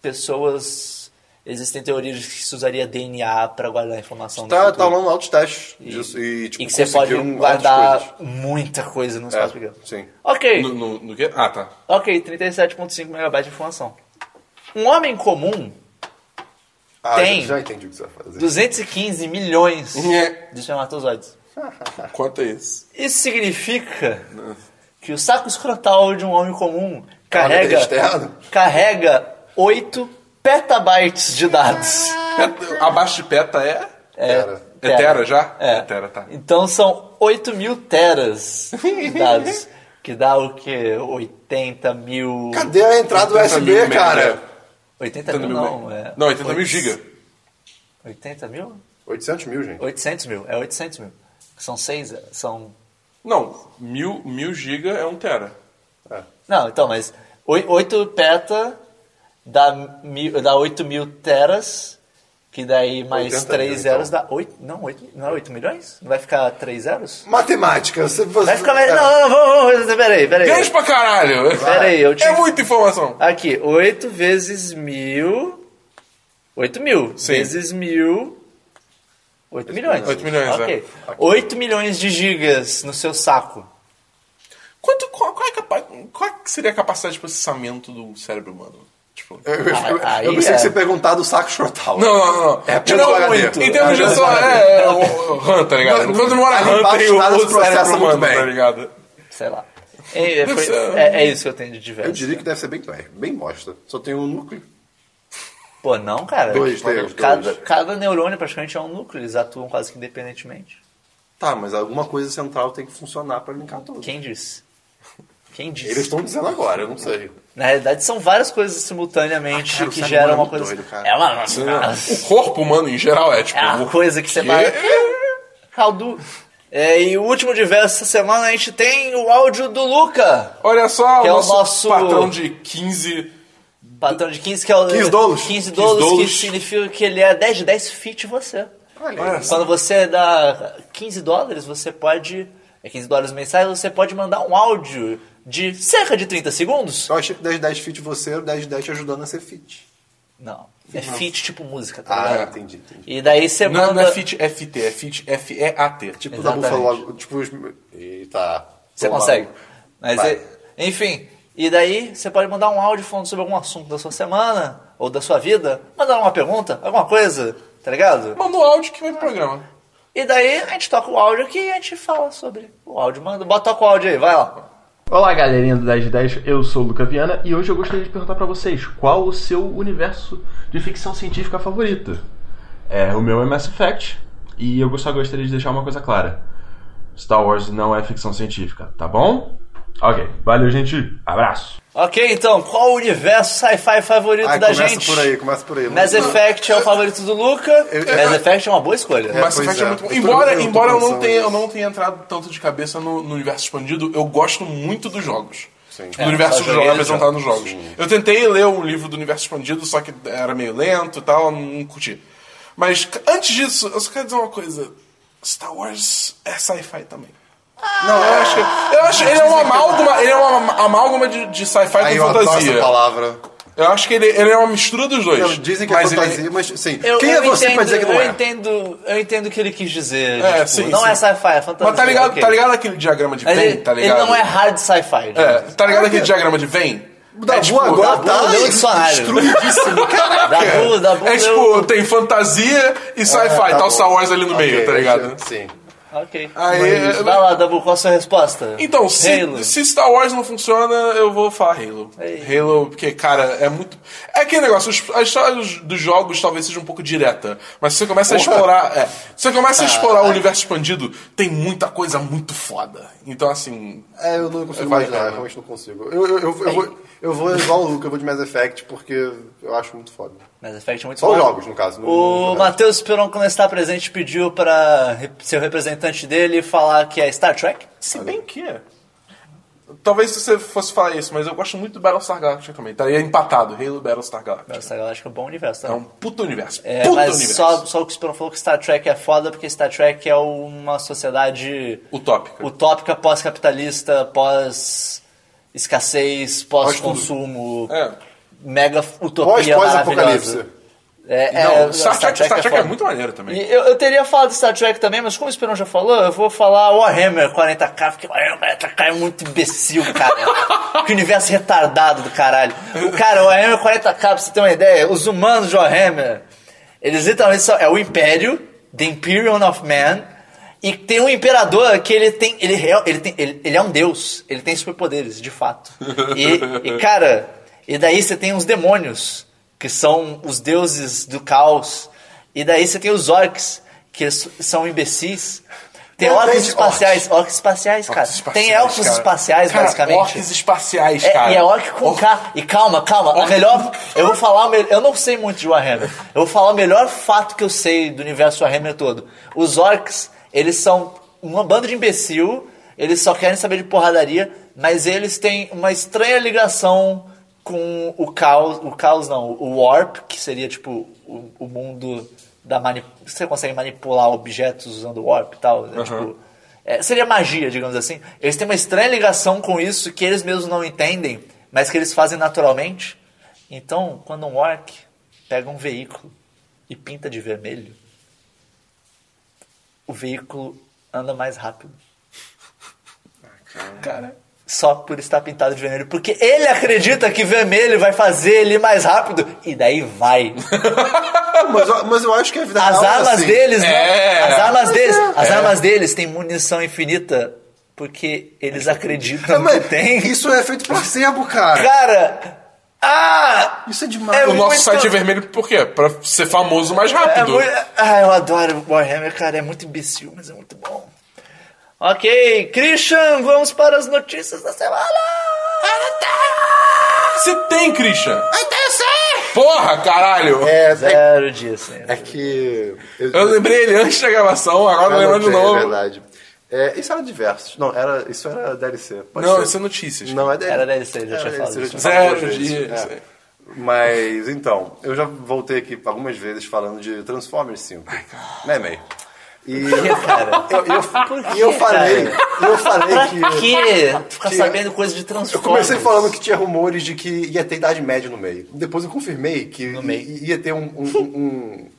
S1: pessoas. Existem teorias de que se usaria DNA para guardar a informação no
S2: Tá,
S1: Um futuro.
S2: tá rolando altos testes disso. E, tipo,
S1: e que você pode
S2: conseguiram altas
S1: guardar
S2: coisas.
S1: muita coisa no
S2: É,
S1: espaço pequeno.
S2: sim.
S1: Ok,
S3: No, no, no quê? Ah, tá.
S1: ok, 37.5 megabytes de informação. Um homem comum,
S2: Ah,
S1: Tem.
S2: já- Já entendi o que você vai fazer.
S1: 215 milhões
S3: É.
S1: de espermatozoides.
S3: Quanto é isso?
S1: Isso significa que que o saco escrotal de um homem comum carrega,
S2: externo?
S1: carrega 8 petabytes de dados.
S3: Peta- abaixo de peta é?
S2: Era.
S3: É tera já?
S1: É.
S3: É tera, tá.
S1: Então são 8 mil teras de dados. que dá o quê? 80 mil.
S2: Cadê a entrada USB, cara?
S1: 80 mil, não. É...
S3: Não, 80 mil
S1: oit-
S3: giga.
S1: 80 mil?
S2: 800 mil, gente.
S1: 800 mil. É 800 mil. São seis. São.
S3: Não, mil, mil giga é um tera.
S1: Não, então, mas 8 peta dá, mil, dá 8 mil teras. Que daí mais
S2: 80 mil,
S1: 3
S2: então.
S1: zeros dá 8. Não, 8, não é 8 milhões? Não vai ficar 3 zeros?
S2: Matemática, você...
S1: Vai ficar mais. Não, não, não, vamos, vamos. Peraí, peraí.
S3: Grande pra caralho!
S1: Peraí, eu te.
S3: É muita informação!
S1: Aqui, 8 vezes mil. 8 mil.
S3: Sim.
S1: Vezes mil. 8 milhões.
S3: Oito milhões, é.
S1: Ok. 8 milhões de gigas no seu saco.
S3: Quanto, qual, qual é a capa- qual é que seria a capacidade de processamento do cérebro humano? Tipo.
S2: Eu, eu-
S1: Aí
S2: eu pensei
S1: é.
S2: que você perguntar do saco chortal.
S3: Não, não, não, não.
S2: É
S3: Tipo,
S2: apenas o
S3: não,
S2: HD.
S3: Em termos de
S2: Apenas
S3: só.
S2: o HD.
S3: É, é, o- o- RAM, tá ligado?
S2: Não,
S3: Quando mora
S2: ali
S3: RAM, tem
S2: embaixo
S3: o,
S2: nada se
S3: o
S2: processa
S3: cérebro
S2: muito
S3: humano,
S2: bem.
S3: tá ligado?
S1: Sei lá. É, é, foi-
S3: ser.
S1: é- é isso que eu tenho de
S2: um Eu
S1: diverso.
S2: diria que deve ser bem, é, bem bosta. Só tem um núcleo.
S1: Pô, não, cara. Tipo,
S2: Dois, dois,
S1: cada,
S2: dois.
S1: cada neurônio praticamente é um núcleo. Eles atuam quase que independentemente.
S2: Tá, mas alguma coisa central tem que funcionar pra linkar tudo.
S1: Quem disse? Quem disse?
S2: Eles estão dizendo agora, eu não sei.
S1: Na realidade, são várias coisas simultaneamente
S2: Ah, cara, o
S1: que
S2: cérebro
S1: geram
S2: é
S1: uma
S2: muito
S1: coisa.
S2: doido, cara.
S1: é uma.
S3: O corpo humano, em geral, é tipo.
S1: É uma coisa que você
S3: quê?
S1: para. Caldu. É, e o último diverso essa semana a gente tem o áudio do Luca.
S3: Olha só,
S1: Que
S3: o
S1: é o
S3: nosso,
S1: nosso-
S3: patrão de 15.
S1: Patrão de 15, que é o.
S2: 15 dólares.
S1: 15 dólares,
S3: 15
S1: que
S3: dólares.
S1: significa que ele é 10 de 10 fit você.
S2: Olha,
S1: Quando você dá 15 dólares, você pode. É 15 dólares mensais, você pode mandar um áudio de cerca de 30 segundos.
S2: eu achei que 10 10 fit você, o 10 10 te ajudando a ser fit.
S1: Não. É fit tipo música, tá
S2: Ah,
S1: ligado?
S2: entendi, entendi.
S1: E daí você
S3: é. Não,
S1: manda.
S3: não é FIT FT, é FIT FEAT. Tipo,
S2: Tipo, o Dabu falou
S1: Exatamente.
S2: logo. Tipo, os. Eita.
S1: Você
S2: Toma.
S1: consegue. Mas,
S2: Vai.
S1: e- enfim, e daí você pode mandar um áudio falando sobre algum assunto da sua semana ou da sua vida, mandar uma pergunta, alguma coisa, tá ligado?
S3: manda o áudio que vai pro programa.
S1: E daí a gente toca o áudio aqui e a gente fala sobre o áudio. Manda, bota toca o áudio aí, vai lá.
S6: Olá, galerinha do 10 de 10, eu sou o Luca Viana e hoje eu gostaria de perguntar pra vocês qual o seu universo de ficção científica favorito. É, o meu é Mass Effect e eu só gostaria de deixar uma coisa clara: Star Wars não é ficção científica, tá bom? Ok, valeu, gente, abraço!
S1: Ok, então, qual o universo sci-fi favorito
S2: Ai,
S1: da
S2: Ah, começa
S1: gente?
S2: por aí, começa por aí. né?
S1: Mass Effect é o favorito do Luca. Mass Effect é uma boa escolha.
S3: Mass
S2: pois
S3: Effect é,
S2: é.
S3: muito bom.
S2: Eu tô
S3: Embora,
S2: pensando, eu tô
S3: embora eu, não
S2: pensando
S3: tenha, eu
S2: nisso.
S3: não tenha entrado tanto de cabeça no, no universo expandido, eu gosto muito dos jogos.
S2: Sim.
S3: Do
S2: É,
S1: só
S3: universo dos
S1: joguei
S3: jogos
S1: eles já.
S3: apresentado nos jogos. Eu tentei ler um livro do universo expandido, só que era meio lento e tal, não curti. Mas c- antes disso, eu só quero dizer uma coisa. Star Wars é sci-fi também.
S1: Ah!
S3: Não, eu acho que. Eu acho, ele é uma amálgama, ele é uma amálgama de, de sci-fi
S2: Aí eu
S3: com
S2: adoro essa
S3: fantasia.
S2: palavra.
S3: Eu acho que ele, ele é uma mistura dos dois.
S2: Não, dizem que
S3: Mas
S2: é
S3: ele-
S2: fantasia, mas sim.
S1: Eu-
S2: Quem
S1: eu
S2: é você pra
S1: entendo-
S2: dizer que não
S1: eu
S2: é?
S1: Entendo, eu entendo o que ele quis dizer.
S3: É,
S1: tipo,
S3: sim,
S1: não
S3: sim.
S1: é sci-fi, é fantasia.
S3: Mas tá ligado,
S1: ok.
S3: tá ligado aquele diagrama de
S1: Mas
S3: Venn,
S1: ele,
S3: tá
S1: ele
S3: ligado?
S1: não é hard sci-fi.
S3: É, tá ligado aquele
S2: Ah,
S3: diagrama de Venn?
S2: O Dabu
S3: é, tipo,
S2: agora
S1: Dabu
S2: tá
S1: leu o dicionário.
S2: destruidíssimo. Caraca.
S1: Dabu, Dabu
S3: É
S1: leu-
S3: tipo, tem fantasia e sci-fi,
S2: tá
S3: tá o
S2: bom.
S3: Star Wars ali no
S2: Ok,
S3: meio, tá ligado?
S2: Sim.
S1: Ok.
S3: Aí,
S1: Mas,
S3: é-
S1: vai lá, Dabu, qual a sua resposta?
S3: Então,
S1: Halo.
S3: se, se Star Wars não funciona, eu vou falar Halo.
S1: Ei.
S3: Halo, porque, cara, é muito. É aquele negócio, os- a história dos, dos jogos talvez seja um pouco direta, mas se você começa a explorar. É, se você começa a explorar o universo expandido, tem muita coisa muito foda. Então, assim.
S2: É, eu não consigo
S3: Eu falei,
S2: imaginar, eu
S3: cara.
S2: realmente não consigo. Eu, eu, eu, eu vou, eu vou igual o Luca, eu vou de Mass Effect porque eu acho muito foda.
S1: Mass Effect é muito
S2: Só
S1: bom.
S2: os jogos, no caso. não-
S1: O
S2: não-
S1: Matheus Esperon, quando está presente, pediu para re- seu representante dele falar que é Star Trek.
S3: Se bem que. é. Talvez se você fosse falar isso, mas eu gosto muito do Battlestar Galactica também. Estaria empatado, Halo Battlestar Galactica.
S1: Nossa, eu acho que é um bom universo, tá?
S3: É um puto universo.
S1: É,
S3: puto
S1: mas
S3: universo.
S1: Só, só o que o Esperon falou que Star Trek é foda, porque Star Trek é uma sociedade
S3: Utópica.
S1: utópica pós-capitalista, pós-escassez, pós-consumo,
S3: É.
S1: mega
S2: Pós-
S1: utopia maravilhosa.
S2: Pós-apocalipse.
S1: É,
S3: Não,
S1: é,
S3: Star, Trek, Star Trek é,
S1: foda.
S3: muito maneiro também.
S1: E eu, eu teria falado de Star Trek também, mas como o Esperão já falou, eu vou falar Warhammer 40k, porque Warhammer 40k é muito imbecil, cara. que universo retardado do caralho. O cara, o Warhammer 40k, pra você ter uma ideia, os humanos de Warhammer, eles literalmente são. É o Império, The Imperium of Man. E tem um imperador que ele tem. Ele, real- ele, tem- ele, ele é um deus. Ele tem superpoderes, de fato. E, e, cara, e daí você tem os demônios, que são os deuses do caos. E daí você tem os orcs, que s- são imbecis. Tem
S2: Não,
S1: orcs
S2: tem
S1: espaciais, orcs, espaciais, cara.
S3: Orcs espaciais,
S1: tem elfos
S3: cara.
S1: espaciais,
S3: Cara,
S1: basicamente.
S3: Orcs espaciais,
S1: É,
S3: cara.
S1: e é orc com K. E calma, calma. A
S3: Orc
S1: melhor. Eu vou falar. o me- Eu não sei muito de Warhammer. Eu vou falar o melhor fato que eu sei do universo Warhammer todo. Os orcs, eles são uma banda de imbecil. Eles só querem saber de porradaria. Mas eles têm uma estranha ligação com o caos. O caos não. O warp, que seria tipo o, o mundo da mani... Você consegue manipular objetos usando warp e tal. né? Tipo. É, seria magia, digamos assim. Eles têm uma estranha ligação com isso que eles mesmos não entendem, mas que eles fazem naturalmente. Então, quando um orc pega um veículo e pinta de vermelho, o veículo anda mais rápido. Cara, só por estar pintado de vermelho. Porque ele acredita que vermelho vai fazer ele ir mais rápido. E daí vai.
S2: Ah, Mas, eu- mas eu acho que a vida
S1: As
S2: real é
S1: armas
S2: assim. É.
S1: deles,
S3: É.
S1: não. As armas deles, as armas deles têm munição infinita porque eles acreditam
S2: É, mas
S1: que tem.
S2: Isso é feito placebo, cara.
S1: Cara, ah,
S2: Isso é demais.
S1: É
S3: O nosso
S1: muito-
S3: site é vermelho por quê? Pra ser famoso mais
S1: é
S3: rápido.
S1: muito, ah, eu adoro Warhammer, cara, é muito imbecil, mas é muito bom. Ok, Christian, vamos para as notícias da semana.
S3: Você tem, Christian? Eu tenho Porra, caralho!
S2: É, é,
S1: Zero dias, sem.
S2: é que. Eu,
S3: Eu lembrei ele antes da gravação, agora eu lembro de
S2: anotei, É
S3: novo.
S2: verdade. É, isso era diversos. Não, era, isso era DLC. Pode
S3: Não,
S2: ser.
S3: isso é notícias.
S2: Não, é DLC.
S1: Era DLC, já tinha
S2: Era
S1: falado
S2: DLC,
S1: isso.
S2: já tinha falado
S3: Zero
S2: duas vezes.
S3: dias,
S2: É.
S3: é.
S2: Mas, então, eu já voltei aqui algumas vezes falando de Transformers 5. Meme. E eu,
S1: Cara,
S2: eu,
S1: Por
S2: eu,
S1: que,
S2: e eu falei,
S1: cara?
S2: e eu falei
S1: pra
S2: que
S1: que ficar
S2: que-
S1: sabendo coisa de
S2: Eu
S1: Transformers?
S2: comecei falando que tinha rumores de que ia ter Idade Média no meio. Depois eu confirmei que i-
S1: meio.
S2: i- ia ter um, um- um-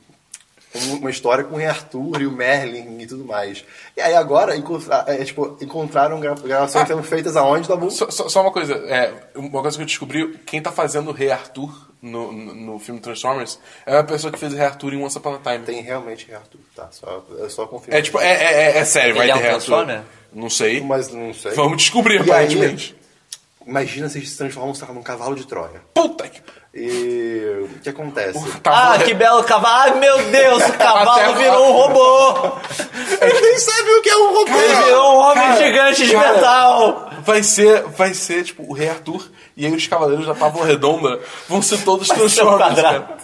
S2: um- uma história com o Rei Arthur e o Merlin e tudo mais. E aí agora encontra- é, tipo, encontraram gra- gravações sendo feitas aonde da música.
S3: Só, só- só uma coisa, é, uma coisa que eu descobri, quem tá fazendo o Rei Arthur no, no, no filme Transformers é uma pessoa que fez o Rei Arthur em Once Upon a Time.
S2: Tem realmente Rei Arthur, tá? Só, eu só confirmo.
S3: É tipo, é, é, é- é sério, vai
S1: Ele é
S3: ter
S1: um
S3: Rei Arthur.
S1: Transformer?
S3: Não sei.
S2: Mas não sei.
S3: Vamos descobrir,
S2: E
S3: aparentemente.
S2: Imagina se eles se transformam sei lá, num cavalo de Troia.
S3: Puta que. Tá,
S2: E o que acontece?
S1: Ah, que belo cavalo. Ai, meu Deus, o cavalo
S3: Até-
S1: virou um robô.
S2: Ele nem sabe o que é um robô!
S1: Ele virou um homem
S3: Cara,
S1: gigante de
S3: cara.
S1: metal.
S3: Vai ser, vai ser, tipo, o Rei Arthur e aí os Cavaleiros da Tábua Redonda vão ser todos
S1: Seu
S3: Transformers.
S1: um quadrado.
S3: cara.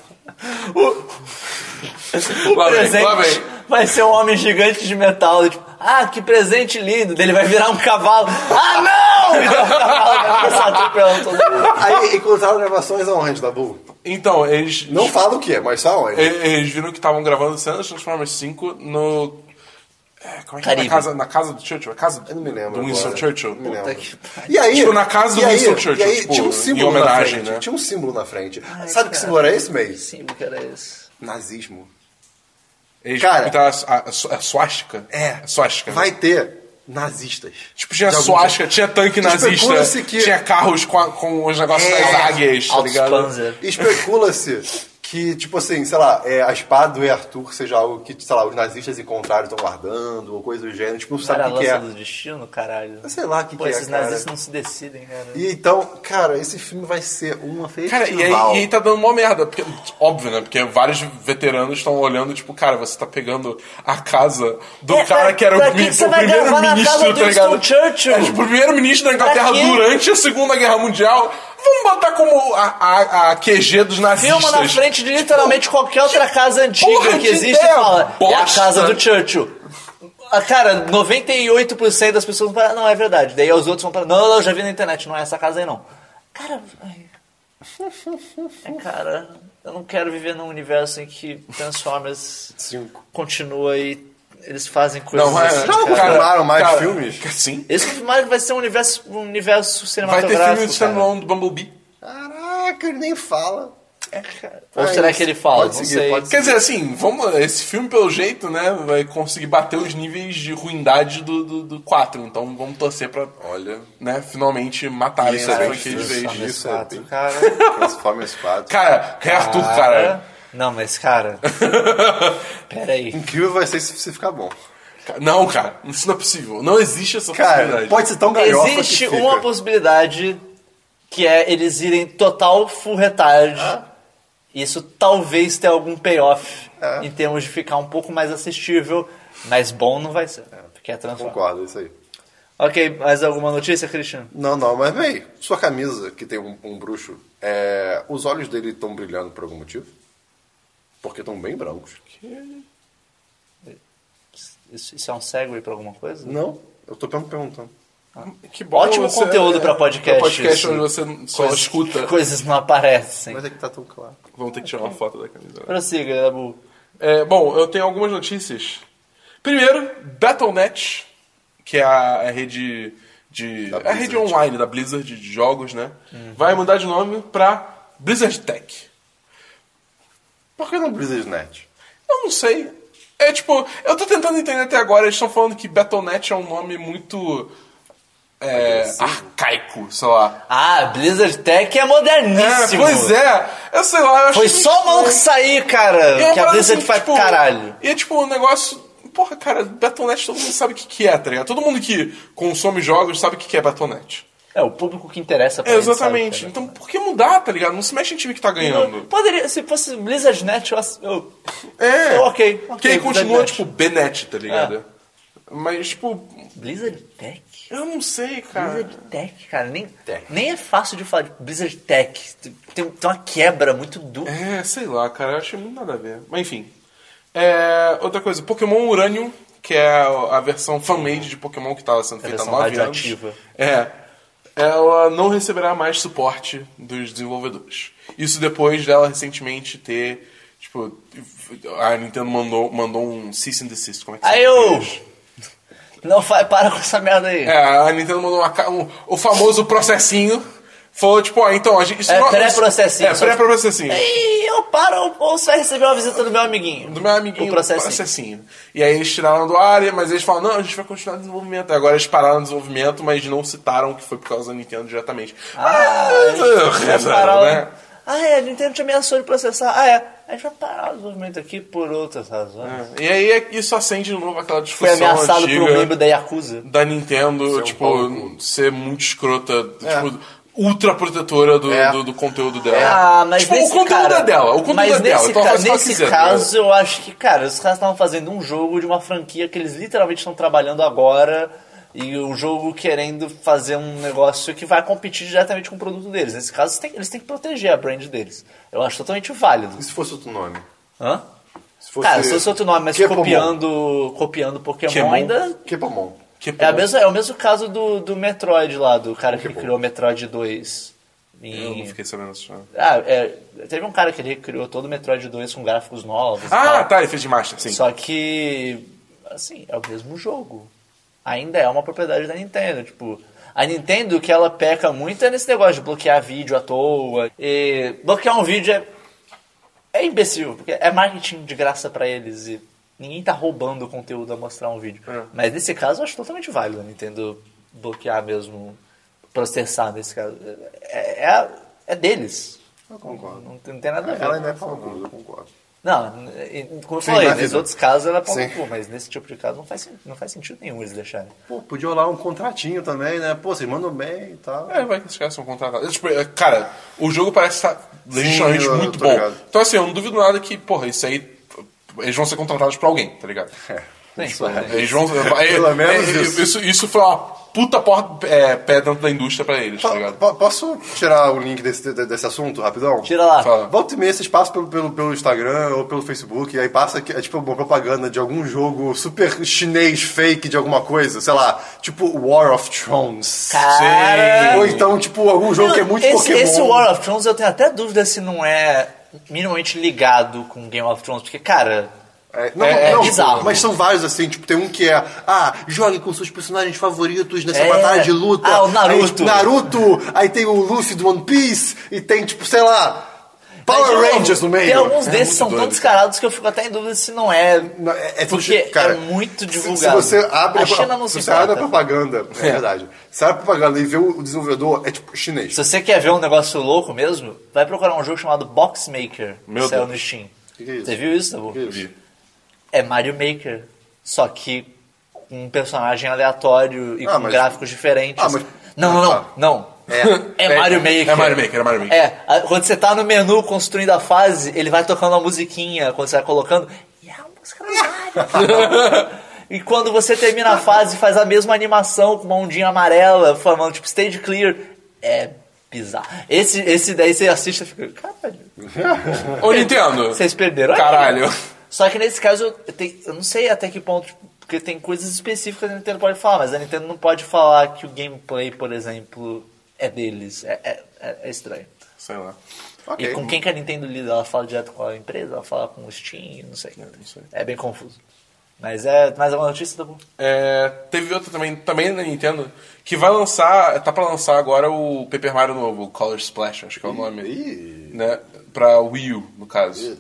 S1: O
S2: é?
S3: Lá vem,
S1: presente
S3: lá vem.
S1: vai ser um homem gigante de metal. Tipo, ah, que presente lindo. Daí Ele vai virar um cavalo. Ah, não! E daí o cavalo vai começar a atropelar todo mundo.
S2: Aí encontraram gravações aonde, Dabu?
S3: Então, eles.
S2: Não fala o que é, mas só aonde.
S3: E- Eles viram que estavam gravando cenas de Transformers 5 no. É, como é que é?
S1: Caribe.
S3: Na casa, na casa do Churchill? A casa
S2: Eu não me lembro.
S3: do Winston
S2: agora.
S3: Churchill.
S2: Não me
S1: Puta
S2: lembro.
S1: que pariu.
S2: E aí,
S3: Tipo, na casa do
S2: e aí-
S3: Winston Churchill,
S2: E aí,
S3: tipo,
S2: tinha um
S3: em
S2: símbolo
S3: homenagem,
S2: na frente.
S3: né?
S2: Tinha um símbolo na frente.
S1: Ah,
S2: Sabe que símbolo era esse, May?
S1: Sim, o que era esse?
S2: Nazismo.
S3: Eles
S2: Cara.
S3: pintaram a, a, a swastika.
S2: É.
S3: Swastika. né?
S2: Vai ter nazistas.
S3: Tipo, tinha
S2: De algum
S3: swastika, tinha tanque
S1: Tipo,
S3: nazista,
S2: especula-se que-
S3: tinha carros com, a- com os negócios
S2: É.
S3: das águias, tá
S1: Altos
S3: ligado?
S1: Panzer.
S2: jeito. Especula-se que, tipo assim, sei lá, é, a espada do Rei Arthur seja algo que, sei lá, os nazistas encontraram e estão guardando, ou coisa do gênero. Tipo, não
S1: Não era a
S2: sabe o que
S1: lança
S2: é.
S1: do destino, caralho?
S2: Eu sei lá o que
S1: Pô,
S2: que é,
S1: esses
S2: cara.
S1: nazistas não se decidem, né? cara.
S2: E então, cara, esse filme vai ser uma festival.
S3: Cara, e aí, e aí tá dando mó merda. Porque, óbvio, né? Porque vários veteranos estão olhando, tipo, cara, você tá pegando a casa do
S1: É,
S3: cara
S1: pra-
S3: que era o,
S1: pra que que você vai gravar na casa
S3: primeiro-ministro,
S1: do
S3: tá ligado?
S1: Winston Churchill?
S3: É, tipo, o primeiro-ministro da
S1: Pra
S3: Inglaterra
S1: quê?
S3: durante a Segunda Guerra Mundial. Vamos botar como a, a, a QG dos nazistas.
S1: Filma na frente de literalmente qualquer outra casa antiga
S3: porra
S1: que
S3: de
S1: existe e
S3: ideia
S1: fala. É a
S3: bosta."
S1: casa do Churchill. Ah, Cara, 98% das pessoas falam, "Ah, não, é verdade. Daí os outros vão falar, não, não, já vi na internet, não é essa casa aí não. Cara, ai. É, cara, eu não quero viver num universo em que Transformers
S2: Cinco.
S1: continua e eles fazem coisas
S3: Não, é,
S1: assim.
S2: não,
S1: cara.
S2: confirmaram mais filmes?
S3: Sim.
S1: Eles confirmaram que vai ser um universo, um universo
S3: Vai ter
S1: cinematográfico.
S3: filme do
S1: cara.
S3: standalone do Bumblebee.
S2: Caraca, ele nem fala.
S1: Ou
S2: Ai,
S1: será
S2: não
S1: que ele
S2: sei.
S1: fala?
S2: Pode
S1: não
S2: seguir,
S1: sei.
S2: pode
S3: Quer dizer, assim, vamos, esse filme, pelo jeito, né, vai conseguir bater os níveis de ruindade do, do, do 4. Então vamos torcer pra,
S2: Olha.
S3: né, finalmente matarem
S2: Isso
S3: essa
S2: é bem
S3: franquia de
S2: difícil.
S3: vez.
S2: Transformers
S1: Transformers 4,
S2: Isso é bem-
S1: cara.
S2: Transformers 4.
S3: Cara, Rei Arthur,
S1: Ah,
S3: cara.
S1: Não, mas é? cara. Peraí.
S2: Incrível vai ser se, se ficar bom.
S3: Ca- Não, cara, isso não é possível. Não
S2: É
S3: existe essa
S2: Cara,
S3: possibilidade.
S2: pode ser tão galhofa
S1: Existe
S2: que fica.
S1: uma possibilidade que é eles irem total full retard. Isso talvez tenha algum payoff
S2: É.
S1: em termos de ficar um pouco mais assistível, mas bom não vai ser, porque é transformado.
S2: Concordo, isso aí.
S1: Ok, mais alguma notícia, Christian?
S2: Não, não, mas bem, sua camisa, que tem um, um bruxo, é, os olhos dele estão brilhando por algum motivo? Porque estão bem brancos.
S1: Isso, isso é um segue pra alguma coisa?
S2: Não, eu tô apenas perguntando.
S3: Que bom
S1: Ótimo
S3: você- é,
S1: conteúdo pra podcast,
S3: Pra podcast
S1: isso.
S3: onde você só
S1: Coisas-
S3: escuta.
S1: Coisas não aparecem.
S2: Mas é que tá tão claro.
S3: Vamos ter que tirar uma foto da camisa.
S1: Prossiga, Dabu.
S3: É, bom, eu tenho algumas notícias. Primeiro, Battle.net, que é a, a rede de
S2: Da
S3: é a rede
S2: Blizzard.
S3: online da Blizzard de jogos, né? Vai mudar de nome pra Blizzard Tech.
S2: Por que não Blizzard Net?
S3: Eu não sei. É tipo, eu tô tentando entender até agora, eles estão falando que Battle.net é um nome muito é, arcaico, sei lá.
S1: Ah, Blizzard Tech é
S3: É,
S1: moderníssimo.
S3: pois é, eu sei lá, eu acho
S1: Foi
S3: que-
S1: só o maluco sair, cara,
S3: E é uma
S1: que a
S3: parada
S1: Blizzard
S3: assim,
S1: faz pro caralho.
S3: E é tipo um negócio. Porra, cara, Battle.net todo mundo sabe o que, que é, tá ligado? Todo mundo que consome jogos sabe o que, que é Battle.net.
S1: É, o público que interessa pra
S3: É,
S1: eles, sabe,
S3: exatamente.
S1: cara?
S3: Então por que mudar, tá ligado? Não se mexe em time que tá ganhando.
S1: Poderia, se fosse Blizzard Net, eu. ass- eu- Ok, É.
S3: É.
S1: ok,
S3: Porque aí continua,
S1: Blizzard.net.
S3: tipo, Bnet, tá ligado? Mas, tipo,
S1: Blizzard Tech?
S3: eu não sei, cara.
S1: Blizzard Tech, cara, nem, nem é fácil de falar de Blizzard Tech. Tem, tem uma quebra muito dura.
S3: É, sei lá, cara, eu achei muito nada a ver. Mas enfim. É, outra coisa, Pokémon Urânio, que é a versão fan-made de Pokémon que estava sendo feita
S1: É
S3: há
S1: versão
S3: nove anos.
S1: radioativa.
S3: É. Ela não receberá mais suporte dos desenvolvedores. Isso depois dela recentemente ter. Tipo, a Nintendo mandou, mandou um cease and desist. Como é que se
S1: Aí
S3: chama
S1: eu-
S3: em português?
S1: Não, vai, para com essa merda aí.
S3: É, a Nintendo mandou uma ca- um- o famoso processinho. Falou, tipo, ó, então a gente. isso
S1: É
S3: não-
S1: pré-processinho,
S3: É,
S1: só-
S3: pré-processinho.
S1: E eu paro ou você vai receber uma visita do meu amiguinho.
S3: do meu amiguinho
S1: O processo.
S3: processinho. E aí eles tiraram do área, mas eles falaram, não, a gente vai continuar o desenvolvimento. Aí Agora eles pararam o desenvolvimento, mas não citaram que foi por causa da Nintendo diretamente. é
S1: Ah, a gente vai parar o-
S3: né?
S1: Ah, é, a Nintendo te ameaçou de processar. Ah, é. A gente vai parar o desenvolvimento aqui por outras razões.
S3: E aí é isso acende de novo aquela
S1: Foi
S3: discussão
S1: ameaçado
S3: antiga
S1: por um membro da Yakuza.
S3: da Nintendo,
S2: pau
S3: tipo,
S2: no
S3: ser muito escrota,
S1: É.
S3: tipo, ultra protetora do,
S2: É.
S3: do, do conteúdo dela.
S1: Ah, mas
S3: tipo,
S1: nesse
S3: o conteúdo
S1: cara-
S3: é dela, o conteúdo
S1: mas
S3: é dela.
S1: nesse
S3: Então
S1: ca-
S3: ela faz o que ela
S1: nesse
S3: quiser,
S1: caso, eu acho que, cara, os caras estavam fazendo um jogo de uma franquia que eles literalmente estão trabalhando agora e o jogo querendo fazer um negócio que vai competir diretamente com o produto deles. Nesse caso, eles têm- eles têm que proteger a brand deles. Eu acho totalmente válido.
S2: E se fosse outro nome?
S1: Hã?
S2: Se fosse...
S1: Cara, Tá, se fosse outro nome, mas
S2: Kepomon.
S1: copiando, copiando Pokémon
S3: Kemon?
S1: ainda
S2: Kepomon.
S3: Que
S1: é, a mesma, é o mesmo caso do, do Metroid lá, do cara que, criou o Metroid 2.
S3: Eu
S1: em-
S3: não fiquei sabendo disso. não.
S1: Ah, é, teve um cara que ele criou todo o Metroid 2 com gráficos novos. e
S3: Ah,
S1: tal.
S3: tá, ele fez de master, sim.
S1: Só que, assim, é o mesmo jogo. Ainda é uma propriedade da Nintendo. Tipo, a Nintendo o que ela peca muito é nesse negócio de bloquear vídeo à toa. E bloquear um vídeo é, é imbecil, porque é marketing de graça pra eles e ninguém tá roubando o conteúdo a mostrar um vídeo.
S3: É.
S1: Mas nesse caso eu acho totalmente válido a Nintendo bloquear mesmo, processar nesse caso. É, é, a- é deles.
S2: Eu concordo.
S1: Não tem, não tem nada a ver.
S2: Ela ainda é famosa, eu concordo.
S1: Não, e- e- como eu
S2: Sim,
S1: falei,
S2: na
S1: nos
S2: vida.
S1: outros casos ela pau no
S2: Sim.
S1: cu, mas nesse tipo de caso não faz, sen- não faz sentido nenhum eles deixarem.
S2: Pô, podia rolar um contratinho também, né? Pô, vocês mandam bem e tal.
S3: É, vai que os caras são contratados. Tipo, é, cara, o jogo parece estar legitimamente
S2: eu- eu
S3: muito
S2: tô
S3: bom.
S2: ligado.
S3: Então, assim, eu não duvido nada que, porra, isso aí. Eles vão ser contratados por alguém, tá ligado?
S1: Sim,
S3: Eles vão.
S2: É. Pelo
S3: é,
S2: menos
S3: é, é,
S2: isso.
S3: isso. Isso foi uma puta porta, é, pé dentro da indústria pra eles, tá ligado?
S2: Po- Posso tirar o link desse, de- desse assunto rapidão?
S1: Tira lá.
S3: Fala.
S2: Volta e meia, vocês passam pelo, pelo, pelo Instagram ou pelo Facebook, e aí passa que- é tipo uma propaganda de algum jogo super chinês fake de alguma coisa, sei lá, tipo War of Thrones.
S1: Cara!
S2: Ou então, tipo, algum jogo que é muito
S1: esse,
S2: Pokémon.
S1: esse War of Thrones eu tenho até dúvida se não é minimamente ligado com Game of Thrones, porque, cara,
S2: É, não,
S1: É- é
S2: não,
S1: bizarro.
S2: Mas são vários assim, tipo, tem um que é, ah, jogue com seus personagens favoritos nessa
S1: É.
S2: batalha de luta.
S1: Ah, o Naruto.
S2: Aí, tipo, Naruto, aí tem o Luffy do One Piece, e tem, tipo, sei lá, Power
S1: mas, de novo,
S2: Rangers no meio.
S1: Tem alguns desses
S3: É
S1: que
S3: muito
S1: são tão
S3: doido.
S1: descarados que eu fico até em dúvida se não é.
S2: Não, é- é tudo
S1: porque
S2: chi- cara,
S1: é muito
S2: se-
S1: divulgado.
S2: Se, você abre
S1: a China não se
S2: se você abre a
S1: importa.
S2: propaganda, é,
S3: É.
S2: verdade. Se abre a propaganda e vê o desenvolvedor, é tipo chinês.
S1: Se você quer ver um negócio louco mesmo, vai procurar um jogo chamado Box Maker
S3: Meu
S1: que saiu
S3: Deus.
S1: no Steam.
S2: Que que é isso?
S1: Você viu isso, Tabu?
S2: Que isso?
S1: É Mario Maker. Só que com um personagem aleatório e
S2: Ah,
S1: com
S2: mas-
S1: gráficos diferentes.
S2: Ah, mas-
S1: Não, não, não,
S2: Ah.
S1: não. É, Mario Maker.
S3: É Mario Maker, é Mario Maker.
S1: É, a- quando você tá no menu construindo a fase, ele vai tocando uma musiquinha quando você vai colocando. E é a música do Mario. E quando você termina a fase, faz a mesma animação com uma ondinha amarela, formando tipo stage clear. É bizarro. Esse, esse daí você assiste e fica, caralho,
S3: Ô, Nintendo.
S1: vocês perderam. aí."
S3: Caralho.
S1: Só que nesse caso, eu, te- eu não sei até que ponto, tipo, porque tem coisas específicas que a Nintendo pode falar, mas a Nintendo não pode falar que o gameplay, por exemplo, é deles. É- é- é- é estranho.
S3: Sei lá.
S2: Ok.
S1: E com quem que a Nintendo lida? Ela fala direto com a empresa? Ela fala com o Steam? Não sei.
S3: não sei.
S1: É bem confuso. Mas é mais uma notícia, tá bom?
S3: É, teve outra também, também na Nintendo, que vai lançar, tá pra lançar agora o Paper Mario novo, o Color Splash, acho que é o nome.
S2: ih.
S3: Né? Pra Wii U, no caso.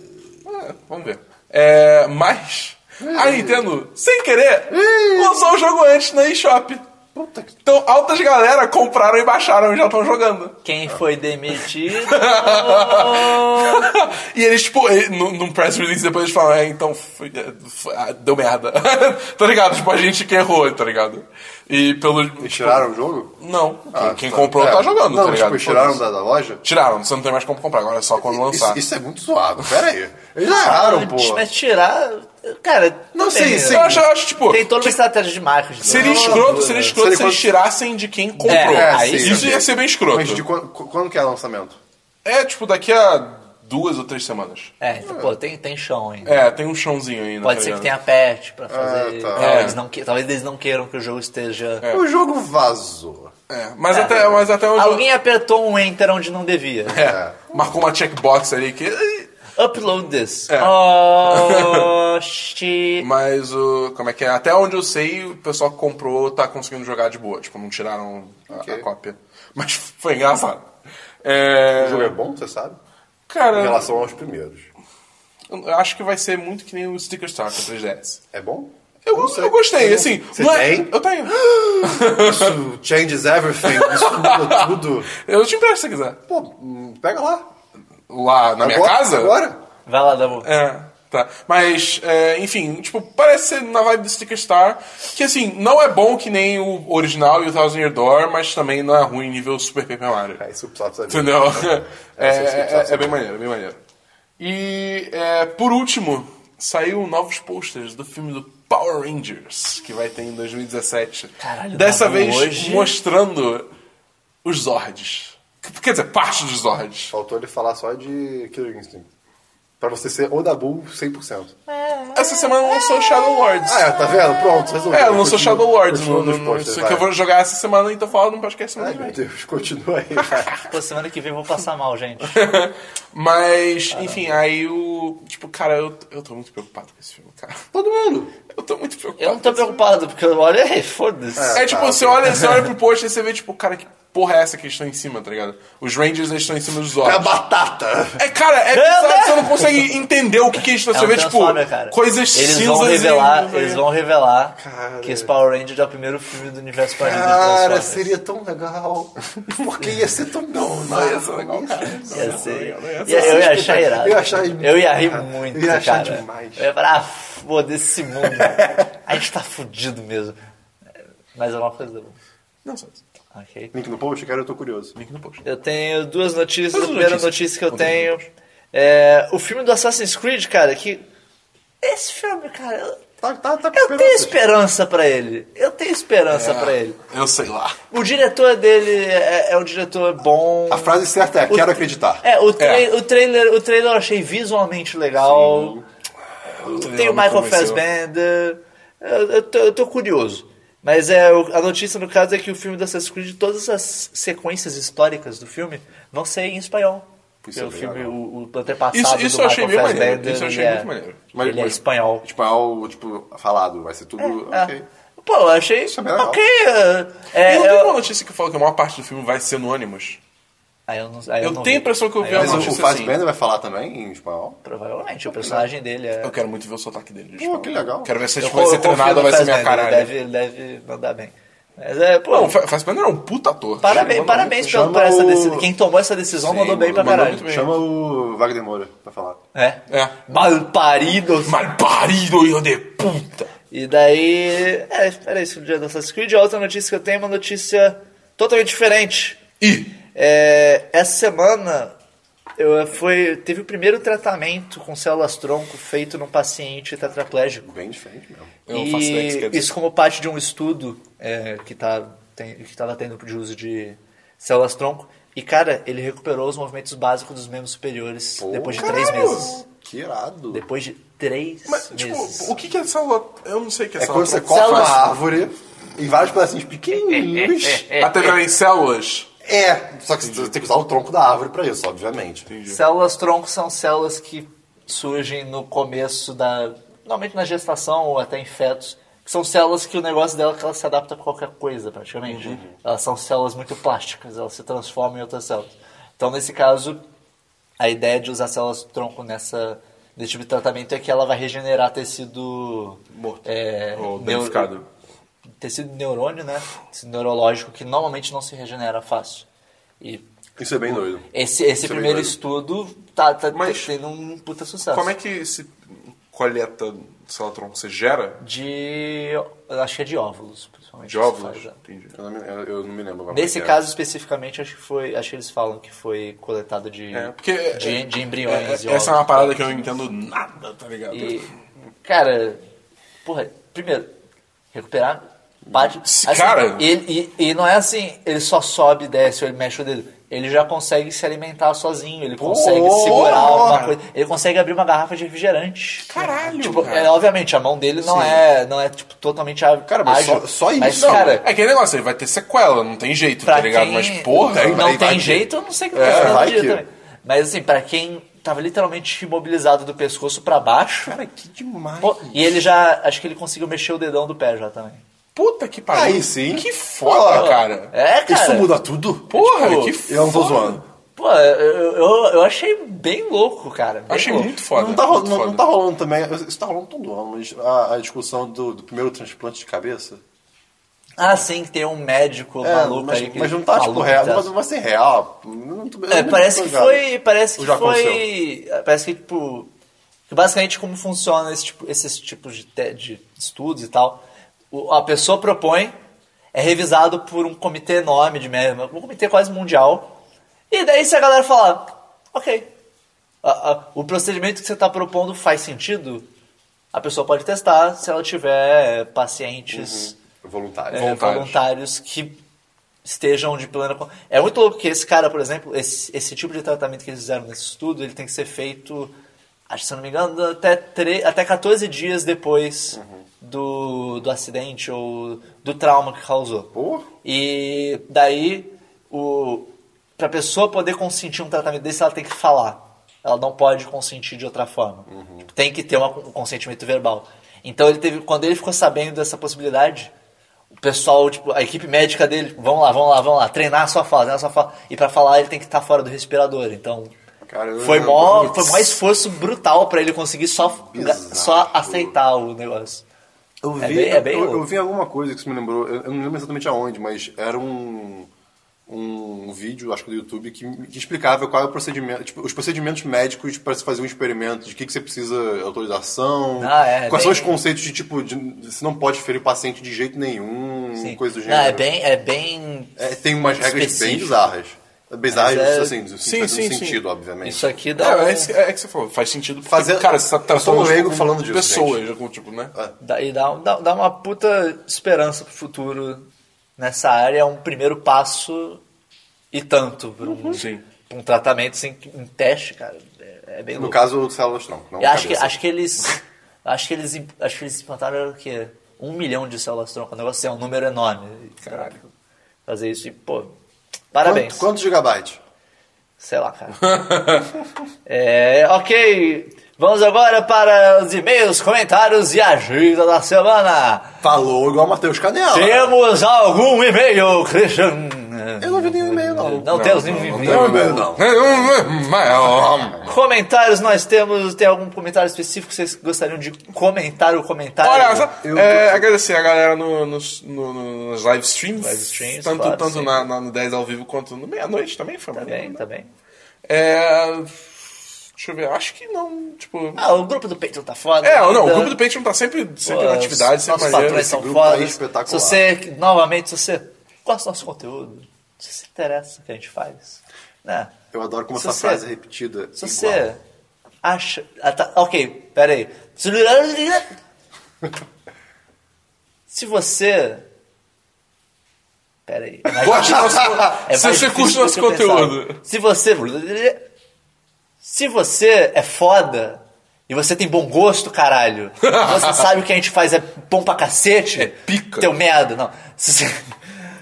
S3: É, vamos ver. É, mas a Nintendo, sem querer, lançou o jogo antes na eShop.
S2: Puta que...
S3: Então altas galera compraram e baixaram e já estão jogando.
S1: Quem foi demitido?
S3: e eles, tipo, ele- num num press release depois eles falam, é, então, foi- é, foi- ah, deu merda. tá ligado? Tipo, a gente que errou, tá ligado? E pelo. tipo,
S2: Eles tiraram o jogo?
S3: Não.
S2: Ah,
S3: quem quem
S2: tá.
S3: comprou
S2: É.
S3: tá jogando,
S2: não,
S3: tá ligado?
S2: Tipo, eles tiraram
S3: Foda-se.
S2: da, da loja?
S3: Tiraram, você não tem mais como comprar, agora é só quando lançar.
S2: Isso, isso é muito suado, pera aí. Eles erraram, pô.
S1: Mas tirar... Cara...
S2: Não
S1: tem,
S2: sei,
S1: né?
S2: sei.
S3: Eu acho, eu acho, tipo.
S1: Tem toda uma estratégia de marketing.
S3: Seria
S1: Não,
S3: escroto, seria escroto se
S2: Seria
S3: eles
S2: quando-
S3: tirassem de quem comprou.
S1: né? É, aí
S2: sim,
S3: Isso
S2: ok.
S3: ia ser bem
S2: Mas de
S3: escroto.
S2: quando, quando que é o lançamento?
S3: É, tipo, daqui a duas ou três semanas.
S1: É, então, pô, tem, tem chão ainda.
S3: É, tem um chãozinho ainda.
S1: Pode
S3: tá
S1: ser que
S3: ligado?
S1: tenha patch pra fazer...
S2: Ah, tá.
S1: Talvez,
S3: É.
S1: eles não que- talvez eles não queiram que o jogo esteja...
S2: O jogo vazou.
S3: É, mas, até, mas até onde. eu-
S1: Alguém apertou um enter onde não devia.
S3: É, marcou uma checkbox ali que.
S1: Upload this.
S3: É.
S1: Oh, shit.
S3: Mas o. Como é que é? Até onde eu sei, o pessoal que comprou tá conseguindo jogar de boa. Tipo, não tiraram a,
S2: Ok.
S3: a cópia. Mas foi engraçado. É,
S2: O jogo é bom, você sabe? Em
S3: Cara,
S2: relação aos primeiros.
S3: eu acho que vai ser muito que nem o Sticker Star pra 3DS.
S2: É bom?
S3: Eu,
S2: Não sei.
S3: eu gostei,
S2: não-
S3: assim.
S2: Você
S3: não é-
S2: tem?
S3: Eu tenho.
S2: Isso changes everything. Isso muda tudo.
S3: Eu te empresto se quiser.
S2: Pô, hum, pega lá.
S3: Lá na minha
S2: Agora-
S3: casa?
S2: Agora?
S1: Vai lá, Dabu.
S3: É, tá. Mas, é, enfim, tipo, parece ser na vibe do Sticker Star, que assim, não é bom que nem o original e o Thousand Year Door, mas também não é ruim nível Super Paper Mario.
S2: É, isso precisava saber.
S3: Entendeu? É,
S2: É, isso
S3: é,
S2: precisava
S3: é bem
S2: saber.
S3: maneiro, é bem maneiro. E, é, por último, saiu novos posters do filme do Power Rangers, que vai ter em 2017.
S1: Caralho,
S3: Dessa
S1: Dabu,
S3: vez
S1: hoje-
S3: mostrando os Zords. Quer dizer, parte dos Zords.
S2: Faltou ele falar só de Killer Instinct. Pra você ser o Dabu 100%.
S3: Essa semana lançou Shadow Lords.
S2: Ah, é, tá vendo? Pronto, resolveu.
S3: É, eu não
S2: Continua-
S3: sou Shadow Lords,
S2: continua
S3: no, no,
S2: nos
S3: no,
S2: posters,
S3: isso
S2: vai.
S3: que eu vou jogar essa semana, então fala no podcast semana
S2: Ai,
S3: que
S2: meu
S3: vem.
S2: Deus, continua aí. vai.
S1: Pô, semana que vem eu vou passar mal, gente.
S3: Mas, enfim, aí o. Tipo, cara, eu, eu tô muito preocupado com esse filme, cara.
S2: Todo mundo.
S3: Eu tô muito preocupado.
S1: Eu não tô preocupado, porque eu olho aí, foda-se.
S3: É,
S2: tá,
S3: tipo, você, olha, você olha pro post e você vê, tipo, cara, que porra é essa que eles estão em cima, tá ligado? Os Rangers eles estão em cima dos
S2: É a
S3: Zords.
S2: batata.
S3: É, cara, é bizarro, você não consegue entender o que, que eles estão.
S1: É
S3: Você
S1: um
S3: vê, tipo,
S1: Transformer, cara.
S3: coisas
S1: eles
S3: cinzas
S1: vão revelar,
S3: e... é.
S1: Eles vão revelar
S2: Cara.
S1: que esse Power Ranger é o primeiro filme do universo Power Ranger
S2: Cara,
S1: Transformers.
S2: seria tão legal. Porque ia ser tão bom. né?
S3: Não, ia ser legal, cara.
S1: Ia ser-
S3: Não, não, não, não,
S1: ia- Eu ia achar
S2: Eu
S1: irado.
S2: ia achar irado.
S1: Eu ia rir muito,
S2: Eu ia achar
S1: cara.
S2: demais.
S1: Eu ia falar, ah, foda esse mundo. a gente tá fudido mesmo. Mais alguma coisa, Dabu?
S3: Não, só isso.
S1: Ok.
S2: Link no post, cara, eu tô curioso.
S3: Link no post.
S1: Eu tenho duas notícias.
S3: Duas
S1: a primeira
S3: notícias.
S1: notícia que eu
S3: Conta aí,
S1: tenho é o filme do Assassin's Creed, cara, que. Esse filme, cara, eu,
S2: Tá, tá, tá com
S1: eu tenho
S2: esperanças. É.
S1: esperança pra ele. Eu tenho esperança pra ele.
S3: Eu sei lá.
S1: O diretor dele é, é um diretor bom.
S2: A frase certa é,
S1: O-
S2: quero acreditar.
S1: É, o, trai-
S3: É.
S1: O, trailer, o trailer eu achei visualmente legal. Tem o Michael Fassbender. Eu, eu tô, eu tô curioso. Mas é, o- a notícia, no caso, é que o filme da Assassin's Creed, todas as sequências históricas do filme vão ser em espanhol. Porque
S2: Isso é
S1: o filme,
S2: legal.
S1: o, o antepassado
S3: Isso- isso
S1: do
S3: eu achei
S1: Michael
S3: bem maneiro.
S1: Fassbender,
S3: Isso eu achei
S1: ele
S3: muito
S1: é-
S3: maneiro.
S2: Mas-
S1: ele é
S2: mas-
S1: espanhol.
S2: Tipo, é o, tipo, falado, vai ser tudo.
S1: É.
S2: ok.
S1: Pô, eu achei...
S2: Isso é bem legal.
S1: ok. é-
S3: É,
S1: é-
S3: eu não
S1: é-
S3: tenho uma notícia que fala que a maior parte do filme vai ser no ânimos.
S1: Aí ah, eu não- aí
S3: Eu
S1: não
S3: tenho a
S1: vi.
S3: impressão que eu
S1: Aí
S3: vi
S2: Mas
S3: uma
S2: o
S3: notícia assim.
S2: Fassbender vai falar também em espanhol?
S1: Provavelmente, o personagem dele é...
S3: Eu quero muito ver o sotaque dele.
S2: Pô, que legal.
S3: Quero ver se
S1: Eu
S3: tipo,
S1: co-
S3: vai ser
S1: eu confio
S3: treinado
S1: no
S3: ou vai ser minha
S1: Fassbender,
S3: caralho.
S1: Ele deve, ele deve mandar bem. Mas é, pô...
S3: Não, o Fa- Fassbender é um puta ator.
S1: Parabéns,
S3: Chama-
S1: parabéns pelo-
S2: chama
S1: por essa
S2: o-
S1: decisão. Quem tomou essa decisão mandou bem pra
S3: mandou
S1: caralho.
S3: muito bem.
S2: Chama o Wagner Moura pra falar.
S1: É.
S3: É.
S1: Mal paridos.
S3: Malparido, hijo de puta.
S1: E daí. É, era isso do dia do Assassin's Creed. A outra notícia que eu tenho é uma notícia totalmente diferente.
S3: E
S1: É, essa semana eu foi, teve o primeiro tratamento com células tronco feito num paciente tetraplégico.
S2: Bem diferente mesmo.
S3: eu não
S1: E
S3: faço ideia do que quer dizer.
S1: isso como parte de um estudo é, que tá, estava tendo de uso de células tronco. E, cara, ele recuperou os movimentos básicos dos membros superiores
S2: Pô,
S1: depois de três
S2: caralho!
S1: meses.
S2: Que irado.
S1: Depois de três
S3: Mas, tipo,
S1: meses.
S3: o que que é célula... Eu não sei o que é,
S2: É
S3: célula.
S2: quando você corta uma
S1: Células-
S2: árvore em vários pedacinhos pequenininhos.
S3: Até virarem células.
S2: É, só que você tem que usar o tronco da árvore pra isso, obviamente.
S1: Células tronco são células que surgem no começo da. Normalmente na gestação ou até em fetos. Que são células que o negócio dela é que ela se adapta a qualquer coisa, praticamente. Elas são células muito plásticas, elas se transformam em outras células. Então, nesse caso, a ideia de usar células tronco nessa, nesse tipo de tratamento é que ela vai regenerar tecido.
S3: Morto.
S1: É,
S3: Ou
S1: neuro-
S3: danificado.
S1: Tecido neurônio, né? Tecido neurológico que normalmente não se regenera fácil. E
S2: Isso é bem doido.
S1: esse, esse
S2: Isso é
S1: primeiro
S2: bem doido.
S1: estudo tá, tá
S3: Mas-
S1: tendo um puta sucesso.
S3: Como é que se coleta célula tronco? Você gera
S1: De. eu Acho que é de óvulos, principalmente.
S3: de
S1: que se
S3: óvulos?
S1: faz, né?
S3: Entendi.
S2: Eu não me, eu- eu não me lembro. agora
S1: Nesse
S2: como é que é.
S1: caso especificamente, acho que foi. Acho que eles falam que foi coletado de,
S3: É, porque-
S1: de, de
S3: É,
S1: embriões. e
S3: é, essa é
S1: óvulos
S3: uma parada
S1: e
S3: que
S1: tal.
S3: eu não entendo nada, tá ligado?
S1: E, cara, porra, primeiro, recuperar parte.
S3: Esse
S1: assim,
S3: cara-
S1: ele- e, e não é assim, ele só sobe, e desce, ou ele mexe o dedo. Ele já consegue se alimentar sozinho, ele consegue segurar alguma coisa. Ele consegue abrir uma garrafa de refrigerante.
S3: Caralho,
S1: Tipo,
S3: cara.
S1: é, obviamente, a mão dele não é, não é tipo, totalmente á- ágil.
S2: Cara, mas só- só isso,
S1: Mas,
S2: não.
S1: cara,
S3: É aquele negócio, ele vai ter sequela, não tem jeito,
S1: pra
S3: tá ligado?
S1: quem
S3: Mas porra,
S2: Tem,
S1: não
S2: vai-
S1: tem
S2: vai que-
S1: jeito, eu não sei o que
S2: É,
S1: tá
S2: vai
S1: fazendo
S2: que-
S1: jeito também. Mas assim, pra quem tava literalmente imobilizado do pescoço pra baixo,
S3: cara, que demais.
S1: Pô, e ele já. Acho que ele conseguiu mexer o dedão do pé já também.
S3: Puta que pariu.
S2: Aí sim.
S3: Que foda,
S2: Pô.
S3: cara.
S1: É, cara.
S2: Isso muda tudo?
S3: Porra,
S2: Tipo,
S3: que
S2: Eu não tô
S3: foda.
S2: zoando.
S1: Pô, eu, eu, eu achei bem louco, cara. bem
S3: Achei
S1: louco.
S3: muito foda.
S2: Não tá, ro-
S3: muito
S2: não,
S3: foda.
S2: não tá rolando também. Isso tá rolando todo ano, mas a, a discussão do, do primeiro transplante de cabeça.
S1: Ah, sim, que tem um médico
S2: É,
S1: maluco
S2: mas,
S1: aí. que-
S2: mas não tá, tipo,
S1: maluco,
S2: real.
S1: tá?
S2: Não, mas não vai ser real. Não tô- eu
S1: É,
S2: não
S1: parece
S2: tô
S1: que
S2: ligado.
S1: foi. Parece que
S2: Já
S1: foi. Parece que, tipo. que basicamente, como funciona esse tipo- esses tipos de, te- de estudos e tal. O- a pessoa propõe, é revisado por um comitê enorme de merda, um comitê quase mundial. E daí, se a galera falar, ok, a- a- o procedimento que você está propondo faz sentido, a pessoa pode testar se ela tiver pacientes
S2: Voluntário.
S1: é,
S3: Voluntários.
S1: voluntários. que estejam de plena. con- É muito louco que esse cara, por exemplo, esse, esse tipo de tratamento que eles fizeram nesse estudo, ele tem que ser feito, acho que se eu não me engano, até, tre- até 14 dias depois do, do acidente ou do trauma que causou.
S2: Pô.
S1: E daí, o, pra pessoa poder consentir um tratamento desse, ela tem que falar. Ela não pode consentir de outra forma.
S2: Uhum.
S1: Tipo, Tem que ter uma- um consentimento verbal. Então, ele teve, quando ele ficou sabendo dessa possibilidade, o pessoal, tipo, a equipe médica dele, vamos lá, vamos lá, vamos lá, treinar a sua fala, treinar a sua fala. E pra falar, ele tem que estar fora do respirador. Então,
S2: Caramba.
S1: foi mó, foi mó esforço brutal pra ele conseguir só,
S2: Bizarro.
S1: só aceitar o negócio.
S2: Eu vi,
S1: É bem- é bem
S2: eu, eu
S1: louco.
S2: vi alguma coisa que isso me lembrou, eu, eu não lembro exatamente aonde, mas era um, um vídeo, acho que do YouTube, que, que explicava qual é o procedimento, tipo, os procedimentos médicos para se fazer um experimento, de que, que você precisa autorização,
S1: Ah, é,
S2: quais são
S1: bem-
S2: os conceitos de tipo, de, você não pode ferir o paciente de jeito nenhum,
S1: Sim.
S2: coisa do gênero.
S1: Não, é bem, é bem
S2: É, tem umas regras bem
S1: específico.
S2: bizarras. Bizarras,
S1: Mas é-
S2: assim, no
S3: Sim,
S2: sentido-
S3: sim,
S2: no
S3: sim.
S2: sentido, obviamente.
S1: Isso aqui dá. um-
S3: É, é, isso- é que você falou, faz sentido. Porque,
S2: Fazer-
S3: cara, você tá
S2: Eu
S3: transformando
S2: sou leigo
S3: com
S2: falando disso,
S3: pessoas, com, tipo, né?
S1: Dá, e dá, um- dá, dá uma puta esperança pro futuro nessa área. É um primeiro passo e tanto pra
S2: Uhum.
S1: um,
S3: Sim.
S1: pra um tratamento sem em teste, cara. É, é bem
S2: No
S1: louco.
S2: caso, assim. o células tronco, não
S1: Eu acho que,
S2: cabeça.
S1: acho que eles. Acho que eles, im- acho que eles implantaram o quê? Um milhão de células tronco. O negócio assim, é um número enorme.
S3: Caralho.
S1: Fazer isso e, pô.
S2: Quanto-
S1: Parabéns.
S2: Quantos gigabytes?
S1: Sei lá, cara. é, ok. Vamos agora para os e-mails, comentários e agenda da semana.
S2: Falou igual o Matheus Canela.
S1: Temos algum e-mail, Christian?
S2: Eu não vi nenhum e-mail, não.
S1: Não, temos nenhum e-mail.
S2: Não, não, não.
S1: Comentários nós temos. Tem algum comentário específico que vocês gostariam de comentar o comentário?
S3: Olha, só,
S2: eu-
S3: é, agradecer a galera no, nos, no- no- nos live streams.
S1: Live streams,
S3: tanto
S1: claro,
S3: tanto
S1: sim.
S3: na, na- no 10 ao vivo quanto no meia-noite também foi
S1: Tá
S3: maneiro,
S1: bem,
S3: né?
S1: tá bem.
S3: É, né? Deixa eu ver, acho que não, tipo...
S1: Ah, o grupo do Patreon tá foda.
S3: É, não, o
S1: Então,
S3: grupo do Patreon tá sempre, sempre
S1: pô,
S3: na atividade, sempre
S1: Nossos
S3: maneiro. assim.
S1: patrões
S2: Esse
S1: são
S2: grupo tá
S1: fodas.
S2: espetacular.
S1: Se você, novamente, se você gosta do nosso conteúdo, se você se interessa no que a gente faz, né?
S2: Eu adoro como
S1: Se
S2: essa
S1: você-
S2: frase é repetida.
S1: Se
S2: igual.
S1: você acha... Ah, tá, ok, pera aí. Se- Se você... Pera aí. é mais-
S3: Gosta do nosso-
S1: é
S3: se
S1: mais
S3: você
S1: difícil
S3: curte
S1: do
S3: nosso
S1: que eu pensava.
S3: conteúdo.
S1: Se você... Se você é foda e você tem bom gosto, caralho, você sabe o que a gente faz é bom pra cacete. É
S3: pica.
S1: Teu merda, não. Se você,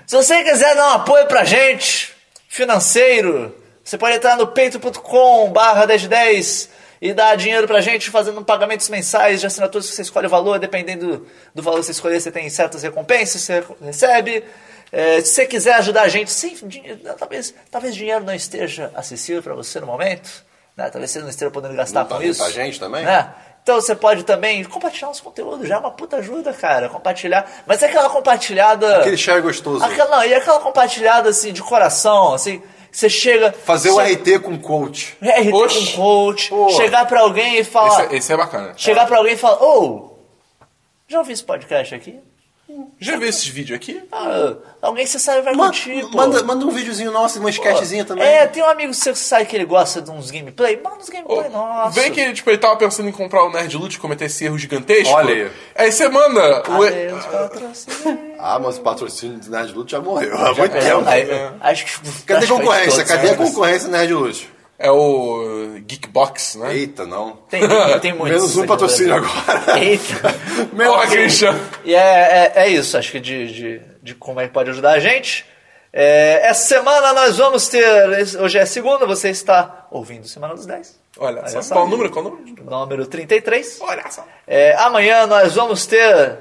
S1: se você quiser dar um apoio pra gente, financeiro, você pode entrar no peito.com barra 1010 e dar dinheiro pra gente fazendo pagamentos mensais de assinaturas que você escolhe o valor, dependendo do valor que você escolher, você tem certas recompensas, que você recebe. É, se você quiser ajudar a gente, sim, dinhe- talvez, talvez dinheiro não esteja acessível pra você no momento, né? talvez você não esteja podendo gastar
S2: Não tá
S1: com
S2: junto
S1: isso.
S2: a gente também?
S1: né? Então você pode também compartilhar nosso conteúdo, já é uma puta ajuda, cara. Compartilhar. Mas é aquela compartilhada.
S2: Aquele share gostoso.
S1: Aquela, não, e aquela compartilhada assim, de coração, assim, que você chega.
S2: Fazer o
S1: você,
S2: RT com coach.
S1: RT com
S3: Oxi.
S1: coach,
S2: Pô.
S1: chegar pra alguém e falar.
S3: Esse, esse é bacana.
S1: Chegar pra alguém e falar, ô, já ouvi esse podcast aqui?
S3: Já viu esses vídeos aqui?
S1: Ah, alguém que você sabe vai
S2: Manda,
S1: curtir, pô.
S2: manda, manda um videozinho nosso, uma sketchzinha também.
S1: É, tem um amigo seu que você sabe que ele gosta de uns gameplay, manda uns
S3: Pô,
S1: gameplay, nossa.
S3: Vem que tipo, ele tava pensando em comprar o Nerd Loot, cometer esse erro gigantesco.
S2: Olha aí.
S3: Aí você manda. o-
S1: Adeus, patrocínio.
S2: Ah, mas o patrocínio do Nerd Lute já é. morreu há muito tempo.
S1: Aí, Acho que.
S2: um Cadê a
S1: acho que
S2: concorrência?
S1: todos,
S2: Cadê
S1: né?
S2: a concorrência do Nerd Lute?
S3: É o Geekbox, né?
S2: Eita, não.
S1: Tem, tem muitos.
S2: Menos um patrocínio agora.
S1: Eita.
S2: Menos
S3: Porra,
S2: um.
S3: Christian!
S1: E é, é, é isso, acho que de, de, de como é que pode ajudar a gente. É, essa semana nós vamos ter. Hoje é segunda, você está ouvindo Semana dos 10.
S3: Olha, só,
S1: só.
S3: qual o número? Qual o número?
S1: Número 33.
S3: Olha só.
S1: É, amanhã nós vamos ter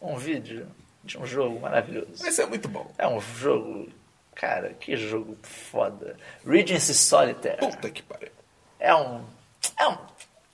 S1: um vídeo de um jogo maravilhoso.
S3: Esse é muito bom.
S1: É um jogo. Cara, que jogo foda. Regency Solitaire.
S3: Puta que pariu.
S1: É um. É um.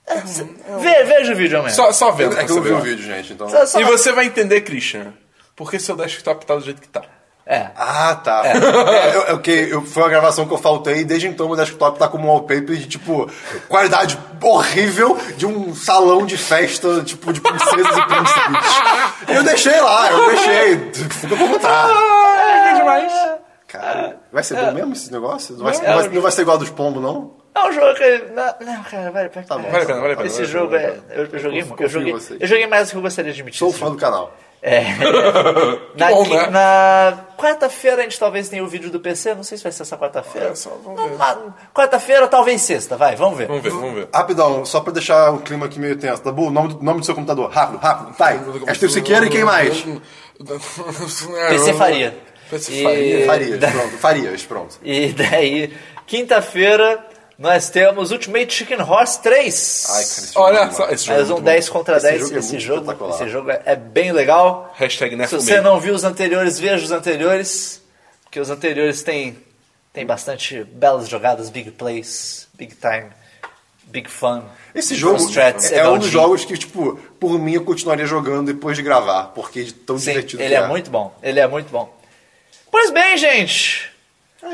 S1: é- Ve- veja o vídeo amanhã.
S3: Só, só vendo.
S2: É
S3: pra
S2: que eu não vi
S3: saber.
S2: o vídeo, gente, então.
S1: Só- só-
S3: E você vai entender, Christian, porque seu desktop tá do jeito que tá.
S1: É.
S2: Ah, tá. É, eu- ok, eu- foi uma gravação que eu faltei e desde então meu desktop tá como um wallpaper de, tipo, qualidade horrível de um salão de festa, tipo, de princesas e príncipes. E eu deixei lá, eu deixei. Fica como tá.
S3: Ah, é demais.
S2: Cara, vai ser bom mesmo esse negócio? Não vai, ser-
S1: É.
S2: vai- não vai ser igual a dos pombos, não?
S1: É um jogo que. Não, não, cara, Tá vale a pena.
S2: bom.
S3: Vale a pena, vale a pena.
S1: Esse
S3: vale a
S1: jogo
S3: pena.
S1: é. Eu, eu joguei muito. Eu
S2: confio em
S1: joguei,
S2: vocês.
S1: eu joguei mais do que eu gostaria de admitir. É.
S2: Sou
S1: esse
S2: fã
S1: jogo.
S2: do canal.
S1: Na,
S3: bom,
S1: qui-
S3: né?
S1: na quarta-feira a gente talvez tenha o vídeo do PC. Não sei se vai ser essa quarta-feira.
S3: É, só vamos
S1: Não,
S3: ver.
S1: na- Quarta-feira, talvez sexta, vai, vamos ver.
S3: Vamos ver, vamos ver.
S2: Rapidão, só pra deixar o clima aqui meio tenso. Dabu, o nome, do- nome do seu computador. Rápido, rápido. Tá aí. Castilho Siqueira e quem mais?
S1: PC Faria.
S3: PC
S1: E-
S3: Faria.
S2: Farias, pronto. Farias, pronto.
S1: E daí, quinta-feira, nós temos Ultimate Chicken Horse 3.
S2: Ai, cara, esse jogo é
S3: Olha
S2: muito
S3: só,
S2: bom.
S3: esse jogo. é
S1: Mas um
S3: muito
S1: 10 contra
S2: Esse
S1: 10,
S2: jogo é
S1: esse
S2: muito
S1: jogo,
S2: espetacular.
S1: esse jogo é- é bem legal.
S2: é
S3: Hashtag
S1: Se
S3: Nerf
S1: você
S3: Meio.
S1: não viu os anteriores, veja os anteriores, porque os anteriores têm, têm bastante belas jogadas, big plays, big time, big fun.
S2: Esse jogo
S1: strats,
S2: é, é um dos
S1: LG.
S2: jogos que, tipo, por mim eu continuaria jogando depois de gravar, porque é de tão
S1: Sim,
S2: divertido
S1: ele
S2: que
S1: é muito bom, ele é muito bom. Pois bem, gente,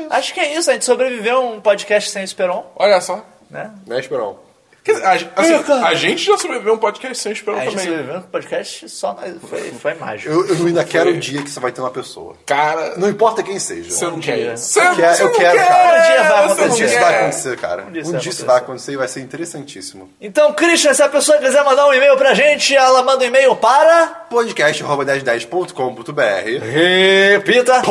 S1: acho que é isso, a gente sobreviveu a um podcast sem o Esperon,
S3: Olha só.
S1: né?
S2: Né, Esperão?
S3: Quer dizer, a, assim, a gente já sobreviveu a um podcast sem esperar
S1: A gente
S3: também.
S1: sobreviveu a um podcast só, nós- foi, foi mágico.
S2: Eu, eu ainda quero um dia que você vai ter uma pessoa.
S3: Cara,
S2: Não importa quem seja.
S3: você não quer
S1: dia.
S3: isso. Você-
S2: Eu quero-
S3: você
S2: eu
S3: não
S2: quero,
S3: quer,
S2: cara.
S1: Um dia vai
S3: você não
S2: um
S1: acontecer.
S2: dia isso
S3: quer.
S2: vai acontecer, cara.
S1: isso vai
S2: Um dia, isso
S1: acontecer.
S2: vai acontecer e vai ser interessantíssimo.
S1: Então, Christian, se a pessoa quiser mandar um e-mail pra gente, ela manda um e-mail para...
S2: podcast.1010.com.br
S1: Repita!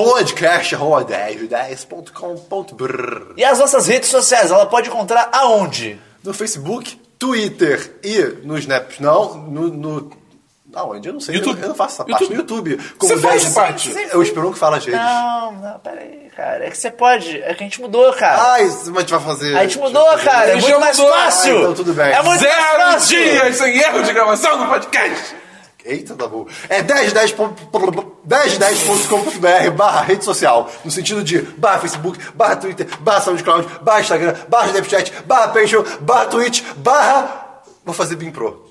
S2: podcast.1010.com.br
S1: E as nossas redes sociais, ela pode encontrar aonde?
S2: No Facebook, Twitter e no Snap. Não, no. no aonde? Eu não sei.
S3: YouTube.
S2: Eu, eu não faço essa parte.
S3: YouTube.
S2: No YouTube.
S3: Você faz essa parte?
S2: Eu espero que fala as redes.
S1: Não, não, peraí, cara. É que você pode. É que a gente mudou, cara.
S2: Ah, isso, mas a gente vai fazer.
S1: a gente mudou, cara. É
S3: já
S1: muito mais
S3: mudou.
S1: fácil.
S2: Ah, então tudo bem.
S1: É muito mais
S3: Zero
S1: fácil.
S3: dias sem erro de gravação do podcast.
S2: Eita, tá bom. É 1010.com.br barra rede social. No sentido de barra Facebook, barra Twitter, barra SoundCloud, barra Instagram, barra Snapchat, barra Patreon, barra Twitch, barra. Vou fazer Bim Pro.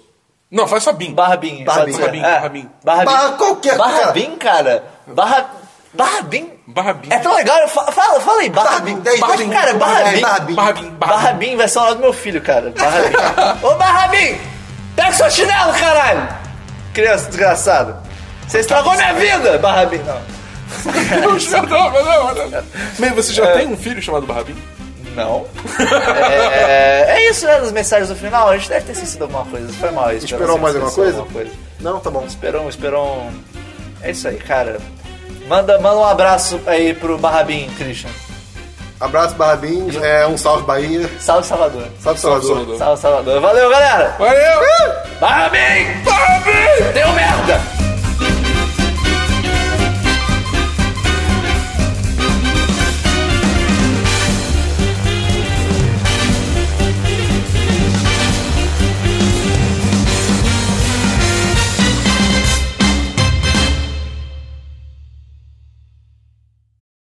S3: Não, faz só BIM.
S1: Barra Bin.
S2: Barra
S1: pode
S2: Bin,
S1: ser.
S3: barra Bin,
S1: É.
S3: barra Bin.
S1: Barra Bin.
S2: Barra qualquer
S1: Barra
S2: cara.
S1: Bin, cara. Barra. Barrabim?
S3: Barrabim.
S1: É tão legal, eu fa- fala, fala aí, Barrabim.
S2: Barrabim, dez,
S1: Barrabim,
S2: barrabim,
S1: cara, Barrabim. Barrabim,
S2: dez, barrabim.
S3: Barrabim. Barrabim.
S1: Barrabim vai ser o nome do meu filho, cara. Barrabim. Ô, Barrabim! Pega seu chinelo, caralho! Criança desgraçada. Você estragou minha vida, Barrabim. Não,
S3: Não, não, não, não, não. Meio, você já tem um filho chamado Barrabim?
S1: Não. É, é isso, né? As mensagens do final. A gente deve ter esquecido alguma coisa. Foi mal. Esperou,
S2: Esperou mais alguma coisa? Não, tá bom.
S1: Esperou, esperou. É isso aí, cara. Manda, manda um abraço aí pro Barrabim, Christian.
S2: Abraço, Barrabim. É, um salve, Bahia.
S1: Salve, Salvador.
S2: Salve, Salvador.
S3: Salvador.
S1: Salve, Salvador. Valeu, galera!
S3: Valeu!
S1: Barrabim! Barrabim! Deu merda!